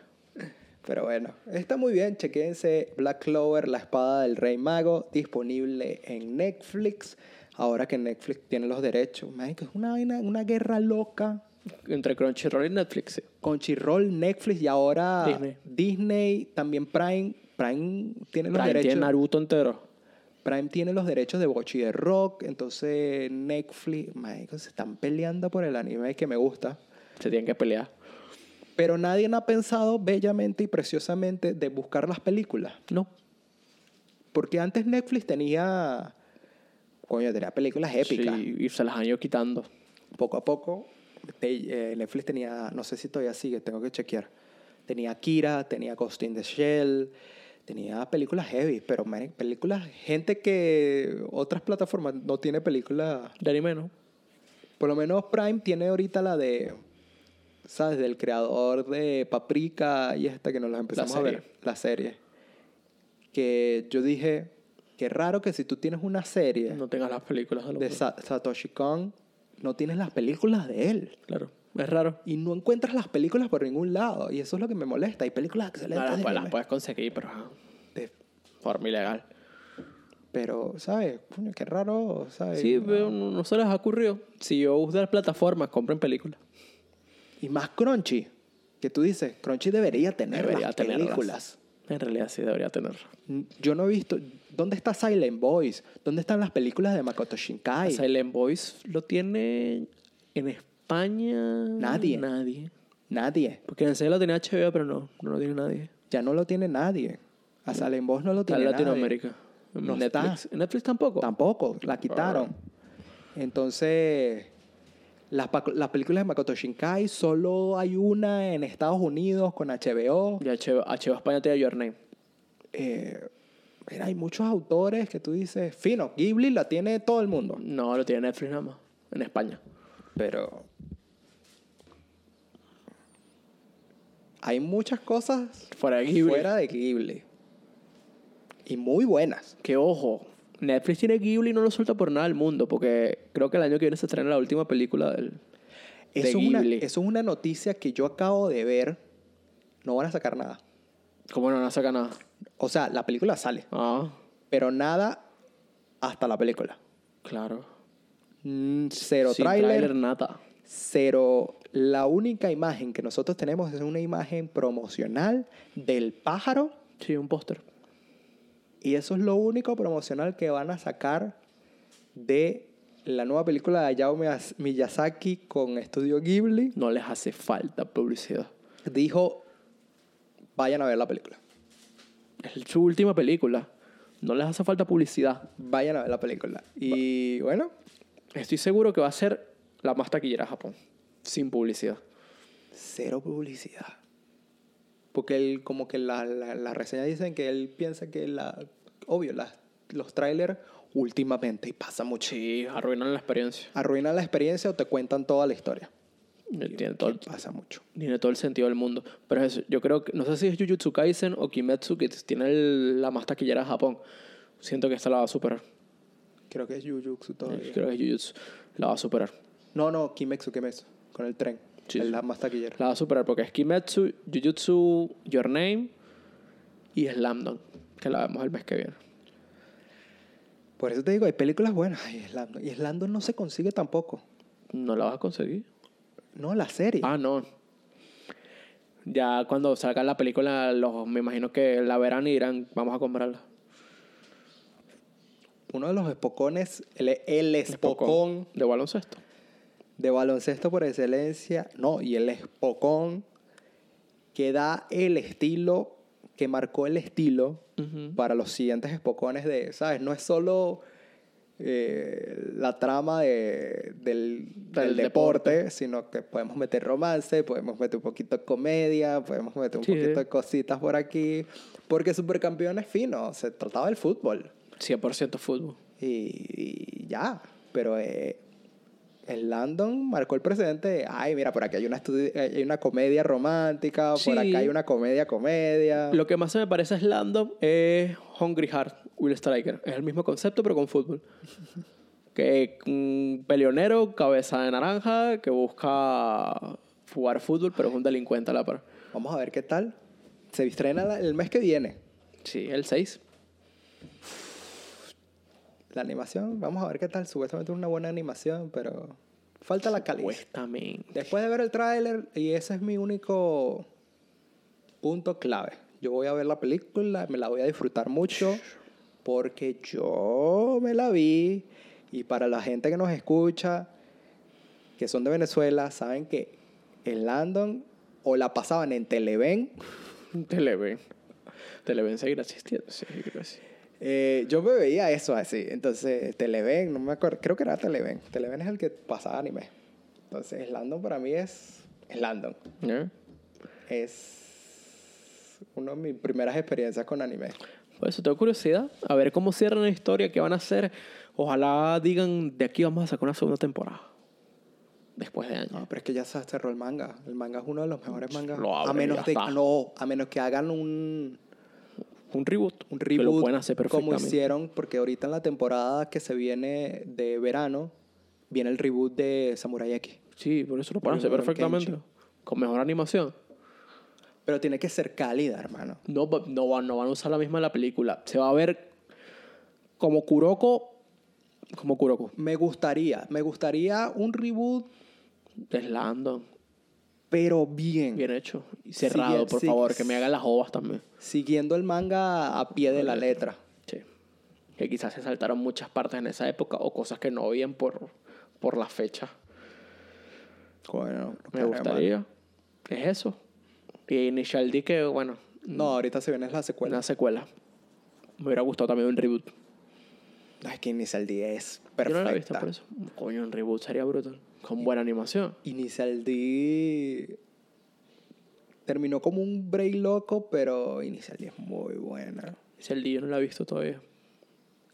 Speaker 1: Pero bueno, está muy bien, chequense Black Clover, la espada del rey mago, disponible en Netflix. Ahora que Netflix tiene los derechos, que es una, vaina- una guerra loca.
Speaker 2: Entre Crunchyroll y Netflix, sí.
Speaker 1: Con Chirrol, Netflix y ahora
Speaker 2: Disney.
Speaker 1: Disney, también Prime. Prime tiene los
Speaker 2: Prime
Speaker 1: derechos.
Speaker 2: tiene Naruto entero.
Speaker 1: Prime tiene los derechos de Bochi de Rock, entonces Netflix, marico, se están peleando por el anime que me gusta.
Speaker 2: Se tienen que pelear.
Speaker 1: Pero nadie ha pensado bellamente y preciosamente de buscar las películas.
Speaker 2: No.
Speaker 1: Porque antes Netflix tenía. Coño, tenía películas épicas.
Speaker 2: Sí, y se las han ido quitando.
Speaker 1: Poco a poco, te- eh, Netflix tenía. No sé si todavía sigue, tengo que chequear. Tenía Akira, tenía Ghost in the Shell, tenía películas heavy, pero man, películas. Gente que otras plataformas no tiene películas.
Speaker 2: De anime, ¿no?
Speaker 1: Por lo menos Prime tiene ahorita la de. ¿Sabes? Del creador de Paprika y esta que nos las empezamos a
Speaker 2: serie.
Speaker 1: ver. La serie. Que yo dije. Qué raro que si tú tienes una serie
Speaker 2: No tengas las películas de los
Speaker 1: de Sa- Satoshi Kon, no tienes las películas de él.
Speaker 2: Claro. Es raro.
Speaker 1: Y no encuentras las películas por ningún lado. Y eso es lo que me molesta. Hay películas
Speaker 2: No,
Speaker 1: excelentes.
Speaker 2: las,
Speaker 1: de
Speaker 2: puedes- las
Speaker 1: anime.
Speaker 2: puedes conseguir, pero ajá,
Speaker 1: De-
Speaker 2: forma ilegal.
Speaker 1: Pero, ¿sabes? Coño, qué raro, ¿sabes?
Speaker 2: Sí,
Speaker 1: Ah.
Speaker 2: pero no, no se les ha ocurrido. Si yo uso las plataformas, compren películas.
Speaker 1: Y más Crunchy. Que tú dices, Crunchy debería tener
Speaker 2: Debería
Speaker 1: las
Speaker 2: tener
Speaker 1: películas.
Speaker 2: En realidad sí debería tenerlas.
Speaker 1: N- Yo no he visto. ¿Dónde está Silent Boys? ¿Dónde están las películas de Makoto Shinkai?
Speaker 2: Silent Boys lo tiene en España.
Speaker 1: Nadie.
Speaker 2: Nadie.
Speaker 1: Nadie.
Speaker 2: Porque en serio lo tenía HBO, pero no, no lo tiene nadie.
Speaker 1: Ya no lo tiene nadie. A Silent Boys no lo
Speaker 2: Está
Speaker 1: tiene
Speaker 2: en
Speaker 1: nadie.
Speaker 2: Latinoamérica. En
Speaker 1: No está.
Speaker 2: Netflix. ¿En Netflix tampoco?
Speaker 1: Tampoco, la quitaron. Entonces, las, pac- las películas de Makoto Shinkai solo hay una en Estados Unidos con HBO.
Speaker 2: Ya HBO, HBO España tiene Your Name.
Speaker 1: Eh, mira, hay muchos autores que tú dices, fino, Ghibli la tiene todo el mundo.
Speaker 2: No, lo tiene Netflix nada más. En España.
Speaker 1: Pero hay muchas cosas
Speaker 2: Fuera de Ghibli.
Speaker 1: fuera de Ghibli. Y muy buenas.
Speaker 2: Que ojo, Netflix tiene Ghibli y no lo suelta por nada al mundo, porque creo que el año que viene se estrena la última película del. de
Speaker 1: Eso es, una,
Speaker 2: Ghibli.
Speaker 1: eso es una noticia que yo acabo de ver. No van a sacar nada.
Speaker 2: ¿Cómo no, no saca nada?
Speaker 1: O sea, la película sale,
Speaker 2: Ah,
Speaker 1: pero nada hasta la película.
Speaker 2: claro.
Speaker 1: Mm, Cero
Speaker 2: Sin
Speaker 1: tráiler,
Speaker 2: tráiler, nada.
Speaker 1: cero. La única imagen que nosotros tenemos es una imagen promocional del pájaro
Speaker 2: Sí, un póster.
Speaker 1: y eso es lo único promocional que van a sacar de la nueva película de Hayao Miyaz- Miyazaki con Estudio Ghibli.
Speaker 2: No les hace falta publicidad.
Speaker 1: Dijo, vayan a ver la película,
Speaker 2: Es su última película. No les hace falta publicidad.
Speaker 1: vayan a ver la película. Y bueno,
Speaker 2: Estoy seguro que va a ser la más taquillera de Japón. Sin publicidad.
Speaker 1: Cero publicidad. Porque él, como que la, la, la reseña dicen que él piensa que la. Obvio, las los trailers últimamente, y pasa mucho.
Speaker 2: Sí, arruinan la experiencia.
Speaker 1: Arruinan la experiencia o te cuentan toda la historia.
Speaker 2: Tiene todo, el-
Speaker 1: Pasa mucho.
Speaker 2: tiene todo el sentido del mundo. Pero es eso, yo creo que, no sé si es Jujutsu Kaisen o Kimetsu, que tiene el- la más taquillera de Japón. Siento que esta la va a superar.
Speaker 1: Creo que es Jujutsu todavía.
Speaker 2: Creo que Jujutsu la va a superar.
Speaker 1: No, no, Kimetsu, Kimetsu. Con el tren.
Speaker 2: Sí,
Speaker 1: el
Speaker 2: sí.
Speaker 1: más taquillero.
Speaker 2: La va a superar porque es Kimetsu, Jujutsu, Your Name y Slam Dunk, que la vemos el mes que viene.
Speaker 1: Por eso te digo, hay películas buenas. Ay, Slam Dunk. Y Slando no se consigue tampoco.
Speaker 2: ¿No la vas a conseguir?
Speaker 1: No, la serie.
Speaker 2: Ah, no. Ya cuando salga la película, los, me imagino que la verán y dirán, vamos a comprarla.
Speaker 1: Uno de los espocones, el, el espocón.
Speaker 2: De baloncesto.
Speaker 1: de baloncesto por excelencia, no, y el espocón que da el estilo, que marcó el estilo
Speaker 2: Ujú.
Speaker 1: para los siguientes espocones de, ¿sabes? No es solo eh, la trama de- del, del
Speaker 2: Del
Speaker 1: deporte, sino que podemos meter romance, podemos meter un poquito de comedia, podemos meter un
Speaker 2: Sí.
Speaker 1: poquito de cositas por aquí, porque Supercampeón es fino, se trataba del fútbol
Speaker 2: 100% fútbol.
Speaker 1: y, y ya. Pero eh, el Landon marcó el precedente de, ay, mira, por aquí hay una, estudi- hay una comedia romántica,
Speaker 2: Sí.
Speaker 1: por acá hay una comedia, comedia.
Speaker 2: Lo que más se me parece es Landon es Hungry Heart, Will Striker. Es el mismo concepto, pero con fútbol. que un peleonero, cabeza de naranja, que busca jugar fútbol, pero es un delincuente a la par.
Speaker 1: Vamos a ver qué tal. Se estrena la- el mes que viene
Speaker 2: Sí, el 6.
Speaker 1: la animación. Vamos a ver qué tal. Supuestamente una buena animación, pero falta la calidad.
Speaker 2: Pues Supuestamente.
Speaker 1: Después de ver el tráiler, y ese es mi único punto clave. Yo voy a ver la película, me la voy a disfrutar mucho, porque yo me la vi. Y para la gente que nos escucha, que son de Venezuela, saben que en Landon o la pasaban en Televen.
Speaker 2: Televen. Televen seguirá existiendo. Sí, gracias.
Speaker 1: eh, yo me veía eso así. Entonces, Televen, no me acuerdo, creo que era Televen. Televen es el que pasaba anime. Entonces, Landon para mí es, es Landon.
Speaker 2: ¿Ya?
Speaker 1: es una de mis primeras experiencias con anime.
Speaker 2: Por eso tengo curiosidad. A ver cómo cierran la historia, qué van a hacer. Ojalá digan, de aquí vamos a sacar una segunda temporada. Después de años.
Speaker 1: No, pero es que ya se cerró el manga. El manga es uno de los mejores mangas.
Speaker 2: Lo abren
Speaker 1: a
Speaker 2: y
Speaker 1: menos
Speaker 2: ya
Speaker 1: de,
Speaker 2: está.
Speaker 1: no, a menos que hagan un
Speaker 2: Un reboot.
Speaker 1: Un
Speaker 2: que lo
Speaker 1: reboot.
Speaker 2: pueden hacer
Speaker 1: Como
Speaker 2: perfectamente.
Speaker 1: hicieron, porque ahorita en la temporada que se viene de verano, viene el reboot de Samurai X.
Speaker 2: Sí, por eso lo pueden hacer
Speaker 1: Reboot en
Speaker 2: perfectamente.
Speaker 1: Kenshi.
Speaker 2: Con mejor animación.
Speaker 1: Pero tiene que ser cálida, hermano.
Speaker 2: No, va- no, va- no van a usar la misma en la película. Se va a ver como Kuroko. Como Kuroko.
Speaker 1: Me gustaría, me gustaría un reboot,
Speaker 2: Es Landon.
Speaker 1: pero bien.
Speaker 2: Bien hecho. Y cerrado,
Speaker 1: Sigue-
Speaker 2: por
Speaker 1: sí-
Speaker 2: favor. Que me hagan las ovas también.
Speaker 1: Siguiendo el manga a pie de la letra.
Speaker 2: Sí. Que quizás se saltaron muchas partes en esa época o cosas que no habían por, por la fecha.
Speaker 1: Bueno,
Speaker 2: Me gustaría. Es eso. Y Initial D que, bueno,
Speaker 1: No, ahorita se viene la
Speaker 2: una
Speaker 1: secuela.
Speaker 2: secuela. Me hubiera gustado también un reboot.
Speaker 1: Ay, que Initial D es
Speaker 2: Yo
Speaker 1: perfecta.
Speaker 2: no la he visto por eso. Coño, un reboot sería brutal. Con buena animación.
Speaker 1: Inicial D terminó como un break loco, pero Inicial D es muy buena.
Speaker 2: Initial D yo no la he visto todavía.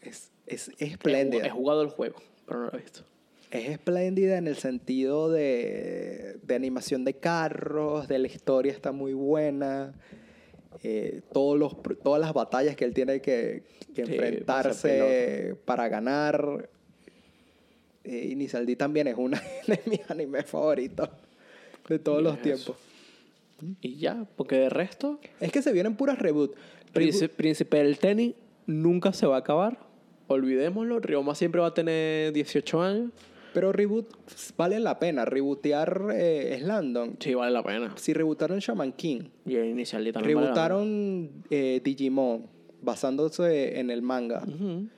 Speaker 1: Es, es
Speaker 2: He,
Speaker 1: espléndida.
Speaker 2: jug- he jugado el juego, pero no la he visto.
Speaker 1: Es espléndida en el sentido de, de animación de carros, de la historia está muy buena. Eh, todos los, pr- todas las batallas que él tiene que, que
Speaker 2: Sí,
Speaker 1: enfrentarse para ganar. Eh, Initial D también es una de mis animes favoritos de todos
Speaker 2: Y
Speaker 1: los
Speaker 2: es
Speaker 1: tiempos. Mm.
Speaker 2: Y ya, porque de resto,
Speaker 1: Es que se vienen puras reboot. Reboot-
Speaker 2: Príncipe, Príncipe del Tenis nunca se va a acabar. Olvidémoslo. Ryoma siempre va a tener 18 años.
Speaker 1: Pero reboot vale la pena. Rebootear eh, es Landon.
Speaker 2: Sí, vale la pena.
Speaker 1: Si rebootaron Shaman King,
Speaker 2: Y el Initial D también. vale la pena.
Speaker 1: rebootaron eh, Digimon basándose en el manga.
Speaker 2: Ujú.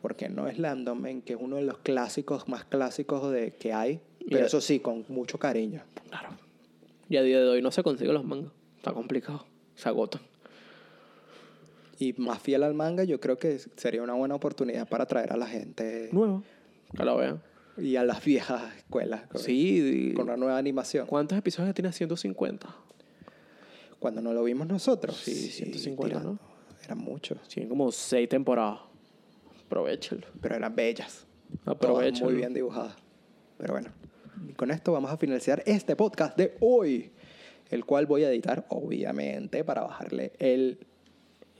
Speaker 1: Porque no es Landon, men, que es uno de los clásicos más clásicos de, que hay. Pero
Speaker 2: Mira.
Speaker 1: eso sí, con mucho cariño.
Speaker 2: Claro. Y a día de hoy no se consiguen los mangas. Está complicado. Se agotan.
Speaker 1: Y más fiel al manga, yo creo que sería una buena oportunidad para atraer a la gente
Speaker 2: Nuevo. Que lo vean.
Speaker 1: y a las viejas escuelas. con-
Speaker 2: Sí.
Speaker 1: Con la nueva animación.
Speaker 2: ¿Cuántos episodios tiene 150?
Speaker 1: Cuando no lo vimos nosotros.
Speaker 2: Sí, 150,
Speaker 1: tirando.
Speaker 2: ¿no?
Speaker 1: Eran muchos.
Speaker 2: Tienen como 6 temporadas. Aprovechalo.
Speaker 1: Pero eran bellas. Todas
Speaker 2: Aprovechalo.
Speaker 1: muy bien dibujadas. Pero bueno, y con esto vamos a finalizar este podcast de hoy, el cual voy a editar, obviamente, para bajarle el,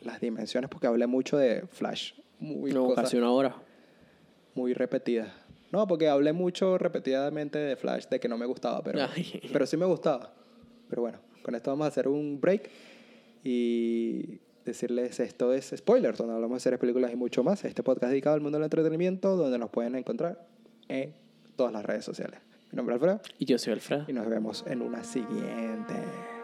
Speaker 1: las dimensiones, porque hablé mucho de Flash. Muy,
Speaker 2: No,
Speaker 1: cosas
Speaker 2: casi una hora.
Speaker 1: muy repetidas. No, porque hablé mucho repetidamente de Flash, de que no me gustaba, pero,
Speaker 2: Ay.
Speaker 1: pero sí me gustaba. Pero bueno, con esto vamos a hacer un break y decirles esto es spoiler, donde hablamos de series, películas y mucho más. Este podcast es dedicado al mundo del entretenimiento, donde nos pueden encontrar en todas las redes sociales. Mi nombre es Alfredo
Speaker 2: Y yo soy Alfredo.
Speaker 1: y nos vemos en una siguiente.